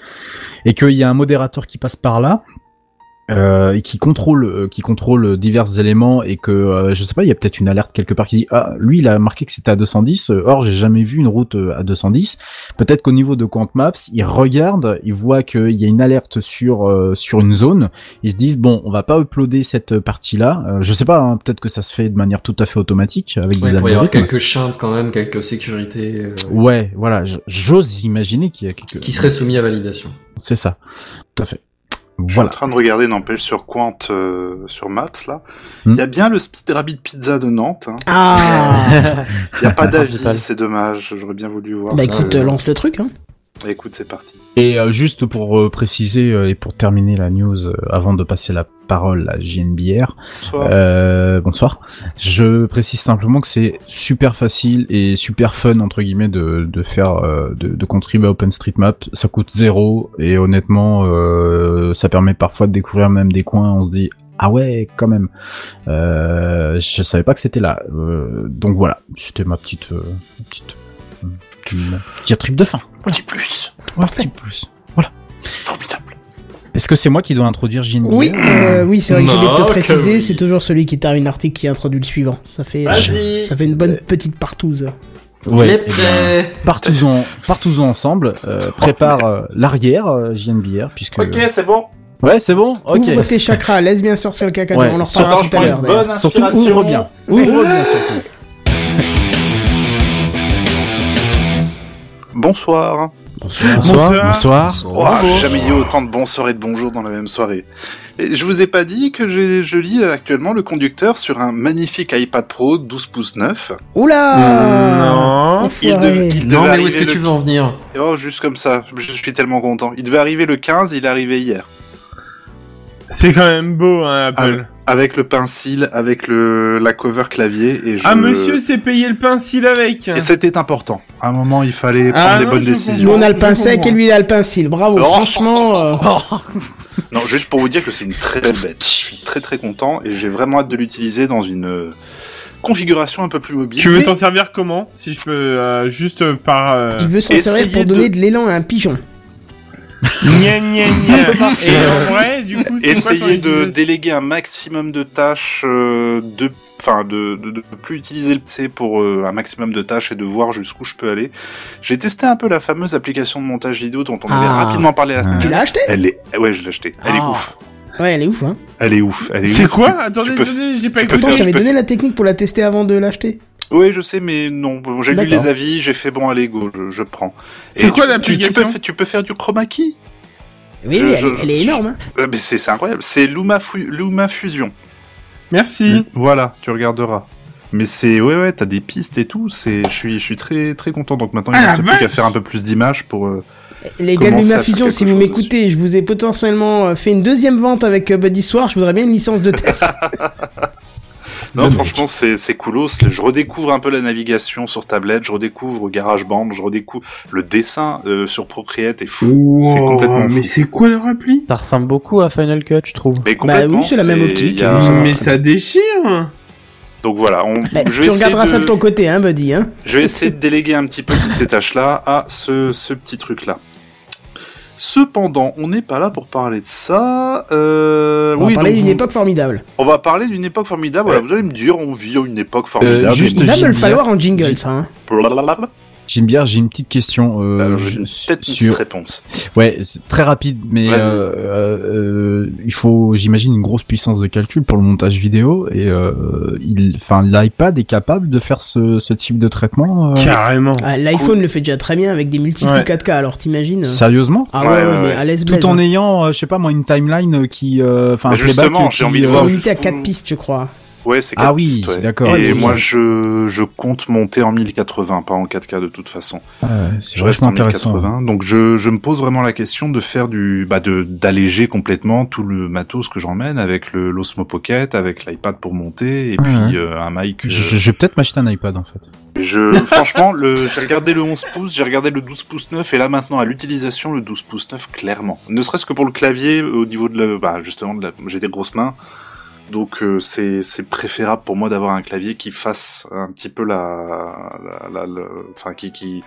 E: et qu'il y a un modérateur qui passe par là, euh, et qui contrôle euh, qui contrôle divers éléments et que euh, je sais pas il y a peut-être une alerte quelque part qui dit ah lui il a marqué que c'était à 210 euh, or j'ai jamais vu une route euh, à 210 peut-être qu'au niveau de Quant Maps il regarde il voit qu'il y a une alerte sur euh, sur une zone ils se disent bon on va pas uploader cette partie là je sais pas hein, peut-être que ça se fait de manière tout à fait automatique avec
D: Ouais,
E: des
D: il pourrait y avoir
E: algorithmes
D: quelques chintes quand même, quelques sécurités euh,
E: ouais voilà j- j'ose imaginer qu'il y a quelque
D: qui seraient soumis à validation.
E: c'est ça tout à fait
L: Je suis
E: voilà
L: en train de regarder, n'empêche, sur Quant, euh, sur Maps, là.
E: Hmm.
L: Il y a bien le Speed Rabbit Pizza de Nantes. hein.
A: Ah
L: Il n'y a pas d'avis,
E: Principal.
L: c'est dommage. J'aurais bien voulu voir
A: Bah
L: ça.
A: écoute, euh, lance le truc, hein.
L: Écoute, c'est parti.
E: Et euh, juste pour euh, préciser euh, et pour terminer la news euh, avant de passer la parole à JNBR,
L: Bonsoir.
E: euh, bonsoir. Je précise simplement que c'est super facile et super fun entre guillemets de, de faire euh, de, de contribuer à OpenStreetMap. Ça coûte zéro et honnêtement, euh, ça permet parfois de découvrir même des coins. On se dit ah ouais quand même. Euh, je savais pas que c'était là. Euh, donc voilà, c'était ma petite euh, petite ma petite trip de fin.
L: Petit plus.
E: Ouais, petit plus.
L: Formidable.
E: Est-ce que c'est moi qui dois introduire JNB
A: Oui, euh, oui, c'est vrai que j'ai oublié de
D: Non,
A: te
D: que
A: préciser,
D: oui.
A: c'est toujours celui qui termine l'article qui introduit le suivant. Ça fait,
L: Ah,
D: Vas-y.
A: ça fait une bonne petite partouze.
D: Il est
E: eh bien,
D: prêt.
E: Partons-en partons ensemble. euh, prépare euh, l'arrière, euh, JNBR, puisque. euh,
A: Ok,
L: c'est bon.
E: Ouais, c'est bon. Ok.
A: Ouvre tes chakras, laisse bien sortir le caca.
E: Ouais,
A: on en
E: surtout-
A: reparlera tout à l'heure. d'ailleurs.
E: Surtout ouvre bien. Ouvre bien surtout.
L: Bonsoir.
E: Bonsoir.
L: Oh, j'ai jamais eu autant de bonsoir et de bonjour dans la même soirée. Et je vous ai pas dit que je, je lis euh, actuellement le conducteur sur un magnifique iPad Pro 12 pouces 9.
A: Oula
J: Non.
L: Il,
A: Enfoiré.
L: dev- il
D: Non,
L: devait
D: mais où est-ce
L: arriver
D: que
L: le-
D: tu veux en venir
L: Et Oh, juste comme ça, je suis tellement content. Il devait arriver le 15, il est arrivé hier.
J: C'est quand même beau, hein,
L: Avec,
J: Apple.
L: avec le pencil, avec le, la cover clavier. Et je...
J: Ah, monsieur s'est payé le pencil avec.
L: Et c'était important. À un moment, il fallait prendre
J: Ah,
L: des
J: non,
L: bonnes
J: je
A: Nous
L: décisions.
A: on a le
J: Je
A: pain
J: comprends.
A: sec et lui il a le pincil. Bravo,
L: Oh.
A: franchement. euh,
L: Non, juste pour vous dire que c'est une très belle bête. Je suis très très content et j'ai vraiment hâte de l'utiliser dans une euh, configuration un peu plus mobile.
J: Tu veux
L: Mais [laughs]
J: t'en servir comment Si je peux, euh, juste euh, par. euh, [laughs]
A: Il veut s'en
L: Essayez
A: servir pour
L: de-
A: donner de l'élan à un pigeon.
J: Gna, gna,
L: Ça peut
J: gna. [laughs]
L: marcher.
J: Et en vrai, du coup, c'est quoi ton
L: Essayez de
J: utilisation
L: déléguer un maximum de tâches, euh, de, enfin, de, de, de plus utiliser le PC pour euh, un maximum de tâches et de voir jusqu'où je peux aller. J'ai testé un peu la fameuse application de montage vidéo dont on avait
A: Ah.
L: rapidement parlé la semaine
A: Tu l'as achetée
L: Elle est, ouais, je l'ai achetée. Elle est
A: Ah.
L: ouf.
A: Ouais, elle est ouf, hein.
L: Elle est ouf. Elle est
J: C'est
L: ouf.
J: quoi
L: Tu-
J: Attendez,
L: tu peux-
J: attendez, j'ai pas
L: tu peux faire-
J: écouté.
A: Pourtant,
L: tu
A: j'avais
L: peux
A: donné la technique pour la tester avant de l'acheter.
L: Oui, je sais, mais non. bon, J'ai lu
A: D'accord.
L: les avis, j'ai fait bon, allez, go, je, je prends.
J: C'est
L: Et
J: quoi
L: tu- tu- tu peux
J: l'application
L: fa- tu peux faire du chroma key
A: Oui,
L: Je-
A: oui, elle,
L: je-
A: elle est énorme. hein.
L: Euh, mais c'est c'est incroyable. C'est Luma, Fu- Luma Fusion.
A: Mm.
J: Merci.
L: Voilà, tu regarderas. Mais c'est ouais ouais, t'as des pistes et tout. C'est, je suis, je suis très très content. Donc maintenant il
J: Ah,
L: ne
J: la
L: reste plus qu'à
J: vache
L: faire un peu plus d'images pour. euh,
A: Les gars de
L: commencer à
A: Luma
L: faire
A: Fusion,
L: quelque
A: si vous
L: chose
A: m'écoutez, je vous ai potentiellement euh, fait une deuxième vente avec euh, Buddy Soir, je voudrais bien une licence de
L: [laughs]
A: test.
L: dessus. Non, franchement c'est c'est coolos. Je redécouvre un peu la navigation sur tablette. Je redécouvre GarageBand. Je redécouvre le dessin euh, sur Procreate est fou. c'est complètement fou.
J: mais c'est quoi leur appli
K: Ça ressemble beaucoup à Final Cut, je trouve.
L: Mais complètement.
A: Bah oui, c'est la même optique,
L: il y a-
J: Mais ça déchire
L: Donc voilà, on,
A: Bah,
L: je vais
A: tu
L: essayer
A: regarderas ça
L: de-
A: de ton côté, hein, Buddy. Hein.
L: Je vais essayer de déléguer un petit peu toutes ces tâches-là à ce, ce petit truc-là. Cependant, on n'est pas là pour parler de ça. Euh,
A: On va
L: oui,
A: parler
L: donc,
A: d'une époque formidable.
L: on va parler d'une époque formidable. Voilà, vous allez me dire, on vit une époque formidable.
E: Euh, juste
A: Il va
E: Jim
A: me le
E: Beam.
A: falloir en jingle, ça. hein.
L: Blablabla.
E: Jim Biard, j'ai une petite question. euh,
L: Bah, Alors,
E: je-
L: j'ai peut-être une
E: sur-
L: petite réponse.
E: Ouais, c'est très rapide, mais euh,
L: Vas-y.
E: euh, euh, il faut, j'imagine, une grosse puissance de calcul pour le montage vidéo. Et euh, il, enfin, l'iPad est capable de faire ce, ce type de traitement. euh,
J: Carrément.
A: Ah, L'iPhone le fait déjà très bien avec des multiples
J: Ouais.
A: 4K, alors t'imagines euh,
E: Sérieusement
A: Ah ouais,
L: Ouais,
A: ouais,
L: ouais,
A: mais
L: ouais.
A: à l'aise hein.
E: Tout en ayant, euh, je sais pas moi, une timeline euh, qui, euh, enfin,
L: Bah,
E: un playback,
L: justement,
E: euh,
L: j'ai
E: qui,
L: envie de
E: euh,
L: voir
A: C'est
L: juste
A: limité à
L: pour-
A: 4 pistes, je crois.
L: Ouais, c'est
E: Ah
L: quatre
E: oui,
L: pistes, ouais.
E: d'accord.
L: Et
A: Ouais, mais-
L: moi, je, je compte monter en 1080, pas en 4K de toute façon.
E: Ah ouais, c'est
L: Je reste
E: vraiment
L: en
E: intéressant.
L: 1080. Donc, je, je me pose vraiment la question de faire du, bah, de, d'alléger complètement tout le matos que j'emmène avec le, l'Osmo Pocket, avec l'iPad pour monter, et puis,
E: ouais.
L: euh, un mic. euh,
E: Je, je- je vais peut-être m'acheter un iPad en fait.
L: Je, [laughs] franchement, le, j'ai regardé le 11 pouces, j'ai regardé le 12 pouces 9, et là maintenant à l'utilisation, le 12 pouces 9, clairement. Ne serait-ce que pour le clavier, au niveau de la, bah, justement, de la, j'ai des grosses mains, donc euh, c'est, c'est préférable pour moi d'avoir un clavier qui fasse un petit peu la, la, la- la- enfin qui, qui,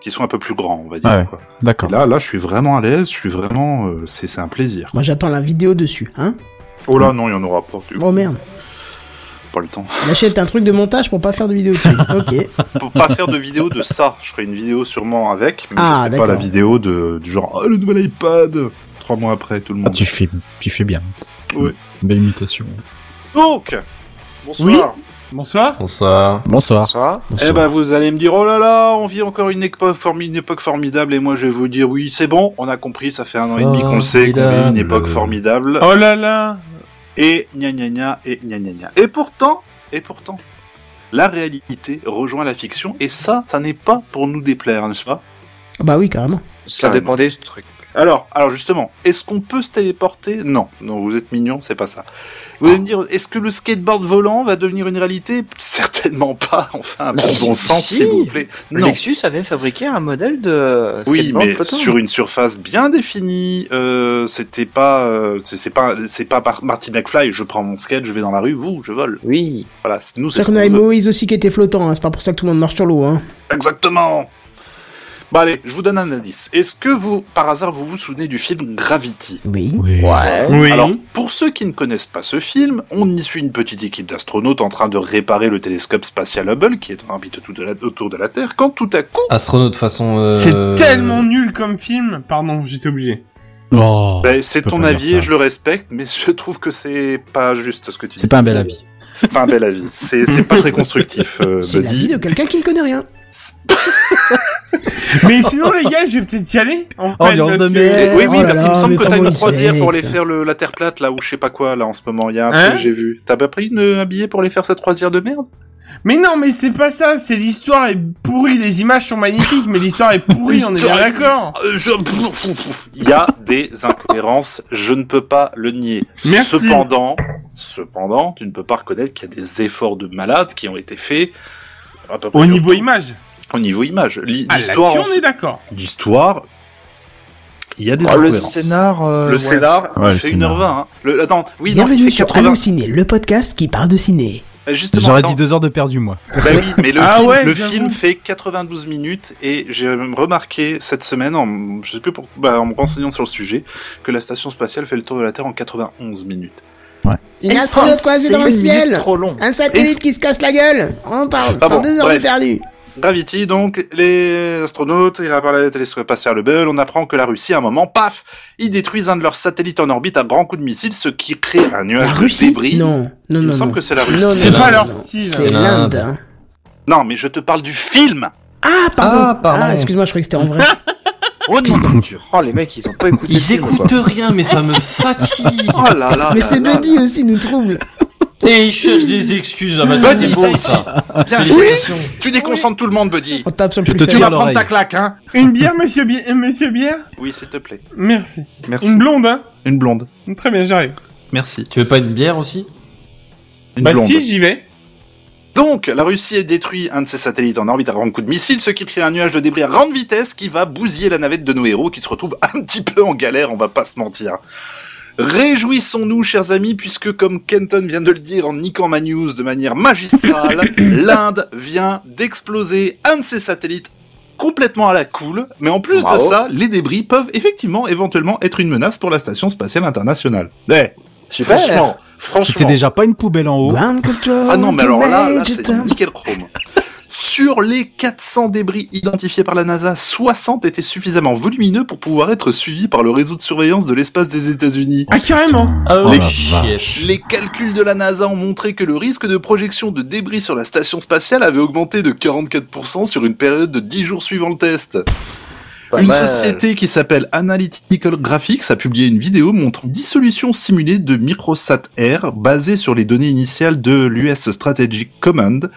L: qui soit un peu plus grand, on va dire.
E: Ah ouais.
L: quoi. Et
E: D'accord.
L: là, là, je suis vraiment à l'aise, je suis vraiment, euh, c'est, c'est un plaisir.
A: Moi, j'attends la vidéo dessus, hein.
L: Oh là, non, il y en aura pas. du
A: Oh
L: coup.
A: merde,
L: Pas le [laughs] temps.
A: on achète un truc de montage pour pas faire de vidéo
L: [laughs]
A: dessus. Ok.
L: pour pas faire de vidéo de ça. Je ferai une vidéo sûrement avec, mais
A: Ah,
L: je ferai
A: d'accord.
L: pas la vidéo de, du genre oh, le nouvel iPad. Trois mois après, tout le monde.
E: Ah, tu fais, tu fais bien.
L: Ouais.
E: Belle imitation.
L: Donc, bonsoir.
J: Bonsoir.
D: Bonsoir.
E: Bonsoir.
L: Bonsoir.
E: Bonsoir.
L: Eh ben, vous allez me dire oh là là, on vit encore une époque, formi- une époque formidable, et moi je vais vous dire oui, c'est bon, on a compris, ça fait un an et demi qu'on le sait, qu'on vit une
D: Formidable.
L: époque formidable.
J: Oh là là
L: Et gna gna gna et gna gna gna. Et pourtant, et pourtant, la réalité rejoint la fiction, et ça, ça n'est pas pour nous déplaire, n'est-ce pas
A: Ah Bah oui, carrément.
F: Ça
L: Carrément.
F: dépendait ce truc.
L: Alors, alors justement, est-ce qu'on peut se téléporter Non, non, vous êtes mignon, c'est pas ça. Vous allez me dire, est-ce que le skateboard volant va devenir une réalité Certainement pas. [laughs] Enfin, un peu
F: Mais
L: de bon
F: si,
L: sens,
F: si.
L: s'il vous plaît. Non.
F: Lexus avait fabriqué un modèle de
L: Oui,
F: skateboard
L: mais
F: flottant.
L: sur une surface bien définie. Euh, C'était pas, euh, c'est- c'est pas, c'est pas Mar- Marty McFly. Je prends mon skate, je vais dans la rue, vous, je vole.
F: Oui.
L: Voilà, c'est- nous, c'est
A: C'est
L: ce
A: qu'on
L: qu'on
A: avait
L: veut.
A: Moïse aussi qui était flottant, hein. c'est pas pour ça que tout le monde marche sur l'eau. Hein.
L: Exactement. Bah allez, je vous donne un indice. Est-ce que vous, par hasard, vous vous souvenez du film Gravity
A: Oui.
E: Oui.
J: Oui.
L: Alors, pour ceux qui ne connaissent pas ce film, on y suit une petite équipe d'astronautes en train de réparer le télescope spatial Hubble qui est en orbite autour de la, autour de la Terre, quand tout à
E: Oh,
L: coup,
D: Astronaute façon. euh,
J: C'est tellement nul comme film. Pardon, j'étais obligé.
E: Oh.
L: Ben, c'est
E: je peux
L: ton
E: pas
L: avis
E: dire
L: et
E: ça.
L: je le respecte, mais je trouve que c'est pas juste ce que tu dis.
E: C'est pas un bel avis.
L: C'est pas un bel avis. C'est c'est pas très constructif, euh,
A: C'est la
L: Buddy.
A: vie de quelqu'un qui ne connaît rien.
J: Mais sinon, les gars, je vais peut-être y aller. En
K: Oh,
J: fait,
E: Ambiance de
J: parce que-
E: merde.
L: Et- oui, oui,
A: Oh là
L: parce qu'il
A: là,
L: me semble
A: mais
L: que t'as
A: comment
L: une
A: il se
L: croisière pour aller
A: vexe.
L: faire le, la Terre plate, là, ou je sais pas quoi, là, en ce moment. Il y a un
J: Hein
L: truc que j'ai vu. T'as pas pris une, euh, un billet pour aller faire cette croisière de merde
J: Mais non, mais c'est pas ça. C'est l'histoire est pourrie. Les images sont magnifiques, mais l'histoire est pourrie. on est bien
L: L'histoire est-
J: d'accord.
L: Euh, je- Il y a des incohérences, je ne peux pas le nier.
J: Merci.
L: Cependant, cependant, tu ne peux pas reconnaître qu'il y a des efforts de malades qui ont été faits. à peu près
J: Au
L: sur
J: niveau
L: tout.
J: image.
L: Au niveau image. L'hi-
J: Ah,
L: L'histoire,
J: là-dessus,
L: en-
J: on est d'accord.
L: l'histoire, il y a des
E: Ah,
F: Oh, le
L: incohérences.
F: scénar. euh,
L: Le
F: ouais.
L: scénar,
E: Ouais,
L: il
E: le
L: fait
E: scénar.
L: 1h20. hein. Le, attends, oui, non, il
A: Bienvenue
L: fait
A: sur
L: 80.
A: Allociné, le podcast qui parle de ciné.
L: Euh, justement,
E: J'aurais
L: non.
E: dit deux heures de perdu, moi.
L: Bah
A: [laughs]
L: oui, mais le,
E: Ah
L: film,
E: ouais,
L: le
E: j'avoue.
L: film fait 92 minutes et j'ai même remarqué cette semaine, en, je sais plus pour, bah, en me renseignant sur le sujet, que la station spatiale fait le tour de la Terre en 91 minutes.
A: Une astronaute coincée dans le
L: c'est
A: ciel Ah,
L: trop long.
A: Un satellite
L: Est-ce-
A: qui se casse la gueule On parle
L: Ah
A: dans
L: bon,
A: deux heures
L: bref.
A: de perdu
L: Gravity, donc, les astronautes, ils rappellent le télescope spatial Hubble, on apprend que la Russie, à un moment, paf, ils détruisent un de leurs satellites en orbite à grands coups de missiles, ce qui crée un nuage de débris.
A: Non, non,
L: Il me
A: non,
L: semble
A: non.
L: que c'est la Russie.
A: Non, non, C'est non, pas non, leur non. style. C'est l'Inde.
L: Non, mais je te parle du film
A: Ah, pardon
L: Ah, pardon.
A: excuse-moi, je croyais que c'était en [laughs] vrai.
L: Oh non
F: Oh, les mecs, ils ont pas écouté.
D: Ils écoutent rien, mais ça me fatigue.
F: Oh là là
A: Mais
F: là
A: c'est
F: là
A: Buddy aussi, nous trouble
D: [laughs] Et ils cherchent des excuses. Ah bah ça
L: Buddy,
D: c'est beau ça.
L: Bien,
D: Félicitations.
L: oui, tu déconcentres tout le monde, Buddy.
A: hein. On tape sur
D: Je plus te faible. tire
L: vas prendre
D: l'oreille.
L: ta claque, hein
J: Une bière, monsieur, Bi- euh, monsieur Bière
L: Oui, s'il te plaît.
J: Merci.
L: Merci.
J: Une blonde, hein
L: Une blonde.
J: Très bien, j'arrive.
L: Merci.
D: Tu veux pas une bière aussi
L: Une
J: bah
L: blonde.
J: si, j'y vais.
L: Donc, la Russie a détruit un de ses satellites en orbite à grands coups de missile, ce qui crée un nuage de débris à grande vitesse qui va bousiller la navette de nos héros qui se retrouvent un petit peu en galère, on va pas se mentir. Réjouissons-nous, chers amis, puisque comme Kenton vient de le dire en niquant ma news de manière [laughs] magistrale, l'Inde vient d'exploser un de ses satellites complètement à la cool, mais en plus de
F: Bravo.
L: ça, les débris peuvent effectivement éventuellement être une menace pour la station spatiale internationale. Eh,
F: Super.
L: franchement, franchement.
E: C'était déjà pas une poubelle en haut.
L: Ah non, mais alors là, là c'est nickel chrome. Sur les 400 débris identifiés par la NASA, 60 étaient suffisamment volumineux pour pouvoir être suivis par le réseau de surveillance de l'espace des États-Unis.
J: Ah, carrément
D: Oh,
L: les,
D: la vache.
L: les calculs de la NASA ont montré que le risque de projection de débris sur la station spatiale avait augmenté de 44% sur une période de 10 jours suivant le test.
F: Pas
L: Une
F: mal.
L: société qui s'appelle Analytical Graphics a publié une vidéo montrant 10 solutions simulées de MicroSat-R basées sur les données initiales de l'US Strategic Command.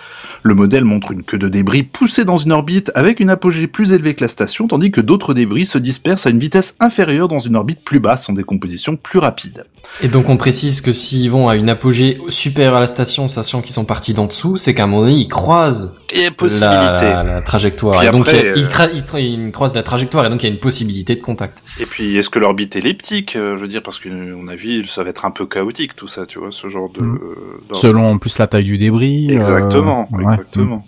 L: Le modèle montre une queue de débris poussée dans une orbite avec une apogée plus élevée que la station, tandis que d'autres débris se dispersent à une vitesse inférieure dans une orbite plus basse en décomposition plus rapide.
D: Et donc on précise que s'ils vont à une apogée supérieure à la station, sachant qu'ils sont partis d'en dessous, c'est qu'à un moment donné ils croisent
L: Et
D: la,
L: possibilité.
D: la trajectoire.
L: Puis
D: et donc
L: après,
D: il y a- ils,
L: euh,
D: cra- ils tra- ils croisent la trajectoire et donc il y a une possibilité de contact.
L: Et puis, est-ce que l'orbite elliptique, euh, je veux dire, parce que, euh, à mon avis, ça va être un peu chaotique, tout ça, tu vois, ce genre de... euh, d'orbite.
E: Hmm. Selon en plus la taille du débris. euh,
L: Exactement,
E: ouais.
L: exactement.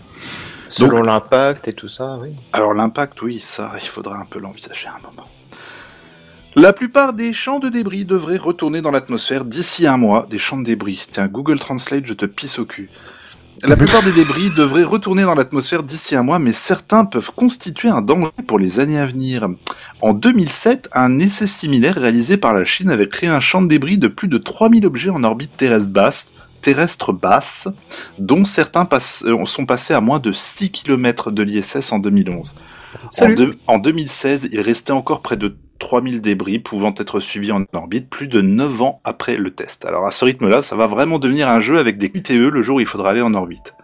F: Selon l'impact et tout ça, oui.
L: Alors l'impact, oui, ça, il faudra un peu l'envisager à un moment. La plupart des champs de débris devraient retourner dans l'atmosphère d'ici un mois. Des champs de débris. Tiens, Google Translate, je te pisse au cul. La plupart des débris devraient retourner dans l'atmosphère d'ici un mois, mais certains peuvent constituer un danger pour les années à venir. En 2007, un essai similaire réalisé par la Chine avait créé un champ de débris de plus de 3000 objets en orbite terrestre basse, terrestre basse dont certains passent- euh, sont passés à moins de 6 km de l'ISS en 2011. En,
F: Salut.
L: deux- en 2016, il restait encore près de 3000 débris pouvant être suivis en orbite plus de 9 ans après le test. Alors à ce rythme-là, ça va vraiment devenir un jeu avec des QTE le jour où il faudra aller en orbite.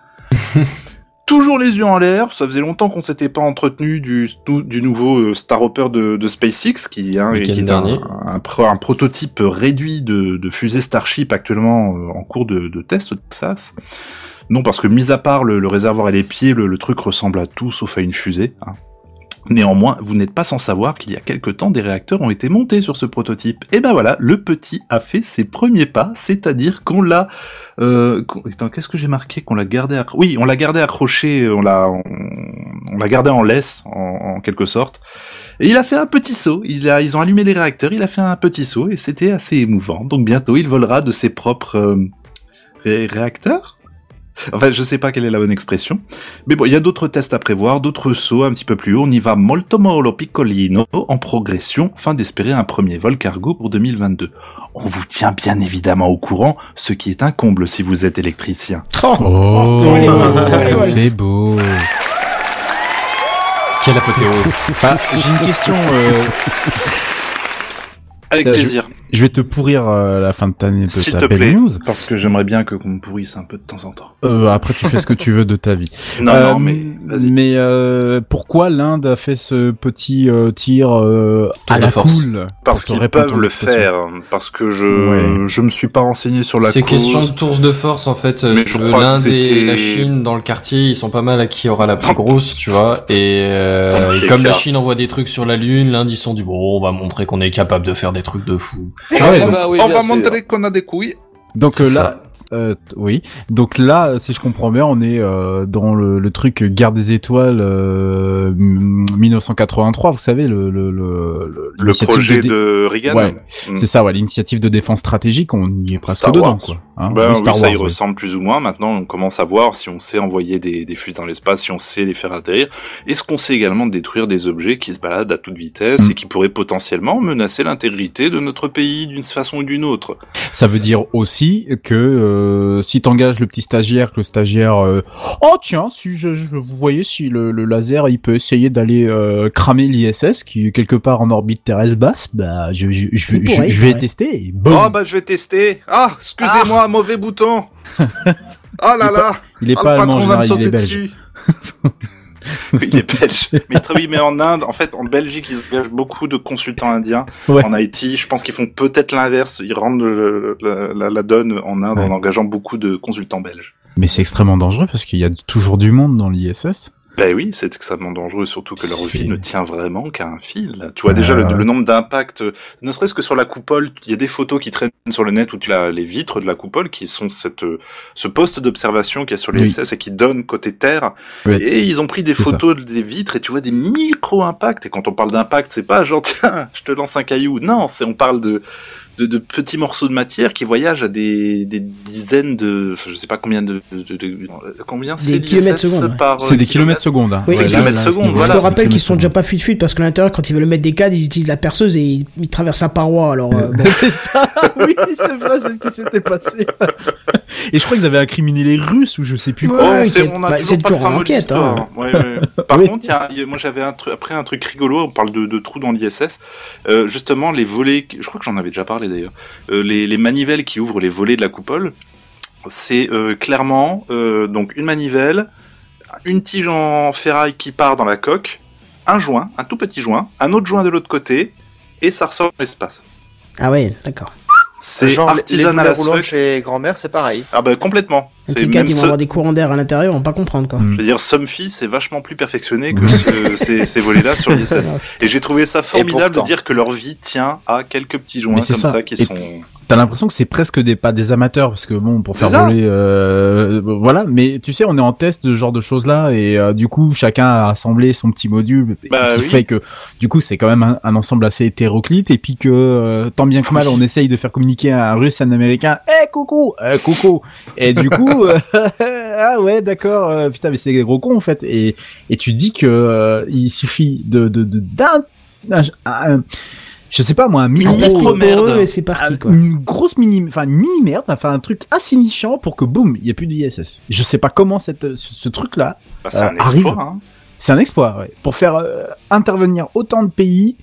L: Toujours les yeux en l'air, ça faisait longtemps qu'on s'était pas entretenu du, du nouveau euh, Star Hopper de, de SpaceX, qui, hein,
D: Week-end
L: qui est
D: dernier.
L: un, un pro- un prototype réduit de, de fusée Starship actuellement euh, en cours de, de test au Texas. Non, parce que mis à part le, le réservoir et les pieds, le, le truc ressemble à tout sauf à une fusée. hein. Néanmoins, vous n'êtes pas sans savoir qu'il y a quelque temps, des réacteurs ont été montés sur ce prototype. Et ben voilà, le petit a fait ses premiers pas, c'est-à-dire qu'on l'a... Euh, qu'on- attends, qu'est-ce que j'ai marqué Qu'on l'a gardé... accro- Oui, on l'a gardé accroché, on l'a... On, on l'a gardé en laisse, en, en quelque sorte. Et il a fait un petit saut, il a, ils ont allumé les réacteurs, il a fait un petit saut, et c'était assez émouvant. Donc bientôt, il volera de ses propres... euh, ré- réacteurs Enfin, je sais pas quelle est la bonne expression. Mais bon, il y a d'autres tests à prévoir, d'autres sauts un petit peu plus haut. On y va molto mollo piccolino en progression afin d'espérer un premier vol cargo pour 2022. On vous tient bien évidemment au courant, ce qui est un comble si vous êtes électricien.
E: Oh,
L: Allez, allez, allez.
E: c'est beau.
L: [laughs]
D: Quelle apothéose.
E: Ah, J'ai une question. euh,
L: Avec
E: euh, je-
L: plaisir.
E: Je, vais te pourrir euh, la fin de ta, de
L: S'il
E: ta
L: te
E: belle
L: plaît,
E: news.
L: parce que j'aimerais bien que qu'on me pourrisse un peu de temps en temps.
E: Euh, après, tu fais ce que tu veux de ta vie.
L: [laughs] Non,
E: Euh,
L: non, mais vas-y.
E: Mais euh, pourquoi l'Inde a fait ce petit euh, tir euh,
D: Tour
E: à
D: de
E: la
D: force.
E: cool
L: Parce
E: pour te
L: qu'ils
E: répondre
L: peuvent
E: à
L: le
E: cette question
L: faire, hein, parce que je
E: Ouais.
L: je me suis pas renseigné sur la
D: C'est
L: cause.
D: question de tours de force en fait.
L: Mais
D: Si
L: je
D: tu veux,
L: crois que
D: L'Inde et
L: c'était-
D: la Chine dans le quartier, ils sont pas mal à qui aura la plus grosse, tu vois. Et, euh,
L: Tant
D: et
L: pis,
D: comme la
L: car.
D: Chine envoie des trucs sur la Lune, l'Inde ils se sont dit bon, on va montrer qu'on est capable de faire des trucs de fou.
L: bah
E: Ah ouais, donc-
L: On va montrer qu'on a des couilles.
E: donc, euh,
D: C'est
E: là, Euh, t- oui. Donc là, si je comprends bien, on est euh, dans le, le truc Garde des Étoiles euh, m- 1983, vous savez, le... Le, le, le-
L: Le
E: l'initiative
L: projet
E: dé-
L: de Reagan.
E: Ouais.
L: Mm.
E: C'est ça, ouais, l'initiative de défense stratégique, on y est presque
L: Star
E: dedans,
L: Wars.
E: quoi. Hein,
L: Ben
E: oui,
L: oui,
E: Star
L: ça
E: Wars,
L: y
E: oui.
L: ressemble plus ou moins. Maintenant, on commence à voir si on sait envoyer des, des fuites dans l'espace, si on sait les faire atterrir, et ce qu'on sait également détruire des objets qui se baladent à toute vitesse et qui pourraient potentiellement menacer l'intégrité de notre pays d'une façon ou d'une autre.
E: Ça veut dire aussi que euh, si t'engages le petit stagiaire, que le stagiaire, euh, oh tiens, si je, je- vous voyez si le, le laser il peut essayer d'aller euh, cramer l'ISS qui est quelque part en orbite terrestre basse, bah je, je, je,
I: Il
E: je-
I: pourrait,
E: je
I: il
E: vais
I: pourrait.
E: tester. Et boum.
L: Oh bah je vais tester. Ah, excusez-moi, mauvais
E: [laughs]
L: bouton. Ah là là.
E: il est
L: Ah,
E: pas
L: le
E: allemand,
L: patron
E: en
L: va me
E: général, il
L: sauter
E: est belge. [laughs]
L: dessus. il est belge. Mais très oui, mais en Inde, en fait, en Belgique, ils engagent beaucoup de consultants indiens.
E: Ouais.
L: En Haïti, je pense qu'ils font peut-être l'inverse. Ils rendent le- la, la- la donne en Inde en engageant beaucoup de consultants belges.
E: Mais c'est extrêmement dangereux parce qu'il y a toujours du monde dans l'ISS.
L: Ben oui, c'est extrêmement dangereux, surtout que leur vie ne tient vraiment qu'à un fil. Tu vois
E: Ouais,
L: déjà le,
E: ouais.
L: le nombre d'impacts, euh, ne serait-ce que sur la coupole, il y a des photos qui traînent sur le net où tu as les vitres de la coupole qui sont cette, euh, ce poste d'observation qu'il y a sur les
E: Oui.
L: SS et qui donne côté terre.
E: Oui.
L: Et ils ont pris des
E: C'est ça.
L: photos des vitres et tu vois des micro-impacts. Et quand on parle d'impact, c'est pas genre [laughs] tiens, je te lance un caillou. Non, c'est on parle de, de, de petits morceaux de matière qui voyagent à des, des dizaines de, enfin, je sais pas combien de, de- de- de- combien c'est l'ISS
A: kilomètres secondes, ouais.
L: par, euh,
E: C'est des kilomètres secondes. Hein.
L: Oui, des
E: Ouais, là,
L: kilomètres
E: là, à ce
L: secondes,
E: niveau-là,
L: voilà.
E: c'est
A: Je
E: des
A: te rappelle qu'ils
E: kilomètres
A: sont déjà pas fuite-fuite parce qu'à l'intérieur, quand ils veulent mettre des cadres, ils utilisent la perceuse et ils, ils traversent un paroi. Alors,
L: [laughs]
A: euh, bon.
E: C'est ça, [laughs] oui, c'est vrai, c'est ce qui s'était passé. Et je crois qu'ils avaient incriminé les Russes ou je sais plus
L: Oh,
E: quoi.
L: on, sait-
A: bah,
L: on a toujours pas de fin mot de
A: hein.
L: l'histoire.
A: [laughs]
L: Ouais, ouais. Par
E: Oui.
L: contre, il y a- il y a- moi j'avais un truc, après un truc rigolo, on parle de, de trous dans l'ISS. Euh, justement, les volets, je crois que j'en avais déjà parlé d'ailleurs, Euh, les, les manivelles qui ouvrent les volets de la coupole, c'est euh, clairement euh, donc une manivelle, une tige en ferraille qui part dans la coque, un joint, un tout petit joint, un autre joint de l'autre côté, et ça ressort dans l'espace.
A: Ah ouais, d'accord.
L: C'est
F: Genre, les- les
L: artisanal
F: volets
L: à
F: roulants
L: souhait.
F: chez grand-mère, c'est pareil.
L: Ah bah complètement.
A: Un
L: C'est
A: petit cadre,
L: même
A: ils vont
L: ce-
A: avoir des courants d'air à l'intérieur, on va pas comprendre quoi.
L: Je veux dire, Somfy, c'est vachement plus perfectionné que
E: [laughs]
L: ce- ces, ces volets-là sur l'ISS. Et j'ai trouvé ça
F: Et
L: formidable de
F: pourtant.
L: dire que leur vie tient à quelques petits joints
E: Mais
L: comme
E: c'est
L: ça,
E: ça.
L: qui
E: Et-
L: sont...
E: T'as l'impression que c'est presque des pas des amateurs parce que bon pour
L: C'est
E: faire
L: ça.
E: voler euh, voilà mais tu sais on est en test de ce genre de choses là et euh, du coup chacun a assemblé son petit module
L: Bah
E: qui
L: oui.
E: fait que du coup c'est quand même un, un ensemble assez hétéroclite et puis que euh, tant bien que mal on essaye de faire communiquer à un russe à un américain Eh coucou euh, coucou et du coup euh, [laughs] ah ouais d'accord euh, putain mais c'est des gros cons en fait et et tu dis que euh, il suffit de de de- d'un d'un- un- je sais pas moi un micro euh,
A: merde. Et c'est
L: Ah,
A: parti quoi.
E: Ah, une grosse mini, enfin une mini merde, enfin un truc insignifiant pour que boum, il y a plus d'ISS. Je sais pas comment cette euh, ce, truc là
L: Bah, c'est
E: euh,
L: un exploit, hein.
E: C'est un exploit ouais. pour faire euh, intervenir autant de pays.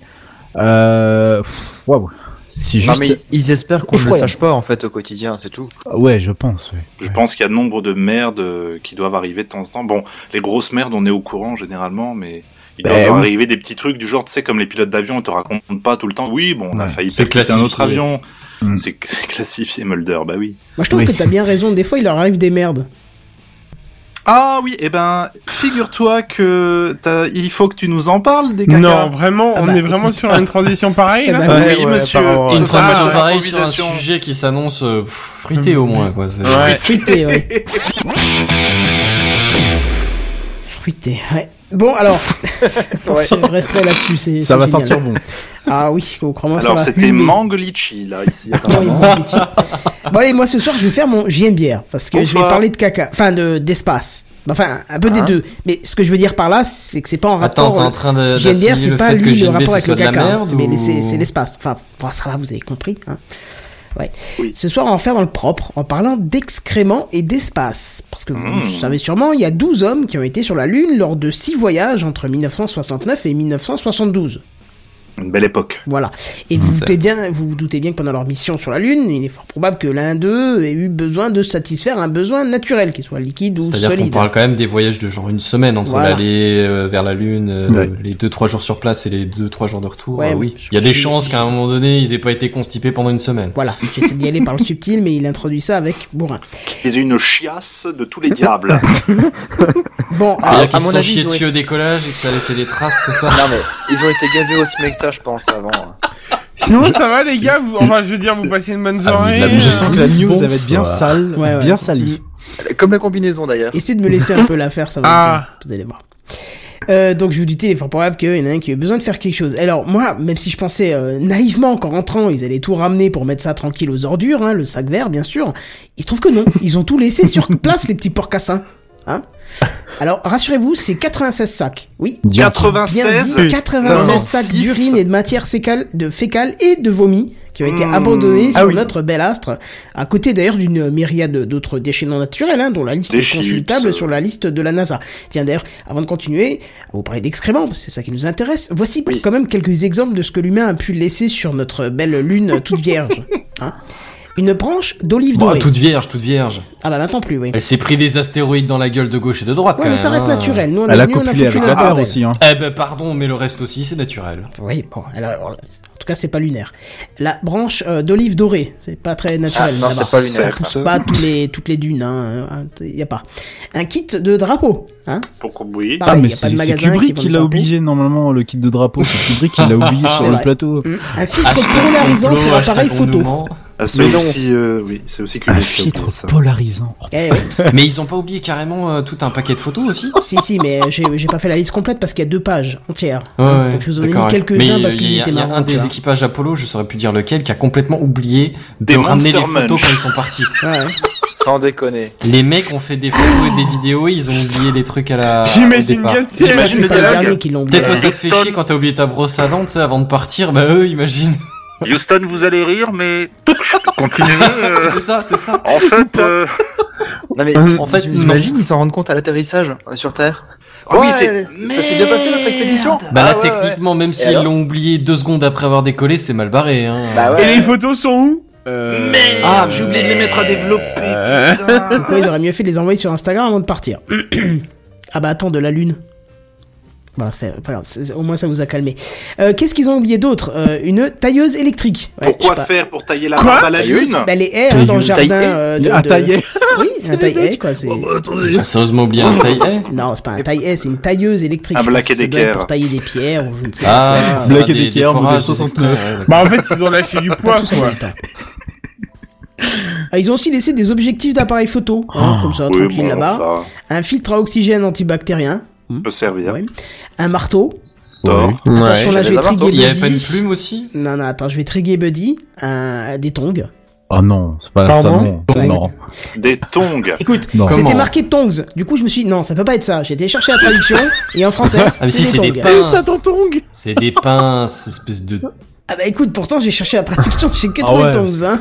E: euh, pff, Waouh. C'est
F: Non,
E: juste.
F: mais ils espèrent qu'on ne le
E: effroyable.
F: sache pas, en fait, au quotidien, c'est tout.
E: Ouais, je pense. ouais.
L: Je pense qu'il y a nombre de merdes euh, qui doivent arriver de temps en temps. Bon, les grosses merdes, on est au courant généralement, mais il
E: Ben
L: doit
E: oui.
L: arriver des petits trucs du genre, tu sais, comme les pilotes d'avion, on te raconte pas tout le temps. Oui, bon, on a
E: Ouais.
L: failli
E: C'est
L: percuter un autre
E: classifié. Mm.
L: avion. C'est [laughs] c'est classifié, Mulder, bah oui.
A: Moi je trouve que t'as bien raison, des fois il leur arrive des merdes.
L: Ah oui, eh ben, figure-toi que t'as- il faut que tu nous en parles des caca. [laughs]
J: Non, vraiment, on est vraiment sur une transition pareille, là
L: oui, monsieur.
D: Une
L: Ça sera
D: transition
L: de
D: pareille sur un
L: l'improvisation.
D: sujet qui s'annonce euh, pff, frité au moins, quoi. c'est-
A: Fruité, ouais. Fruité, ouais. Bon,
L: [laughs]
A: alors, [laughs] je resterai là-dessus. c'est-
E: Ça
A: c'est
E: va
A: génial.
E: sortir bon.
A: Ah oui, crois-moi, ça
L: Alors
A: va
L: c'était
A: humer.
L: mangue litchi là ici.
I: [laughs]
L: apparemment.
A: [laughs] Bon, allez, moi ce soir, je vais faire mon JNBR parce que je vais
L: Bonsoir.
A: parler de caca, enfin de d'espace. Enfin, un peu des
L: Hein
A: deux. Mais ce que je veux dire par là, c'est que c'est pas en rapport.
D: Ah. Attends, t'es en
A: euh,
D: train de-
A: JNBR,
D: d'assimiler
A: c'est
D: le
A: pas
D: fait que
A: lui le
D: JNBR,
A: rapport
D: ce
A: avec le
D: soit de la
A: caca. hein.
D: merde
A: C'est- mais c'est
D: ou-
A: c'est l'espace. Enfin, bon, ça va, vous avez compris. Hein. Ouais. Ce soir, on va faire dans le propre en parlant d'excréments et d'espace. Parce que vous
L: Mmh.
A: savez sûrement, il y a 12 hommes qui ont été sur la Lune lors de 6 voyages entre 1969 et 1972.
L: Une belle époque.
A: Voilà. Et vous vous
L: C'est-
A: doutez bien, vous vous doutez bien que pendant leur mission sur la Lune, il est fort probable que l'un d'eux ait eu besoin de satisfaire un besoin naturel, qu'il soit liquide ou
D: C'est-à-dire qu'on
A: solide.
D: parle quand même des voyages de genre une semaine entre
A: Voilà.
D: l'aller euh, vers la Lune, euh,
E: Ouais.
D: les deux trois jours sur place et les deux trois jours de retour.
A: Ouais,
D: euh,
A: mais
D: oui,
A: je-
D: il y a
A: je-
D: des chances qu'à un moment donné ils aient pas été constipés pendant une semaine.
A: Voilà. J'essaie d'y aller par le subtil, mais il introduit ça avec bourrin.
L: Ils ont une chiasse de tous
I: [laughs]
L: les diables.
A: Bon,
D: [laughs] Ah,
A: alors,
D: qu'ils se sont chiés
F: ils ont
D: dessus
A: [laughs]
D: au décollage et que ça a laissé des traces, c'est ça
F: Ils ont été gavés au smecta, je pense, avant. hein.
J: Si Sinon, ça va les gars vous... Enfin, je veux dire, vous passez une bonne soirée.
E: je sens que la news,
J: va
E: elle va être bien sale, bien salie.
A: Mm.
F: Comme la combinaison d'ailleurs.
A: Essayez de me laisser un peu la faire, ça va.
J: Ah.
A: être- Vous allez voir. Euh, donc je vous dis, il est fort probable qu'il y en a un qui a eu besoin de faire quelque chose. Alors moi, même si je pensais euh, naïvement qu'en rentrant, ils allaient tout ramener pour mettre ça tranquille aux ordures, hein, le sac vert bien sûr, il se trouve que non, ils ont tout laissé sur place les petits porcassins. Hein Alors rassurez-vous, c'est 96 sacs. Oui,
I: Bien 96?
A: Bien dit, 96
I: Non,
A: sacs
I: six.
A: d'urine et de matière sécale, de fécale et de vomi qui ont été
I: Hmm.
A: abandonnés
I: Ah
A: sur
I: oui.
A: notre bel astre, à côté d'ailleurs d'une myriade d'autres déchets non naturels, hein, dont la liste
I: Des
A: est consultable
I: chips,
A: sur la liste de la NASA. Tiens d'ailleurs, avant de continuer, à vous parler d'excréments, parce que c'est ça qui nous intéresse. Voici quand même quelques exemples de ce que l'humain a pu laisser sur notre belle lune toute
I: [laughs]
A: vierge. hein. Une branche d'olive
D: Bon,
A: dorée.
D: Bah, toute vierge, toute vierge.
A: Ah bah maintenant plus, oui.
D: Elle s'est pris des astéroïdes dans la gueule de gauche et de droite.
A: Ouais,
D: quand
A: mais ça
D: même,
A: reste
D: hein.
A: naturel. Nous, on a Elle a venu, on a copulé foutu avec la la Terre bordel. aussi, hein.
D: Eh ben pardon, mais le reste aussi c'est naturel.
A: Oui, bon, alors, alors, en tout cas, c'est pas lunaire. La branche euh, d'olive dorée, c'est pas très naturel.
F: Ah, non,
A: là-bas.
F: c'est pas lunaire,
A: Ça pousse
F: ça.
A: pas tous les, toutes les dunes, hein, hein, y a pas. Un kit de drapeau, hein.
I: Pourquoi oui
A: Pareil,
E: ah, mais
A: y a pas
E: c'est
A: de
E: c'est
A: magasin qui
E: Kubrick
A: vend
E: qui
A: le
E: l'a
A: drapeau.
E: obligé, normalement, le kit de drapeau. C'est Kubrick qui l'a
A: [laughs]
E: oublié
A: C'est
E: sur le
A: vrai.
E: plateau.
A: Mm. Un filtre polarisant sur l'appareil photo. [laughs]
I: Ah, c'est
D: Mais non.
I: aussi, euh, oui, c'est aussi que
E: polarisant.
A: Eh oui.
D: mais ils ont pas oublié carrément euh, tout un paquet de photos aussi.
A: si, si, mais euh, j'ai j'ai pas fait la liste complète parce qu'il y a deux pages entières.
D: Ouais, ouais,
A: Donc je vous en ai mis
D: d'accord, ouais.
A: quelques-uns
D: Mais
A: parce
D: il
A: que
D: y a-
A: étaient
D: Il y a
A: marrants.
D: un
A: tu
D: des
A: vois.
D: équipages Apollo, je saurais plus dire lequel, qui a complètement oublié de
F: Des
D: ramener les
F: Monster
D: photos
F: Munch.
D: quand ils sont partis.
F: Sans déconner.
D: Les mecs ont fait des photos et des vidéos, ils ont oublié les trucs à la.
F: J'imagine
D: au départ.
F: bien Bah, que c'est- J'imagine
A: C'est le pas les dialogue. derniers qui l'ont oublié.
D: Peut-être toi, ça te fait chier quand t'as oublié ta brosse à dents, tu sais, avant de partir. Bah eux,
F: [laughs]
D: imagine.
L: Houston, vous allez
I: [laughs]
L: rire, mais continuez. euh,
F: Euh.
D: c'est ça, c'est ça.
L: En fait, euh,
F: Non mais
L: Euh,
F: en fait,
L: non.
F: imagine, ils s'en rendent compte à l'atterrissage euh, sur Terre.
I: Ah oui, il fait,
F: elle- ça s'est bien passé notre expédition.
D: Bah là,
F: Ah ouais, ouais.
D: techniquement, même
F: Et
D: s'ils
F: alors Bah
D: l'ont oublié deux secondes après avoir décollé, c'est mal barré. Hein.
J: Et les photos sont où euh...
I: Ah, j'ai oublié de les mettre à développer.
L: Euh, [laughs]
A: Pourquoi ils auraient mieux fait de les envoyer sur Instagram avant de partir Ah bah attends, de la lune. Voilà, c'est pas grave, c'est- au moins ça vous a calmé. Euh, Qu'est-ce qu'ils ont oublié d'autre Euh, Une tailleuse électrique. Ouais, je sais
I: Pourquoi
A: pas.
I: faire pour tailler la barbe à la lune
A: Bah, les haies hein, dans le jardin. euh, de,
D: Ah,
E: Un
A: de-
E: taillet.
I: [laughs]
A: Oui, un taille-haie, quoi.
I: Bah,
A: c'est-
D: Ils ont sérieusement oublié un taille Eh. haie
A: Non, c'est pas un taille-haie, c'est une tailleuse électrique.
D: Un
A: Je pense
D: Black
A: que ça
D: Decker.
A: doit être Pour tailler des pierres ou je ne sais
F: [laughs]
D: Ah,
A: quoi.
D: c'est Black Decker, modèle 69.
J: Bah en fait, ils ont lâché du poids
A: Tout ça,
J: quoi.
A: c'est Ah, ils ont aussi laissé des objectifs d'appareils photo, hein,
D: Ah.
A: comme ça,
I: oui,
A: tranquille
I: bon,
A: là-bas. Un filtre à oxygène antibactérien,
L: Hmm.
I: peut servir.
A: un marteau.
I: Tort.
A: Attention, là, je vais triguer Buddy.
D: Il y avait pas une plume aussi
A: Non, non, attends, je vais triguer Buddy. Un... Des tongs.
E: Ah non, c'est pas ça,
A: Pardon
E: non. Non.
I: Des tongs.
A: Écoute,
E: Non.
A: c'était
E: Comment
A: marqué tongs. Du coup, je me suis dit, non, ça peut pas être ça. J'ai été chercher la traduction
D: [laughs]
A: et en français.
D: Ah, mais si, c'est des
A: tongs.
D: pinces. C'est des pinces, [laughs] espèce de.
A: Ah bah écoute, pourtant, j'ai cherché la traduction, j'ai que
D: Ah
A: trouvé
D: ouais.
A: tongs, hein.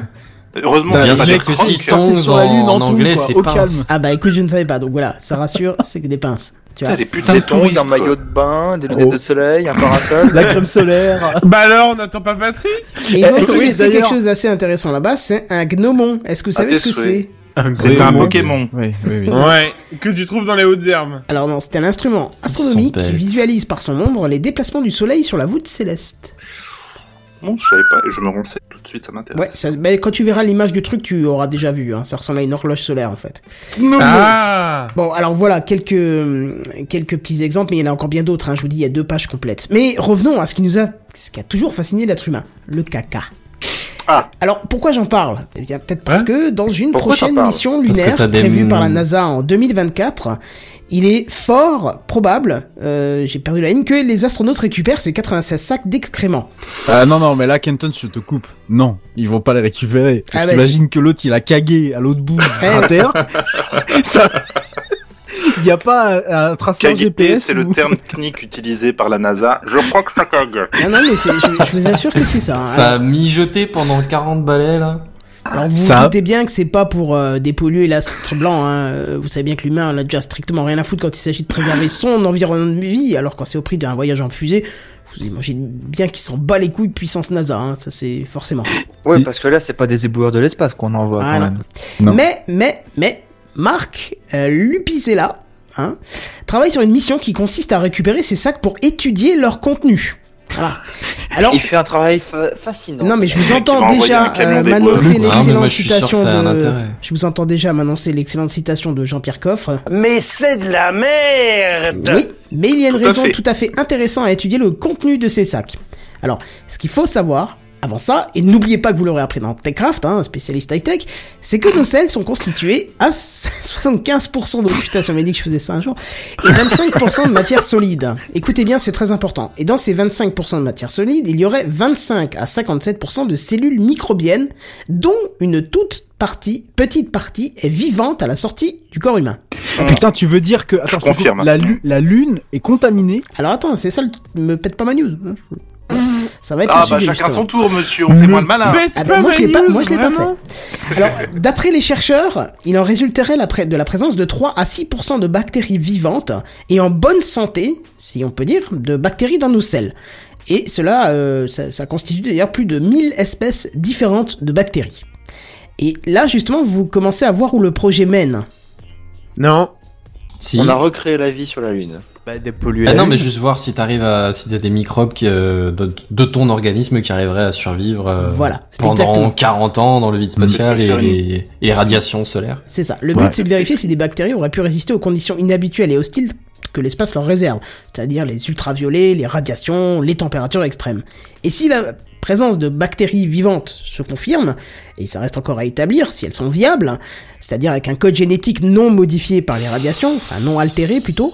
I: Heureusement,
D: Bien
I: c'est pas
D: sûr
I: des
D: que
I: crocs.
D: si tongs en, en anglais, c'est pinces.
A: Ah bah écoute, je ne savais pas. Donc voilà, ça rassure, c'est que des pinces. Tu vois.
I: Putain, les putains
F: Des
I: de
F: tongs,
I: touristes,
F: un maillot
I: quoi.
F: de bain, des lunettes de soleil, un
E: [laughs]
F: parasol.
E: La crème solaire.
J: Bah alors, on n'attend pas Patrick
A: Et ils ont
F: Eh,
A: aussi
F: oui,
A: laissé quelque
F: d'ailleurs.
A: chose d'assez intéressant là-bas, c'est un gnomon. Est-ce que vous
I: Ah,
A: savez ce que
I: désolé.
A: c'est
I: C'est un Pokémon.
E: [laughs] Oui, oui,
J: Ouais, que tu trouves dans les hautes herbes.
A: Alors non, c'était un instrument
D: Ils sont
A: astronomique
D: bêtes.
A: qui visualise par son ombre les déplacements du soleil sur la voûte céleste.
I: Bon, je savais pas, et je me renseigne tout de suite, ça m'intéresse.
A: Ouais, ça- bah, quand tu verras l'image du truc, tu auras déjà vu. hein. Ça ressemble à une horloge solaire en fait.
J: Ah
A: Bon, alors voilà, quelques, euh, quelques petits exemples, mais il y en a encore bien d'autres. hein. Je vous dis, il y a deux pages complètes. Mais revenons à ce qui nous a, ce qui a toujours fasciné l'être humain, le caca.
I: Ah.
A: Alors pourquoi j'en parle Eh bien peut-être parce
J: Hein
A: que dans une
F: Pourquoi t'en
A: prochaine
F: parles
A: mission
D: Parce que
A: lunaire
D: t'as des-
A: prévue par la NASA en 2024, il est fort probable, euh, j'ai perdu la ligne, que les astronautes récupèrent ces 96 sacs d'excréments.
E: Ah non, non, mais là, Kenton, je te coupe. Non, ils vont pas la récupérer. Parce
A: Ah bah,
E: qu'imagine que l'autre, il a cagué à l'autre bout
A: Eh.
E: de
A: [laughs]
E: la Terre. ça... Il n'y a pas un, un traceur
I: Kagete,
E: GPS.
I: c'est le
E: ou-
I: terme technique utilisé par la NASA. Je crois que ça cague.
A: Non, non, mais c'est- je, je vous assure que c'est ça. hein.
D: Ça a mijoté pendant 40 balais là.
A: Alors vous vous
E: Ça-
A: doutez bien que c'est pas pour euh, dépolluer l'astre blanc. hein. Euh, Vous savez bien que l'humain en a déjà strictement rien à foutre quand il s'agit de préserver son environnement de vie. Alors quand c'est au prix d'un voyage en fusée, vous imaginez bien qu'il s'en bat les couilles puissance NASA. hein. Ça c'est forcément.
F: Ouais, parce que là, c'est pas des éboueurs de l'espace qu'on envoie
A: Ah,
F: quand
A: non.
F: même.
E: Non.
A: Mais mais mais Marc euh, Lupicella hein, travaille sur une mission qui consiste à récupérer ces sacs pour étudier leur contenu. Voilà. Alors
F: Il fait un travail fa- fascinant.
A: Non, mais je vous
I: mec qui
A: entends
I: va envoyer
A: déjà
I: un camion
A: euh,
I: des
A: m'annoncer
D: bois. Ah, mais moi,
A: l'excellente
D: je suis sûr que
A: citation
D: ça a un
A: de.
D: intérêt.
A: Je vous entends déjà m'annoncer l'excellente citation de Jean-Pierre Coffre.
B: Mais c'est de la merde
A: Oui, mais il y a une
I: Tout à
A: raison
I: fait.
A: tout à fait intéressante à étudier le contenu de ces sacs. Alors, ce qu'il faut savoir, Avant ça, et n'oubliez pas que vous l'aurez appris dans Techcraft, hein, spécialiste high-tech, c'est que nos selles sont constituées à 75% d'eau. Putain, ça m'a dit que je faisais ça un jour. Et 25% de matière solide. Écoutez bien, c'est très important. Et dans ces 25% de matière solide, il y aurait 25 à 57% de cellules microbiennes, dont une toute partie, petite partie, est vivante à la sortie du corps humain.
E: Putain, tu veux dire que attends, je te
A: confirme.
E: coupe, La, lu- la lune est contaminée
A: Alors attends, c'est ça, le- me pète pas ma news. hein. Ça va être
L: Ah
A: le
L: bah
A: sujet,
L: chacun
A: justement.
L: son tour, monsieur, on fait moins le malin.
A: Ah
J: ben,
A: bah, moi, je l'ai pas, moi, je l'ai pas fait. Alors, d'après les chercheurs, il en résulterait la pré- de la présence de 3 à 6% de bactéries vivantes et en bonne santé, si on peut dire, de bactéries dans nos selles. Et cela, euh, ça, ça constitue d'ailleurs plus de 1000 espèces différentes de bactéries. Et là, justement, vous commencez à voir où le projet mène.
J: Non.
F: On a recréé la vie sur la Lune.
K: Bah,
D: Ah non, mais juste voir si t'arrives à, si t'as des microbes qui, euh, de, de ton organisme qui arriveraient à survivre euh,
A: Voilà, c'est
D: pendant
A: exactement.
D: 40 ans dans le vide spatial
A: Mais
D: et
A: faire une-
D: les, et les radiations solaires.
A: C'est ça. Le but,
D: Ouais.
A: c'est de vérifier si des bactéries auraient pu résister aux conditions inhabituelles et hostiles que l'espace leur réserve, c'est-à-dire les ultraviolets, les radiations, les températures extrêmes. Et si la présence de bactéries vivantes se confirme, et ça reste encore à établir si elles sont viables, c'est-à-dire avec un code génétique non modifié par les radiations, enfin non altéré plutôt,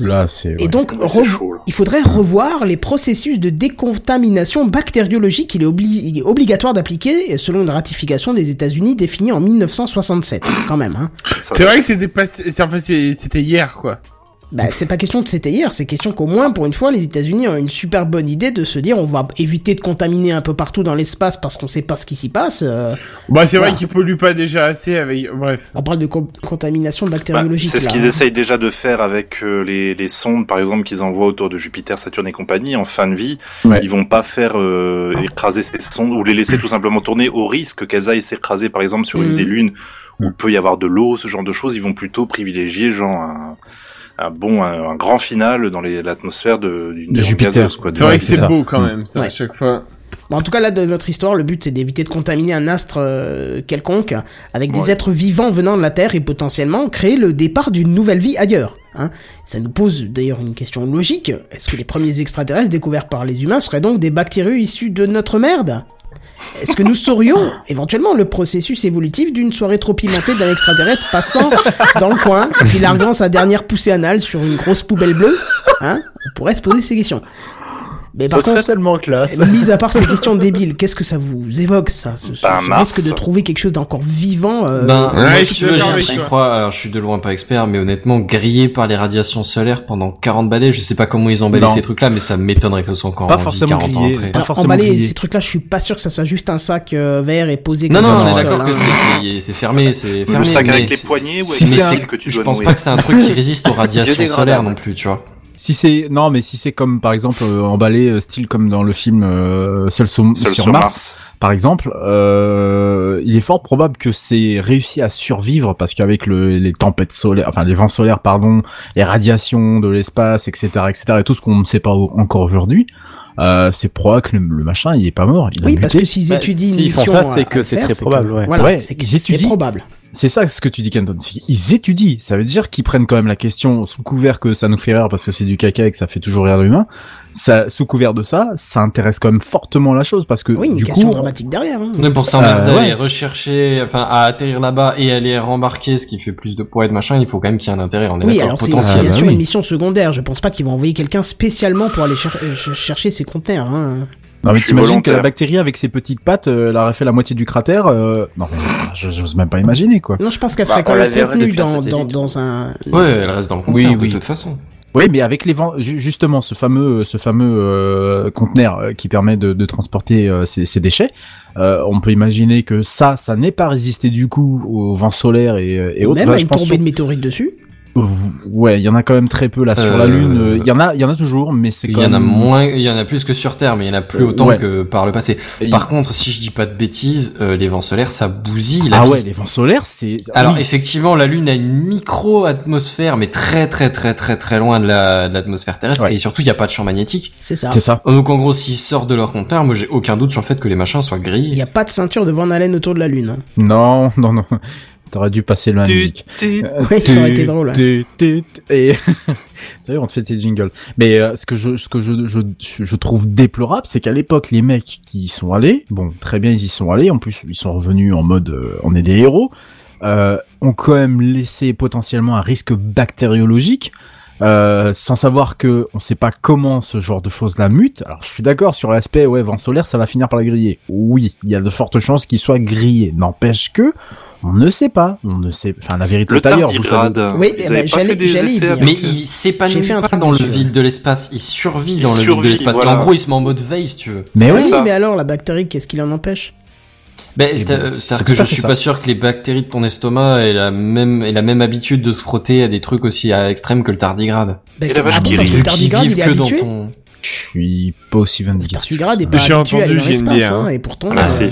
E: Là, c'est.
A: et donc, revo- il faudrait revoir les processus de décontamination bactériologique qu'il est, obli- il est obligatoire d'appliquer selon une ratification des États-Unis définie en 1967, quand même. Hein.
J: C'est vrai que c'était pas, c'est- enfin, c'est- c'était hier, quoi.
A: Bah, c'est pas question de c'était hier, c'est question qu'au moins, pour une fois, les États-Unis ont une super bonne idée de se dire on va éviter de contaminer un peu partout dans l'espace parce qu'on sait pas ce qui s'y passe. euh,
J: Bah, c'est
A: voilà.
J: vrai qu'ils polluent pas déjà assez avec, bref.
A: On parle de co- contamination bactériologique.
L: Bah, C'est ce
A: là,
L: qu'ils
A: hein.
L: essayent déjà de faire avec euh, les, les sondes, par exemple, qu'ils envoient autour de Jupiter, Saturne et compagnie. En fin de vie,
E: Ouais.
L: ils vont pas faire euh, écraser ces sondes ou les laisser tout simplement tourner au risque qu'elles aillent s'écraser, par exemple, sur une
E: Mhm.
L: des lunes où peut y avoir de l'eau, ce genre de choses. Ils vont plutôt privilégier, genre, un, un bon, un, un grand final dans les- l'atmosphère de- d'une
E: De
L: des
E: Jupiter.
L: gazeuse, quoi.
E: C'est vrai que c'est
L: ça.
E: beau, quand
L: Mhm.
E: même,
J: ça, à chaque fois.
A: Bon, Bah, en tout cas, là, de notre histoire, le but, c'est d'éviter de contaminer un astre euh, quelconque avec des
L: Ouais.
A: êtres vivants venant de la Terre et potentiellement créer le départ d'une nouvelle vie ailleurs. Hein. Ça nous pose d'ailleurs une question logique. Est-ce que les premiers extraterrestres découverts par les humains seraient donc des bactéries issues de notre merde Est-ce que nous saurions éventuellement le processus évolutif d'une soirée trop pimentée d'un extraterrestre passant dans le coin, puis larguant sa dernière poussée anale sur une grosse poubelle bleue hein On pourrait se poser ces questions. Mais
F: Ça
A: par
F: serait
A: contre,
F: tellement classe.
A: Eh ben, Mis à part ces questions débiles, qu'est-ce que ça vous évoque, ça Ce, ce-
F: Bah,
D: Ben,
A: ce
D: Mars.
A: risque de trouver quelque chose d'encore vivant euh,
D: Ben,
A: euh,
D: moi,
A: je
D: si
A: suis
D: tu veux,
A: d'accord
D: j'y
A: avec
D: j'y
A: toi.
D: crois. Alors, je suis de loin pas expert, mais honnêtement, grillé par les radiations solaires pendant 40 balais, je sais pas comment ils ont emballé
E: Non.
D: ces trucs-là, mais ça m'étonnerait que ce soit encore
E: Pas
D: en vie
E: forcément
D: 40
E: grillé,
D: ans après.
E: pas
A: Alors, emballer ces trucs-là, je suis pas sûr que ça soit juste un sac euh, vert et posé
D: Non,
A: comme
D: non,
A: ça
D: on est
A: sur le
D: d'accord
A: sol,
D: que
A: hein.
D: c'est- c'est c'est fermé, c'est fermé.
L: sac avec
D: mais
L: les
D: c'est-
L: poignets ou avec
D: si
L: les
D: c'est
L: fils
D: un-
L: que tu
D: Je
L: dois
D: pense
L: nouer.
D: pas que c'est un truc
L: [laughs]
D: qui résiste aux radiations
L: Biodégradable.
D: solaires non plus, tu vois.
E: Si c'est non, mais si c'est comme par exemple euh, emballé euh, style comme dans le film euh, Seul, sur-
L: Seul
E: sur
L: sur
E: Mars,
L: Mars.
E: par exemple, euh, il est fort probable que c'est réussi à survivre parce qu'avec le, les tempêtes solaires, enfin les vents solaires pardon, les radiations de l'espace, etc., etc. et tout ce qu'on ne sait pas au- encore aujourd'hui. Euh, c'est probable que le, le machin il est pas mort. Il a
A: Oui, parce
E: muté.
A: que s'ils
K: Bah,
A: étudient une
K: s'ils font
A: mission
K: ça, c'est
A: à-
K: que
A: à
K: c'est
A: faire,
K: très probable, ouais.
A: Voilà,
E: Ouais,
A: c'est que
E: ils
A: c'est
E: étudient.
A: probable.
E: C'est ça ce que tu dis, Kenton. c'est Ils étudient. Ça veut dire qu'ils prennent quand même la question sous couvert que ça nous fait rire parce que c'est du caca et que ça fait toujours rire l'humain. Ça, sous couvert de ça, ça intéresse quand même fortement la chose parce que
A: Oui, une
E: Euh, du
A: question
E: coup,
A: dramatique derrière. hein.
D: Mais pour s'emmerder
E: Euh,
D: à
E: ouais.
D: aller rechercher, enfin à atterrir là-bas et aller rembarquer ce qui fait plus de poids et de machin, il faut quand même qu'il y ait un intérêt, on est
A: Oui,
D: d'accord,
A: alors c'est une,
D: potentiel.
A: bien sûr une mission secondaire. Je pense pas qu'ils vont envoyer quelqu'un spécialement pour aller cher- euh, ch- chercher ces conteneurs. Hein.
E: non mais
L: suis
E: t'imagines que
L: volontaire.
E: la bactérie avec ses petites pattes, euh, elle aurait fait la moitié du cratère. euh, Non, mais je- j'ose même pas imaginer quoi.
A: Non, je pense qu'elle
F: Bah,
A: serait
F: on
A: quand
F: la
A: même
F: verrait
A: contenue
F: depuis un
A: dans, dans,
F: satellite.
A: dans un.
D: Ouais, elle reste dans le
E: Oui,
D: compteur de
E: oui.
D: toute façon.
E: Oui, mais avec les vents, ju- justement, ce fameux, ce fameux euh, conteneur euh, qui permet de, de transporter euh, ces, ces déchets, euh, on peut imaginer que ça, ça n'est pas résisté du coup aux vents solaires et, euh, et autres.
A: même
E: Là,
A: à
E: je
A: une
E: pense
A: tombée de météorites dessus.
E: sur- Ouais, il y en a quand même très peu là sur
D: Euh,
E: la Lune. euh, Il y en a, il y en a toujours, mais c'est
D: Il
E: quand
D: y en a
E: même-
D: moins, il y en a plus que sur Terre, mais il y en a plus
E: Euh,
D: autant
E: ouais.
D: que par le passé.
E: Et
D: Par
E: il-
D: contre, si je dis pas de bêtises, euh, les vents solaires, ça bousille la
E: Ah
D: vie.
E: ouais, les vents solaires, c'est. ah
D: Alors
E: oui.
D: effectivement, la Lune a une micro-atmosphère, mais très très très très très loin de la- de l'atmosphère terrestre,
E: Ouais.
D: et surtout il n'y a pas de champ magnétique.
A: C'est ça.
E: C'est ça.
D: Donc en gros, s'ils sortent de leur conteneur, moi j'ai aucun doute sur le fait que les machins soient grillés.
A: Il n'y a pas de ceinture de Van Allen autour de la Lune. hein.
E: Non, non, non. T'aurais dû passer le même
A: Tu-
E: musique.
A: tu-
E: Euh,
A: Ouais, ça aurait
E: tu-
A: été drôle, ouais.
E: tu- tu- tu- Et [laughs] d'ailleurs, on te fait tes jingles. Mais euh, ce que je, ce que je, je, je trouve déplorable, c'est qu'à l'époque, les mecs qui y sont allés, bon, très bien, ils y sont allés. En plus, ils sont revenus en mode, euh, on est des héros. Euh, ont quand même laissé potentiellement un risque bactériologique. Euh, sans savoir que on sait pas comment ce genre de choses la mute. Alors je suis d'accord sur l'aspect ouais vent solaire ça va finir par la griller. Oui, il y a de fortes chances qu'il soit grillé. N'empêche que on ne sait pas, on ne sait enfin la vérité
D: Le
E: est ailleurs,
D: tardigrade.
E: vous savez.
D: Oui, eh ben, j'allais- j'allais y venir. Mais il s'épanouit
E: J'ai fait un
D: pas
E: truc
D: dans le
E: dessus,
D: vide
E: ouais.
D: de l'espace, il survit
E: Il
D: dans le vide
E: survit,
D: de l'espace.
E: voilà.
D: En gros, il se met en mode veille, si tu veux.
A: Mais
D: C'est
A: oui,
D: ça.
A: mais alors la bactérie, qu'est-ce qui en empêche
D: Ben,
A: Eh ben,
D: c'est-à-
A: c'est
D: c'est-à-dire que
A: tout
D: je
A: à fait
D: suis
A: ça.
D: pas sûr que les bactéries de ton estomac aient la même, aient la même habitude de se frotter à des trucs aussi euh, extrêmes que le tardigrade.
A: Ben, Et la vache
D: Ah bon,
A: qui
D: parce
A: rit.
D: que
A: Le
D: Vu qu'ils
A: tardigrade,
D: vivent
A: il est
D: que dans
A: habitué
D: ton...
E: Je suis pas aussi vindicatif.
A: Tardigrade est pas habitué
E: J'ai
A: à aller
E: entendu,
A: dans
E: j'ai une
A: l'espace,
E: bière,
A: hein,
E: hein.
A: et pourtant.
E: Ah, si.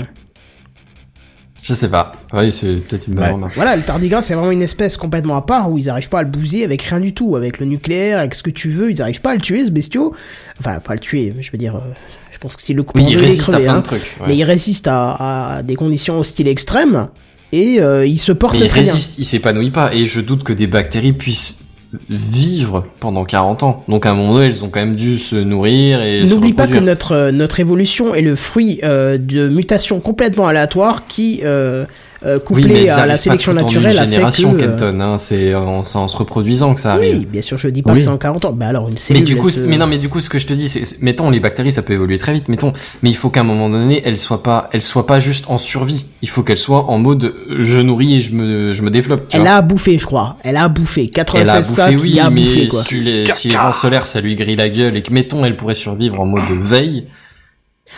D: Je sais pas. Oui, c'est peut-être une bonne remarque.
A: Voilà, le tardigrade, c'est vraiment une espèce complètement à part où ils arrivent pas à le bouser avec rien du tout, avec le nucléaire, avec ce que tu veux, ils arrivent pas à le tuer, ce bestiau. Enfin, pas à le tuer, je veux dire, euh, je pense que s'ils le coupent
D: Oui,
A: en
D: il
A: deux, il est
D: résiste à
A: crevé,
D: plein de
A: hein.
D: trucs, ouais.
A: Mais il résiste à, à des conditions hostiles extrêmes et euh, il se porte
D: Mais il
A: très
D: résiste, il s'épanouit pas. Et je doute que des bactéries puissent vivre pendant 40 ans. Donc à un moment donné, elles ont quand même dû se nourrir et
A: bien.
D: se
A: N'oublie pas que
D: reproduire.
A: notre, euh, notre évolution est le fruit euh, de mutations complètement aléatoires qui, euh, euh,
D: Oui, mais
A: couplées
D: ça
A: à la
D: arrive pas tout
A: sélection
D: en une
A: naturelle, a fait
D: génération,
A: que, euh,
D: Kenton. hein. C'est en, c'est en se reproduisant que ça arrive.
A: oui, bien sûr, je dis pas
D: Oui.
A: que c'est en 40 ans. Bah alors, une
D: Mais
A: cellule,
D: du coup,
A: elle se-
D: mais non, mais du coup, ce que je te dis, c'est- c'est, mettons, les bactéries, ça peut évoluer très vite, mettons. Mais il faut qu'à un moment donné, elles soient pas, elles soient pas juste en survie. Il faut qu'elles soient en mode, euh, je nourris et je me, je me développe. Tu
A: Elle
D: vois.
A: a bouffé, je crois. Elle a bouffé. 96
D: elle a bouffé,
A: sacs,
D: oui,
A: il a
D: mais
A: bouffé, quoi.
D: si les, si les vents solaires, ça lui grille la gueule et que, mettons, elle pourrait survivre en mode veille.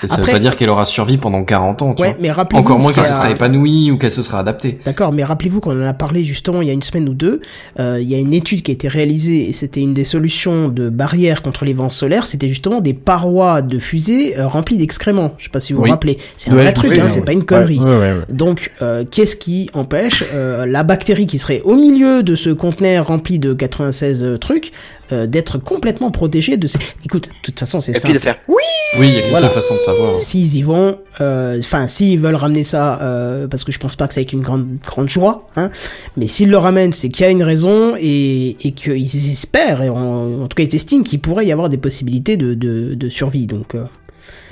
D: Ça veut
A: Après-
D: pas dire qu'elle aura survécu pendant 40 ans, tu
A: Ouais,
D: vois.
A: mais rappelez-vous
D: Encore moins
A: qu'il
D: qu'elle
A: y
D: se
A: a-
D: sera épanouie ou qu'elle se sera adaptée.
A: D'accord, mais rappelez-vous qu'on en a parlé justement il y a une semaine ou deux. Euh, il y a une étude qui a été réalisée et c'était une des solutions de barrière contre les vents solaires. C'était justement des parois de fusées euh, remplies d'excréments. Je sais pas si vous
E: Oui.
A: vous rappelez. C'est un
E: Ouais,
A: vrai
E: je me
A: truc,
E: souviens,
A: hein, c'est
E: ouais.
A: pas une connerie.
E: Ouais, ouais, ouais, ouais.
A: Donc, euh, qu'est-ce qui empêche euh, la bactérie qui serait au milieu de ce conteneur rempli de 96 trucs euh, d'être complètement protégée de ces... Écoute, de toute façon, c'est
F: Et
A: ça.
F: puis de faire
A: Oui
D: Oui, il y a qu'une
A: Voilà.
D: seule façon de savoir. hein.
A: S'ils y vont, euh, enfin s'ils veulent ramener ça, euh, parce que je pense pas que c'est avec une grande grande joie, hein, mais s'ils le ramènent, c'est qu'il y a une raison et, et qu'ils espèrent, et en, en tout cas ils estiment qu'il pourrait y avoir des possibilités de, de, de survie. Donc, euh,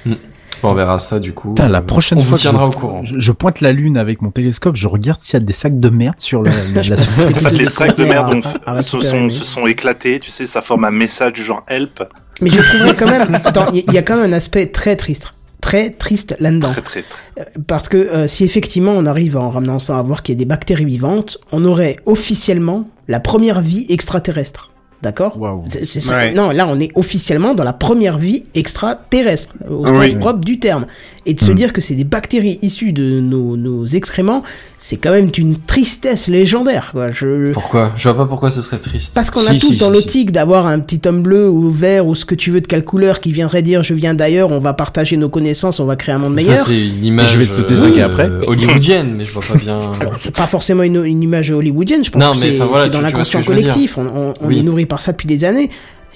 D: Hmm. Bon, on verra ça, du coup.
E: Putain, la prochaine
D: on
E: fois
D: vous
E: que
D: tiendra
E: je,
D: au courant.
E: Je, je pointe la lune avec mon télescope, je regarde s'il y a des sacs de merde sur la,
A: [laughs]
E: la, la
L: En fait, les sacs de merde ont-
A: à
L: se,
A: récupérer,
L: sont, se sont éclatés, tu sais, ça forme un message du genre help.
A: mais je trouverais quand même, attends, il y, il y a quand même un aspect très triste, très triste là-dedans.
L: Très, très, très.
A: Euh, Parce que euh, si effectivement on arrive en ramenant ça à voir qu'il y a des bactéries vivantes, on aurait officiellement la première vie extraterrestre. D'accord C'est- c'est ça.
J: Ouais.
A: Non, là on est officiellement dans la première vie extraterrestre, au sens
J: Oui.
A: propre du terme. Et de se
J: Mm.
A: dire que c'est des bactéries issues de nos, nos excréments, c'est quand même une tristesse légendaire. Quoi. Je...
D: Pourquoi Je vois pas pourquoi ce serait triste.
A: Parce qu'on a tous dans l'optique d'avoir un petit homme bleu ou vert ou ce que tu veux de quelle couleur qui viendrait dire je viens d'ailleurs, on va partager nos connaissances, on va créer un monde meilleur.
D: Ça, c'est une image
E: Et je vais te
D: euh,
E: désinguer après.
D: hollywoodienne, mais je vois
A: [laughs]
D: pas bien.
A: C'est pas forcément une, une image hollywoodienne, je pense
D: Non,
A: que
D: mais
A: c'est
D: enfin, voilà,
A: c'est dans
D: tu- tu vois ce que
A: l'inconscient
D: je veux dire.
A: collectif. On, on- on
D: Oui.
A: est nourri par ça depuis des années.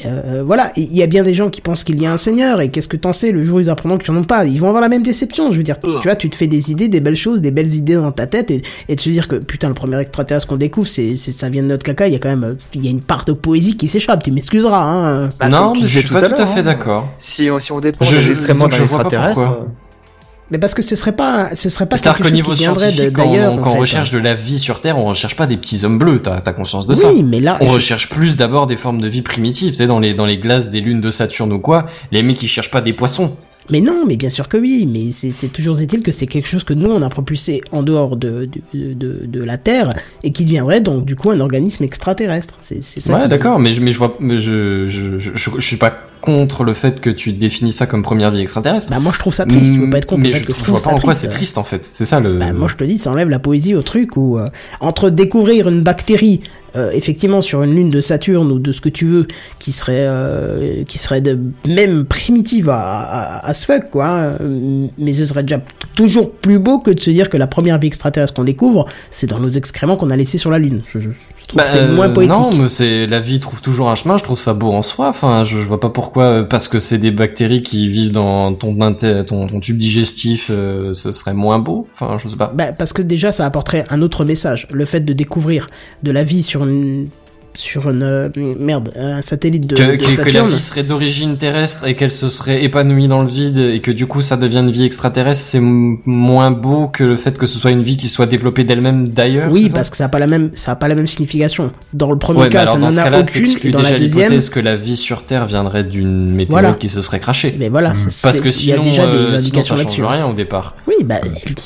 A: Euh, voilà, Et il y a bien des gens qui pensent qu'il y a un seigneur, et qu'est-ce que t'en sais, le jour où ils apprendront qu'ils n'en ont pas, ils vont avoir la même déception, je veux dire, tu vois, tu te fais des idées, des belles choses, des belles idées dans ta tête, et, et de se dire que, putain, le premier extraterrestre qu'on découvre, c'est c'est- ça vient de notre caca, il y a quand même, euh, il y a une part de poésie qui s'échappe, tu m'excuseras, hein.
F: Bah,
D: non,
F: comme tu
D: mais je
F: disais
D: suis pas
F: à
D: tout à
F: l'heure,
D: fait
F: hein.
D: d'accord.
F: Si on, si on dépend
D: Je-
F: des
D: je-
F: extrêmement d'un
D: je vois pas
F: extraterrestre,
D: pourquoi.
F: euh,
A: Mais parce que ce serait pas, ce serait pas
D: C'est-à-dire
A: quelque
D: qu'au
A: chose qui
D: niveau
A: viendrait de-
D: scientifique, quand
A: d'ailleurs,
D: on,
A: en
D: quand on
A: fait.
D: recherche de la vie sur Terre, on recherche pas des petits hommes bleus, t'as as conscience de
A: Oui,
D: ça.
A: mais là,
D: on
A: je-
D: recherche plus d'abord des formes de vie primitives, tu sais, dans les, dans les glaces des lunes de Saturne ou quoi, les mecs ils cherchent pas des poissons.
A: Mais non, mais bien sûr que oui, mais c'est c'est toujours est-il que c'est quelque chose que nous on a propulsé en dehors de, de, de, de la Terre et qui deviendrait donc du coup un organisme extraterrestre. C'est c'est ça.
D: Ouais,
A: qui-
D: d'accord, mais je, mais je vois, mais je, je, je, je, je suis pas contre le fait que tu définis ça comme première vie extraterrestre.
A: Bah, moi je trouve ça triste, je veux pas être contre
D: Mais
A: le fait
D: je,
A: que
D: je vois
A: trouve
D: pas
A: ça
D: en quoi
A: triste.
D: c'est triste en fait. C'est ça le.
A: Bah, moi je te dis, ça enlève la poésie au truc où euh, entre découvrir une bactérie euh, effectivement sur une lune de Saturne ou de ce que tu veux qui serait euh, qui serait de même primitive à, à, à ce fuck quoi. euh, Mais ce serait déjà toujours plus beau que de se dire que la première vie extraterrestre qu'on découvre, c'est dans nos excréments qu'on a laissés sur la lune. Je, je- je trouve
D: Bah,
A: que c'est moins
D: euh,
A: poétique.
D: Non, mais c'est la vie trouve toujours un chemin. Je trouve ça beau en soi. Enfin, je, je vois pas pourquoi euh, parce que c'est des bactéries qui vivent dans ton inté- ton, ton tube digestif, euh, ce serait moins beau. Enfin, je sais pas.
A: Bah, parce que déjà, ça apporterait un autre message. Le fait de découvrir de la vie sur une. sur une. euh, merde, un satellite de.
D: que,
A: de
D: que- que la
A: Saturne.
D: vie serait d'origine terrestre et qu'elle se serait épanouie dans le vide et que du coup ça devienne vie extraterrestre, c'est m- moins beau que le fait que ce soit une vie qui soit développée d'elle-même d'ailleurs.
A: Oui,
D: c'est ça
A: parce que ça n'a pas la même, ça a pas la même signification. Dans le premier
D: Ouais, mais
A: cas,
D: alors
A: ça
D: dans
A: n'en
D: ce
A: a
D: cas-là,
A: aucune.
D: t'exclus
A: Et dans
D: déjà
A: la deuxième,
D: l'hypothèse que la vie sur Terre viendrait d'une météorite
A: Voilà.
D: qui se serait crachée.
A: Mais voilà, c'est-
D: Hmm. parce
A: c'est-
D: que
A: il y a
D: sinon,
A: déjà des
D: euh, sinon
A: indications
D: ça change
A: là-dessus.
D: rien Hmm. au départ.
A: oui, bah,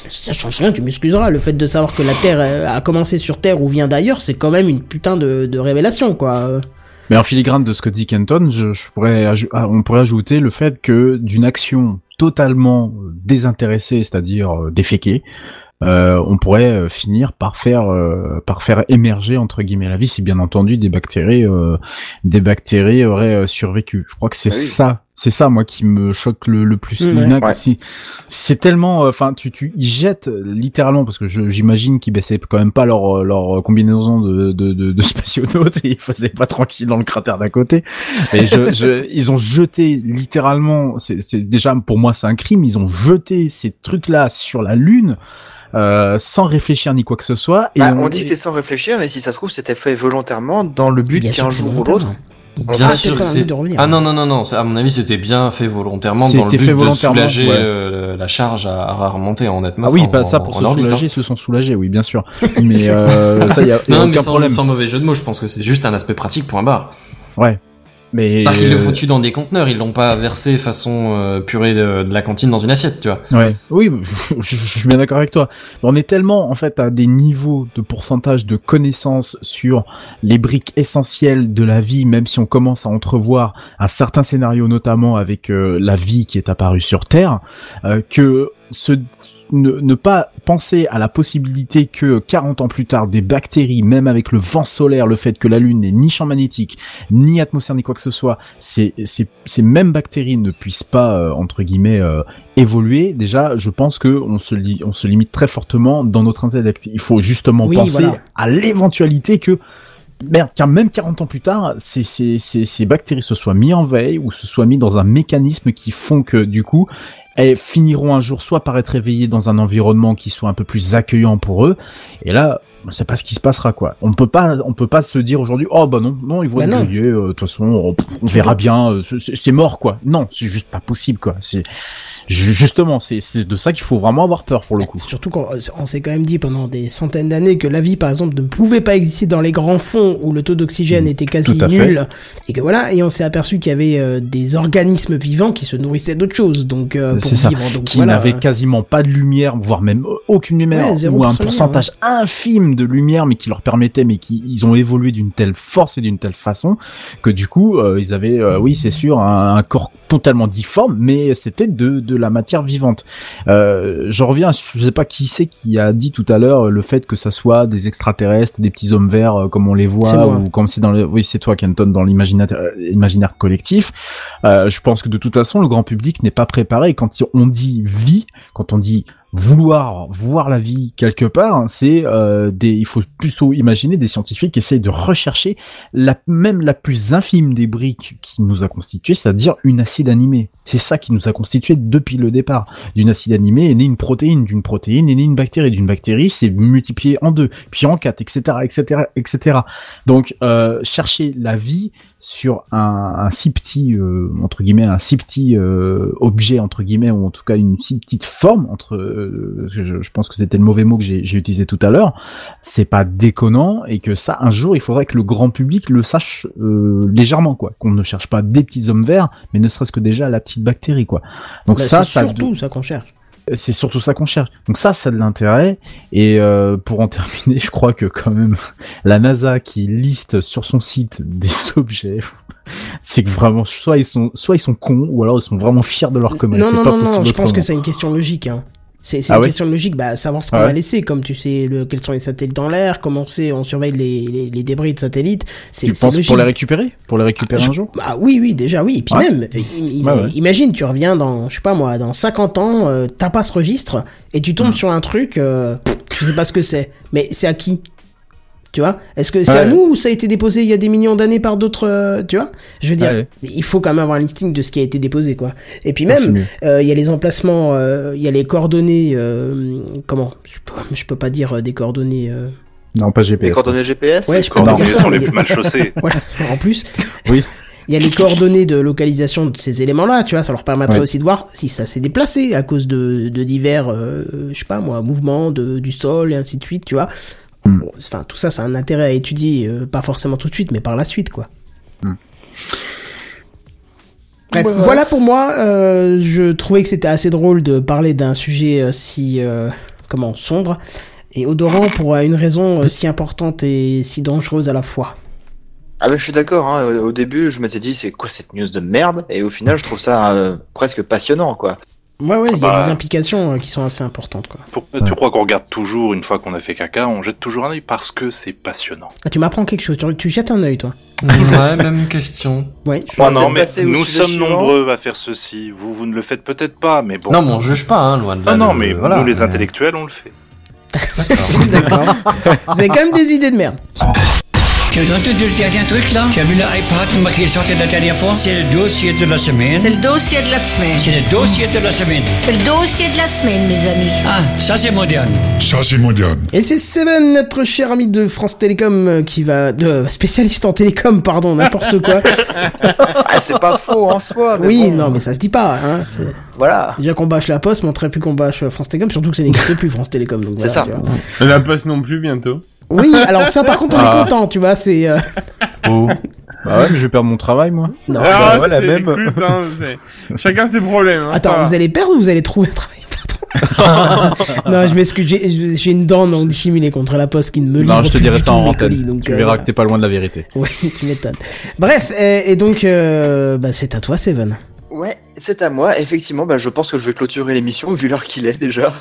A: ça change rien. Tu m'excuseras. Le fait de savoir que la Terre euh, a commencé sur Terre ou vient d'ailleurs, c'est quand même une putain de, de révélation, quoi.
E: Mais en filigrane de ce que dit Kenton, je, je pourrais aj- ah, on pourrait ajouter le fait que d'une action totalement euh, désintéressée, c'est-à-dire euh, déféquée, euh, on pourrait euh, finir par faire euh, par faire émerger entre guillemets la vie si bien entendu des bactéries euh, des bactéries auraient euh, survécu. Je crois que c'est
L: Ah oui.
E: ça, c'est ça moi qui me choque le, le plus.
L: Mmh, ouais.
E: Lina, que
L: Ouais.
E: si- c'est tellement euh, enfin tu tu y jettes euh, littéralement parce que je- j'imagine qu'ils baissaient quand même pas leur euh, leur combinaison de de de, [laughs] de spationautes et ils faisaient pas tranquille dans le cratère d'à côté. Et
F: [laughs]
E: je, je- ils ont jeté littéralement c'est c'est- déjà pour moi c'est un crime, ils ont jeté ces trucs là sur la lune euh, sans réfléchir ni quoi que ce soit
F: Bah, on dit que c'est sans réfléchir, mais si ça se trouve, c'était fait volontairement dans le but qu'un jour ou
A: hein.
F: l'autre. on
D: Bien
F: fasse
D: sûr que
F: quelque
D: c'est.
F: chose.
D: Ah non, non, non, non. c'est- À mon avis, c'était bien fait volontairement dans le
E: C'était
D: but
E: fait
D: de
E: volontairement,
D: soulager
E: ouais.
D: euh, la charge à, à remonter en
E: Ah
D: atmosphère.
E: oui, pas
D: en-
E: ça pour
D: en
E: se
D: orbite,
E: soulager, ils
D: hein.
E: se sont soulagés, oui, bien
F: [laughs]
E: sûr. Mais euh, ça, il y a, y a
D: non, mais
E: aucun
D: sans,
E: problème.
D: sans mauvais jeu de mots, je pense que c'est juste un aspect pratique, point barre.
E: Ouais. Mais
D: Parce qu'ils l'ont foutu dans des conteneurs, ils l'ont pas versé façon euh, purée de, de la cantine dans une assiette, tu vois.
E: Ouais. [laughs] Oui, je, je suis bien d'accord avec toi. Mais on est tellement en fait à des niveaux de pourcentage de connaissances sur les briques essentielles de la vie, même si on commence à entrevoir un certain scénario, notamment avec euh, la vie qui est apparue sur Terre, euh, que ce ne, ne pas penser à la possibilité que 40 ans plus tard, des bactéries, même avec le vent solaire, le fait que la Lune n'ait ni champ magnétique, ni atmosphère, ni quoi que ce soit, ces, ces, ces mêmes bactéries ne puissent pas, euh, entre guillemets, euh, évoluer, déjà, je pense que on se, li- on se limite très fortement dans notre intellect. Il faut justement
A: Oui,
E: penser
A: voilà.
E: à l'éventualité que Merde, car même 40 ans plus tard, ces, ces, ces, ces bactéries se soient mis en veille ou se soient mis dans un mécanisme qui font que, du coup, elles finiront un jour soit par être éveillées dans un environnement qui soit un peu plus accueillant pour eux. Et là, on sait pas ce qui se passera, quoi. On peut pas, on peut pas se dire aujourd'hui, oh bah non, non, ils vont
A: Bah
E: être
A: non.
E: grillés, euh, de toute façon, on, on verra bien, euh, c'est- c'est c'est mort, quoi. Non, c'est juste pas possible, quoi. C'est, ju- justement, c'est c'est de ça qu'il faut vraiment avoir peur, pour le coup.
A: Surtout qu'on on s'est quand même dit pendant des centaines d'années que la vie, par exemple, ne pouvait pas exister dans les grands fonds où le taux d'oxygène était quasi
E: Mm. tout à fait.
A: nul. Et que voilà, et on s'est aperçu qu'il y avait euh, des organismes vivants qui se nourrissaient d'autres choses. Donc, euh, pour
E: C'est ça.
A: vivre. Donc,
E: qui
A: voilà.
E: n'avait quasiment pas de lumière, voire même aucune lumière,
A: Ouais, hein. 0%
E: ou
A: de
E: un
A: lumière,
E: pourcentage infime de lumière, mais qui leur permettait, mais qui ils ont évolué d'une telle force et d'une telle façon que du coup euh, ils avaient, euh, oui c'est sûr, un, un corps totalement difforme, mais c'était de, de la matière vivante. Euh, je reviens, je sais pas qui c'est qui a dit tout à l'heure le fait que ça soit des extraterrestres, des petits hommes verts euh, comme on les
A: C'est
E: voit,
A: moi.
E: ou comme c'est dans le, oui c'est toi Kenton dans l'imaginaire euh, imaginaire collectif. Euh, je pense que de toute façon le grand public n'est pas préparé quand on dit vie, quand on dit vouloir voir la vie quelque part, hein, c'est euh, des il faut plutôt imaginer des scientifiques qui essayent de rechercher la même la plus infime des briques qui nous a constitué, c'est-à-dire une acide animée. C'est ça qui nous a constitué depuis le départ. D'une acide animée est née une protéine, d'une protéine est née une bactérie, d'une bactérie c'est multiplié en deux, puis en quatre, etc., etc., etc. Donc euh, chercher la vie sur un, un si petit euh, entre guillemets un si petit euh, objet entre guillemets ou en tout cas une si petite forme entre euh, je, je pense que c'était le mauvais mot que j'ai j'ai utilisé tout à l'heure c'est pas déconnant et que ça un jour il faudrait que le grand public le sache euh, légèrement quoi qu'on ne cherche pas des petits hommes verts mais ne serait-ce que déjà la petite bactérie quoi donc
A: Bah,
E: ça
A: c'est
E: ça
A: surtout ça qu'on cherche.
E: c'est surtout ça qu'on cherche. Donc ça, ça a de l'intérêt. Et euh, pour en [laughs] terminer, je crois que quand même [laughs] la NASA qui liste sur son site [laughs] des objets, c'est que vraiment soit ils sont soit ils sont cons ou alors ils sont vraiment fiers de leur connerie.
A: Non,
E: C'est
A: non,
E: pas
A: non, non,
E: possible
A: je pense
E: autrement.
A: que c'est une question logique. hein. C'est c'est
E: Ah
A: une
E: ouais
A: question de logique, bah, savoir ce qu'on
E: Ah ouais.
A: va laisser, comme tu sais le, quels sont les satellites dans l'air, comment on sait, on surveille les, les, les débris de satellites. C'est
E: Tu
A: c'est
E: penses
A: logique.
E: pour les récupérer Pour les récupérer un jour
A: Bah oui, oui, déjà, oui. Et puis
E: Ouais.
A: même, i- i-
E: Ouais, ouais.
A: imagine, tu reviens dans, je sais pas moi, dans 50 ans, euh, t'as pas ce registre, et tu tombes
E: Mm.
A: sur un truc, euh, pff, tu sais pas ce que c'est. Mais c'est à qui Tu vois Est-ce que c'est à
E: Ouais.
A: nous ou ça a été déposé il y a des millions d'années par d'autres, euh, tu vois Je veux dire,
E: Ouais.
A: il faut quand même avoir un listing de ce qui a été déposé, quoi. Et puis
E: Ah, c'est
A: même,
E: mieux.
A: euh, il y a les emplacements, euh, il y a les coordonnées, euh, comment je peux, je peux pas dire euh, des coordonnées... euh,
E: Non, pas GPS.
F: Les coordonnées GPS
A: Ouais, je peux pas dire ça,
L: sont les
A: mais-
L: plus mal chaussées.
A: voilà. En plus,
E: Oui.
A: il y a les coordonnées de localisation de ces éléments-là, tu vois, ça leur permettrait
E: Ouais.
A: aussi de voir si ça s'est déplacé à cause de, de divers, euh, je sais pas moi, mouvements de, du sol et ainsi de suite, tu vois. Bon, c'est- Enfin, tout ça, c'est un intérêt à étudier, euh, pas forcément tout de suite, mais par la suite, quoi. Bref, voilà pour moi. euh, je trouvais que c'était assez drôle de parler d'un sujet euh, si euh, comment sombre et odorant pour euh, une raison euh, si importante et si dangereuse à la fois.
F: Ah bah, je suis d'accord, hein. au au début je m'étais dit c'est quoi cette news de merde et au final je trouve ça euh, presque passionnant quoi.
A: Ouais, ouais, il y a
L: Bah.
A: des implications euh, qui sont assez importantes, quoi.
L: Pourquoi tu crois qu'on regarde toujours une fois qu'on a fait caca On jette toujours un œil parce que c'est passionnant.
A: Ah, tu m'apprends quelque chose, tu, tu jettes un œil, toi.
D: Ouais, même question.
E: [laughs]
A: Ouais.
L: Oh
F: peut
L: non,
F: peut-être
L: mais
F: passer au
L: nous
F: sujet
L: sommes
F: suivant.
L: nombreux à faire ceci. Vous, vous ne le faites peut-être pas, mais bon.
D: [laughs] Non, mais on juge pas, hein, loin de là.
L: Ah non,
D: le-
L: mais
D: voilà.
L: nous, les intellectuels, on le fait.
E: [laughs]
A: D'accord. Vous avez quand même des idées de merde.
H: Tu as entendu le dernier truc là Tu as vu le iPad qui est sorti la dernière fois C'est le dossier de la semaine.
G: C'est le dossier de la semaine.
H: C'est le dossier de la semaine.
G: C'est le dossier de la semaine, mes amis.
H: Ah, ça c'est moderne.
M: Ça, c'est moderne.
A: Et c'est Seven, notre cher ami de France Télécom, euh, qui va, de spécialiste en télécom, pardon, n'importe
E: [laughs]
A: quoi.
F: Ah, c'est pas faux en soi. Mais
A: oui,
F: bon,
A: non, mais ça se dit pas. Hein. c'est-
F: Voilà.
A: Déjà qu'on bâche la Poste, mais on ne plus qu'on bâche euh, France Télécom, surtout que ça n'existe plus France Télécom. donc
F: C'est
A: voilà,
F: ça.
A: tu vois.
J: La poste non plus bientôt.
A: Oui, alors ça, par contre, on
E: Ah.
A: est content, tu vois. C'est euh,
E: [laughs] Oh. Bah ouais, mais je vais perdre mon travail, moi.
A: Non.
J: Ah,
E: Bah ouais, la
J: c'est-
E: même.
J: écoute, hein, c'est- Chacun ses problèmes. hein, ça
A: Attends,
J: va.
A: vous allez perdre ou vous allez trouver un travail
E: [laughs]
A: Pardon. Non, je m'excuse, j'ai j'ai une dent non dissimulée contre la Poste qui ne me livre
E: Non, je te
A: plus
E: dirai
A: du
E: ça
A: tout
E: en
A: mes colis,
E: antenne.
A: donc,
E: Tu
A: euh,
E: verras que t'es pas loin de la vérité.
A: Oui, [laughs] tu m'étonnes. Bref, et, et donc, euh, bah, c'est à toi, Seven.
F: Ouais, c'est à moi. Effectivement, bah, je pense que je vais clôturer l'émission vu l'heure qu'il est déjà.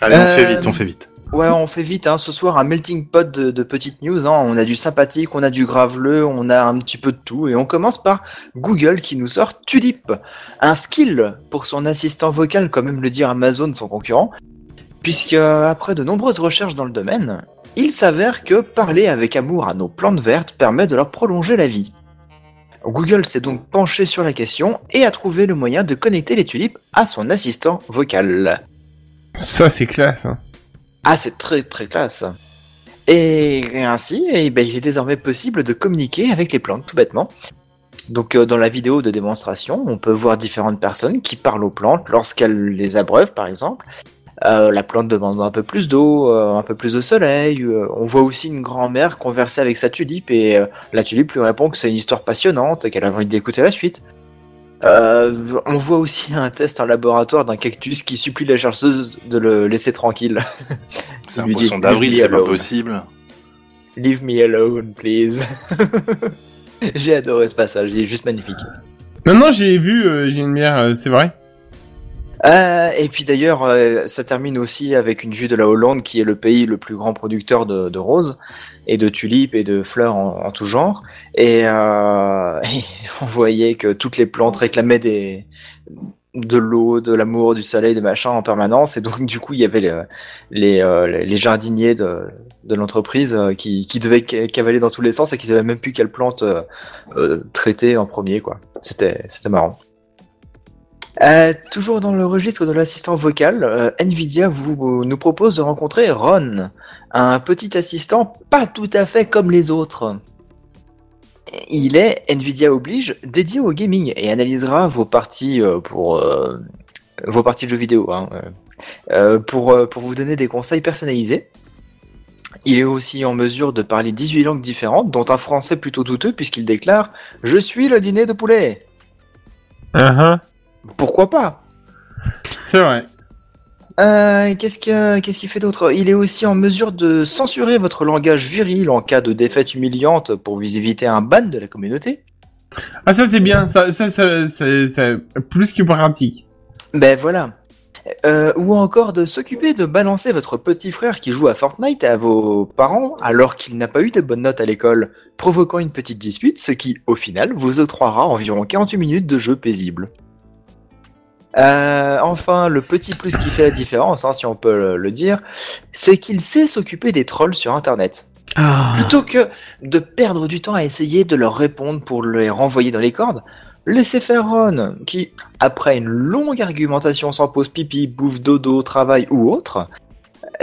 L: Allez, on
F: Euh,
L: fait vite, on fait vite.
F: Ouais, on fait vite. Hein. Ce soir, un melting pot de, de petites news. Hein. On a du sympathique, on a du graveleux, on a un petit peu de tout. Et on commence par Google qui nous sort Tulip, un skill pour son assistant vocal, comme même le dire Amazon, son concurrent. Puisque, euh, après de nombreuses recherches dans le domaine, il s'avère que parler avec amour à nos plantes vertes permet de leur prolonger la vie. Google s'est donc penché sur la question et a trouvé le moyen de connecter les tulipes à son assistant vocal.
J: Ça c'est classe. hein.
F: Ah, c'est très très classe. Et ainsi, eh ben, il est désormais possible de communiquer avec les plantes, tout bêtement. Donc euh, dans la vidéo de démonstration, on peut voir différentes personnes qui parlent aux plantes lorsqu'elles les abreuvent, par exemple. Euh, la plante demande un peu plus d'eau, euh, un peu plus de soleil. euh, on voit aussi une grand-mère converser avec sa tulipe et euh, la tulipe lui répond que c'est une histoire passionnante et qu'elle a envie d'écouter la suite. Euh, on voit aussi un test en laboratoire d'un cactus qui supplie la chercheuse de le laisser tranquille.
L: C'est
F: Il
L: un
F: lui dit,
L: poisson d'avril,
F: Leave me
L: c'est pas
F: alone.
L: possible.
F: Leave me alone, please. [laughs] J'ai adoré ce passage, il est juste magnifique.
J: Maintenant j'ai vu, euh, j'ai une bière, euh, c'est vrai.
F: Euh, et puis d'ailleurs, euh, ça termine aussi avec une vue de la Hollande, qui est le pays le plus grand producteur de, de roses et de tulipes et de fleurs en, en tout genre. Et euh, [laughs] on voyait que toutes les plantes réclamaient des de l'eau, de l'amour, du soleil, des machins en permanence. Et donc du coup, il y avait le- les, euh, les, les jardiniers de, de l'entreprise euh, qui, qui devaient ca- cavaler dans tous les sens et qui savaient même plus quelle plante euh, euh, traiter en premier. quoi. C'était c'était marrant. Euh, toujours dans le registre de l'assistant vocal, euh, Nvidia vous, nous propose de rencontrer Ron, un petit assistant pas tout à fait comme les autres. Il est, Nvidia oblige, dédié au gaming et analysera vos parties euh, pour euh, vos parties de jeux vidéo hein, euh, euh, pour, euh, pour vous donner des conseils personnalisés. Il est aussi en mesure de parler 18 langues différentes, dont un français plutôt douteux puisqu'il déclare « Je suis le dîner de poulet
J: Uh-huh, !»
F: Pourquoi pas
J: C'est vrai.
F: Euh, qu'est-ce que- qu'est-ce qu'il fait d'autre Il est aussi en mesure de censurer votre langage viril en cas de défaite humiliante pour vous éviter un ban de la communauté.
J: Ah ça c'est bien, ça, ça, ça, ça, ça- plus que pratique.
F: Ben voilà. euh, ou encore de s'occuper de balancer votre petit frère qui joue à Fortnite à vos parents alors qu'il n'a pas eu de bonnes notes à l'école, provoquant une petite dispute, ce qui, au final, vous octroiera environ 48 minutes de jeu paisible. Euh, enfin, le petit plus qui fait la différence, hein, si on peut le- le dire, c'est qu'il sait s'occuper des trolls sur Internet.
A: Ah.
F: Plutôt que de perdre du temps à essayer de leur répondre pour les renvoyer dans les cordes, laissez faire Ron, qui, après une longue argumentation sans pause pipi, bouffe dodo, travail ou autre,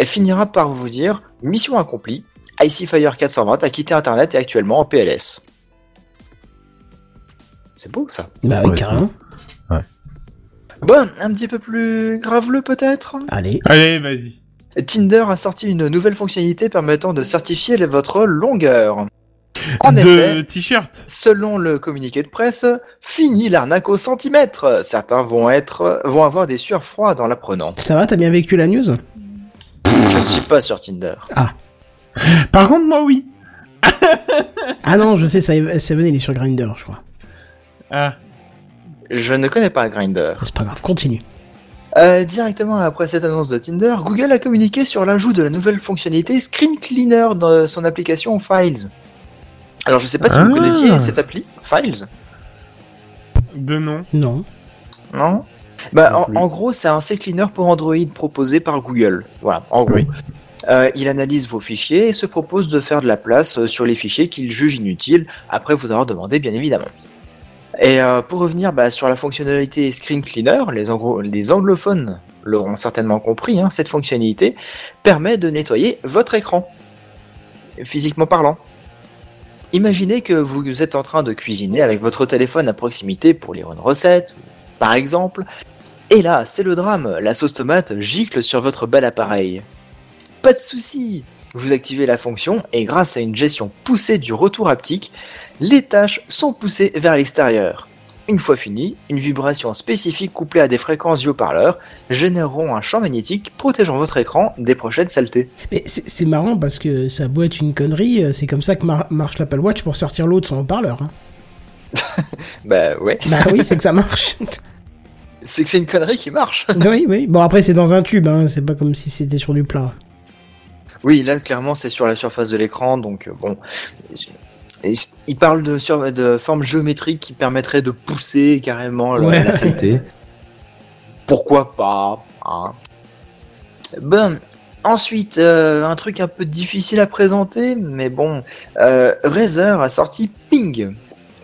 F: finira par vous dire mission accomplie, Icy Fire 420 a quitté Internet et est actuellement en PLS. C'est beau ça.
A: Bah,
F: Ouais,
A: carrément.
F: Bon, un petit peu plus graveleux peut-être
A: Allez.
J: Allez, vas-y.
F: Tinder a sorti une nouvelle fonctionnalité permettant de certifier la- votre longueur. En
J: De
F: effet,
J: t-shirt.
F: Selon le communiqué de presse, fini l'arnaque au centimètre. Certains vont être, vont avoir des sueurs froides en l'apprenant.
A: Ça va, t'as bien vécu la news
F: Je ne suis pas sur Tinder.
J: Par contre, moi, oui.
A: Ah non, je sais, ça- Seven, il est sur Grinder, je crois.
J: Ah.
F: Je ne connais pas Grinder.
A: C'est pas grave, continue.
F: Euh, directement après cette annonce de Tinder, Google a communiqué sur l'ajout de la nouvelle fonctionnalité Screen Cleaner dans son application Files. Alors je sais pas si vous
J: Ah.
F: connaissiez cette appli, Files.
J: De nom.
A: Non.
F: Non Bah, en, en gros, c'est un C-Cleaner pour Android proposé par Google. Voilà, en gros. Euh, il analyse vos fichiers et se propose de faire de la place euh, sur les fichiers qu'il juge inutiles après vous avoir demandé, bien évidemment. Et euh, pour revenir bah, sur la fonctionnalité Screen Cleaner, les, anglo- les anglophones l'auront certainement compris, hein, cette fonctionnalité permet de nettoyer votre écran, physiquement parlant. Imaginez que vous êtes en train de cuisiner avec votre téléphone à proximité pour lire une recette, par exemple, et là, c'est le drame, la sauce tomate gicle sur votre bel appareil. Pas de souci, vous activez la fonction et grâce à une gestion poussée du retour haptique, les tâches sont poussées vers l'extérieur. Une fois fini, une vibration spécifique couplée à des fréquences du haut-parleur généreront un champ magnétique protégeant votre écran des prochaines saletés.
A: Mais c'est c'est marrant parce que ça doit être une connerie, euh, c'est comme ça que mar- marche l'Apple Watch pour sortir l'autre sans haut-parleur. hein.
F: Bah ouais.
A: Bah oui, c'est que ça marche.
F: C'est que c'est une connerie qui marche.
A: [laughs] oui, oui. Bon, après, c'est dans un tube, hein, c'est pas comme si c'était sur du plat.
F: Oui, là, clairement, c'est sur la surface de l'écran, donc euh, bon. je- et je- Il parle de, sur... de formes géométriques qui permettraient de pousser carrément le-
A: Ouais.
F: la saleté. Pourquoi pas hein. Bon, ensuite, euh, un truc un peu difficile à présenter, mais bon. Euh, Razer a sorti Ping,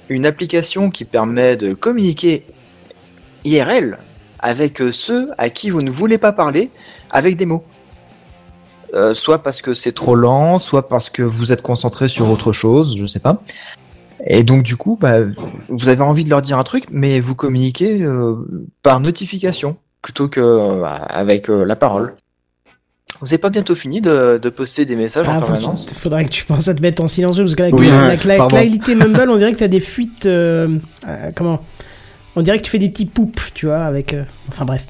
F: une application qui permet de communiquer IRL avec euh, ceux à qui vous ne voulez pas parler avec des mots. Euh, soit parce que c'est trop lent, soit parce que vous êtes concentré sur autre chose, je sais pas. Et donc du coup, bah, vous avez envie de leur dire un truc, mais vous communiquez euh, par notification plutôt que euh, avec euh, la parole. Vous n'avez pas bientôt fini de, de poster des messages en
A: Ah, faut-
F: permanence
A: faudrait que tu penses à te mettre en silencieux parce qu'avec
F: Oui,
A: la-
F: ouais,
A: avec la- avec
F: pardon.
A: la LIT Mumble, on dirait que t'as des fuites. euh, euh, comment On dirait que tu fais des petits poups, tu vois, avec. euh, enfin bref.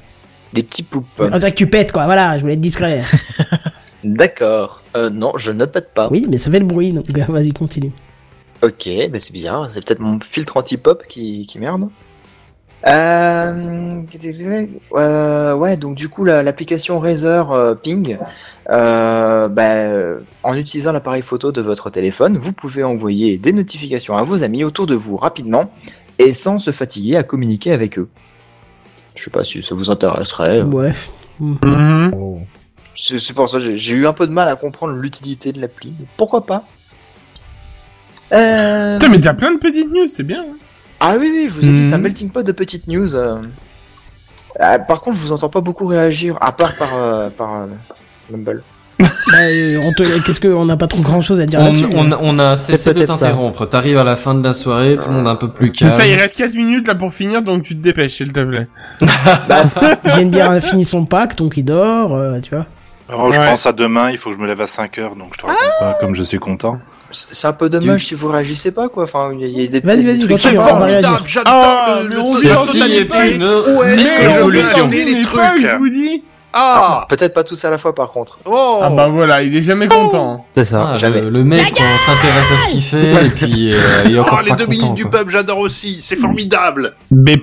F: Des petits poupes.
A: On dirait que tu pètes, quoi, voilà, je voulais être discret.
F: D'accord. Euh, non, je ne pète
D: Ah.
F: pas.
A: oui, mais ça fait le bruit, donc euh, vas-y, continue.
F: Ok, mais c'est bizarre. C'est peut-être mon filtre anti-pop qui, qui merde. Euh, euh, ouais, donc du coup, la- l'application Razer euh, Ping, euh, bah, euh, en utilisant l'appareil photo de votre téléphone, vous pouvez envoyer des notifications à vos amis autour de vous rapidement et sans se fatiguer à communiquer avec eux. Je sais pas si ça vous intéresserait.
A: Ouais.
D: Mhm.
F: C'est c'est pour ça que j'ai- j'ai eu un peu de mal à comprendre l'utilité de l'appli. mais Pourquoi pas Euh,
J: Putain, mais t'as plein de petites news, c'est bien. hein.
F: Ah oui, oui, je vous ai dit, c'est
A: Hmm.
F: un melting pot de petites news. euh. Ah, par contre, je vous entends pas beaucoup réagir, à part par, euh, par euh, Mumble.
A: Bah, euh, on te- Qu'est-ce qu'on n'a pas trop grand chose à dire
D: On,
A: là-dessus
D: on,
A: hein.
D: on a
A: C'est
D: cessé de
A: peut-être ça.
D: t'interrompre. T'arrives à la fin de la soirée, tout le monde est un peu plus
J: C'est
D: calme.
J: ça, il reste 4 minutes là pour finir, donc tu te dépêches, s'il te plaît.
A: Il vient de bien finir son pack, donc il dort, euh, tu vois.
I: Oh,
L: Alors, Oh, je
J: Ouais.
L: pense à demain, il faut que je me lève à 5 heures, donc je te raconte pas comme je suis content.
F: C'est c'est un peu dommage si vous réagissez pas, quoi. Enfin, il y a- il y a des,
A: Vas-y,
F: des
A: vas-y,
F: trucs
A: continue, on va réagir.
I: J'adore
J: Ah,
I: le,
J: mais
I: le
J: on
I: sens
D: Ceci
I: de
D: est
I: l'humanité.
D: une
I: Où est-ce que je veux
J: révolution.
I: acheter les
J: Mais pas,
I: trucs
J: je vous dis.
I: Ah
F: Peut-être pas tous à la fois, par contre.
I: Oh
J: Ah bah voilà, il est jamais content. hein.
K: C'est ça.
D: Ah, le, le mec, on s'intéresse à ce qu'il fait, et puis euh, il est encore
I: Oh, les
D: pas
I: deux
D: content,
I: minutes du
D: quoi.
I: peuple, j'adore aussi, c'est formidable
J: Mais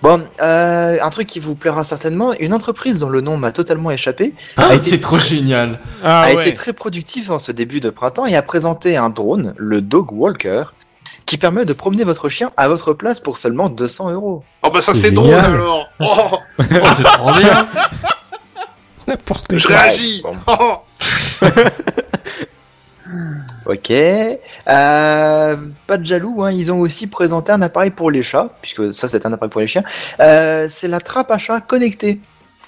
F: Bon, euh, un truc qui vous plaira certainement, une entreprise dont le nom m'a totalement échappé
D: Ah,
F: a été
D: c'est trop génial.
J: Ah,
F: a été Ah, très productive en ce début de printemps et a présenté un drone, le Dog Walker, qui permet de promener votre chien à votre place pour seulement 200 euros.
I: Oh bah ça c'est
F: Génial.
I: drôle alors Oh,
D: c'est trop bien
A: N'importe
I: Je
F: quoi.
I: réagis
F: Ouais,
I: Oh.
F: Ok. Euh, pas de jaloux, hein. ils ont aussi présenté un appareil pour les chats, puisque ça c'est un appareil pour les chiens. Euh, c'est la trappe à chat connectée.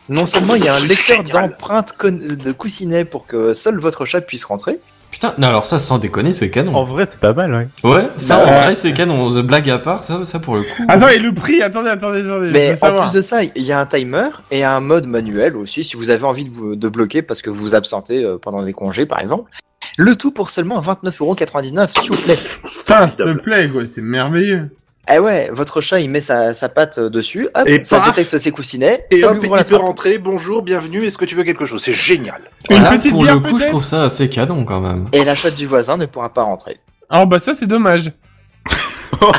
F: Non seulement il y a un
D: C'est
F: lecteur d'empreintes con- de coussinet pour que seul votre chat puisse rentrer.
D: Putain, non, alors ça, sans déconner, c'est canon.
K: En vrai, c'est pas mal, ouais.
D: Ouais, ça,
F: Bah,
D: en
F: ouais.
D: vrai, c'est canon. The blague à part, ça, ça pour le coup.
J: Attends, et le prix Attendez, attendez, attendez. je
F: Mais
J: veux
F: en
J: savoir.
F: plus de ça, il y a un timer et un mode manuel aussi si vous avez envie de, vous- de bloquer parce que vous vous absentez euh, pendant des congés par exemple. Le tout pour seulement 29,99€, s'il vous plaît.
J: Putain, s'il te plaît, quoi, c'est merveilleux.
F: Eh ouais, votre chat il met sa, sa patte euh, dessus, hop,
I: Et
F: ça
I: paf
F: détecte ses coussinets,
I: Et
F: ça
I: hop,
F: lui ouvre la
I: il peut
F: trappe.
I: rentrer, bonjour, bienvenue, est-ce que tu veux quelque chose C'est génial
D: Voilà, pour le coup, je trouve ça assez canon quand même.
F: Et la chatte du voisin ne pourra pas rentrer.
J: Alors bah ça
D: [laughs]
J: c'est dommage. [laughs]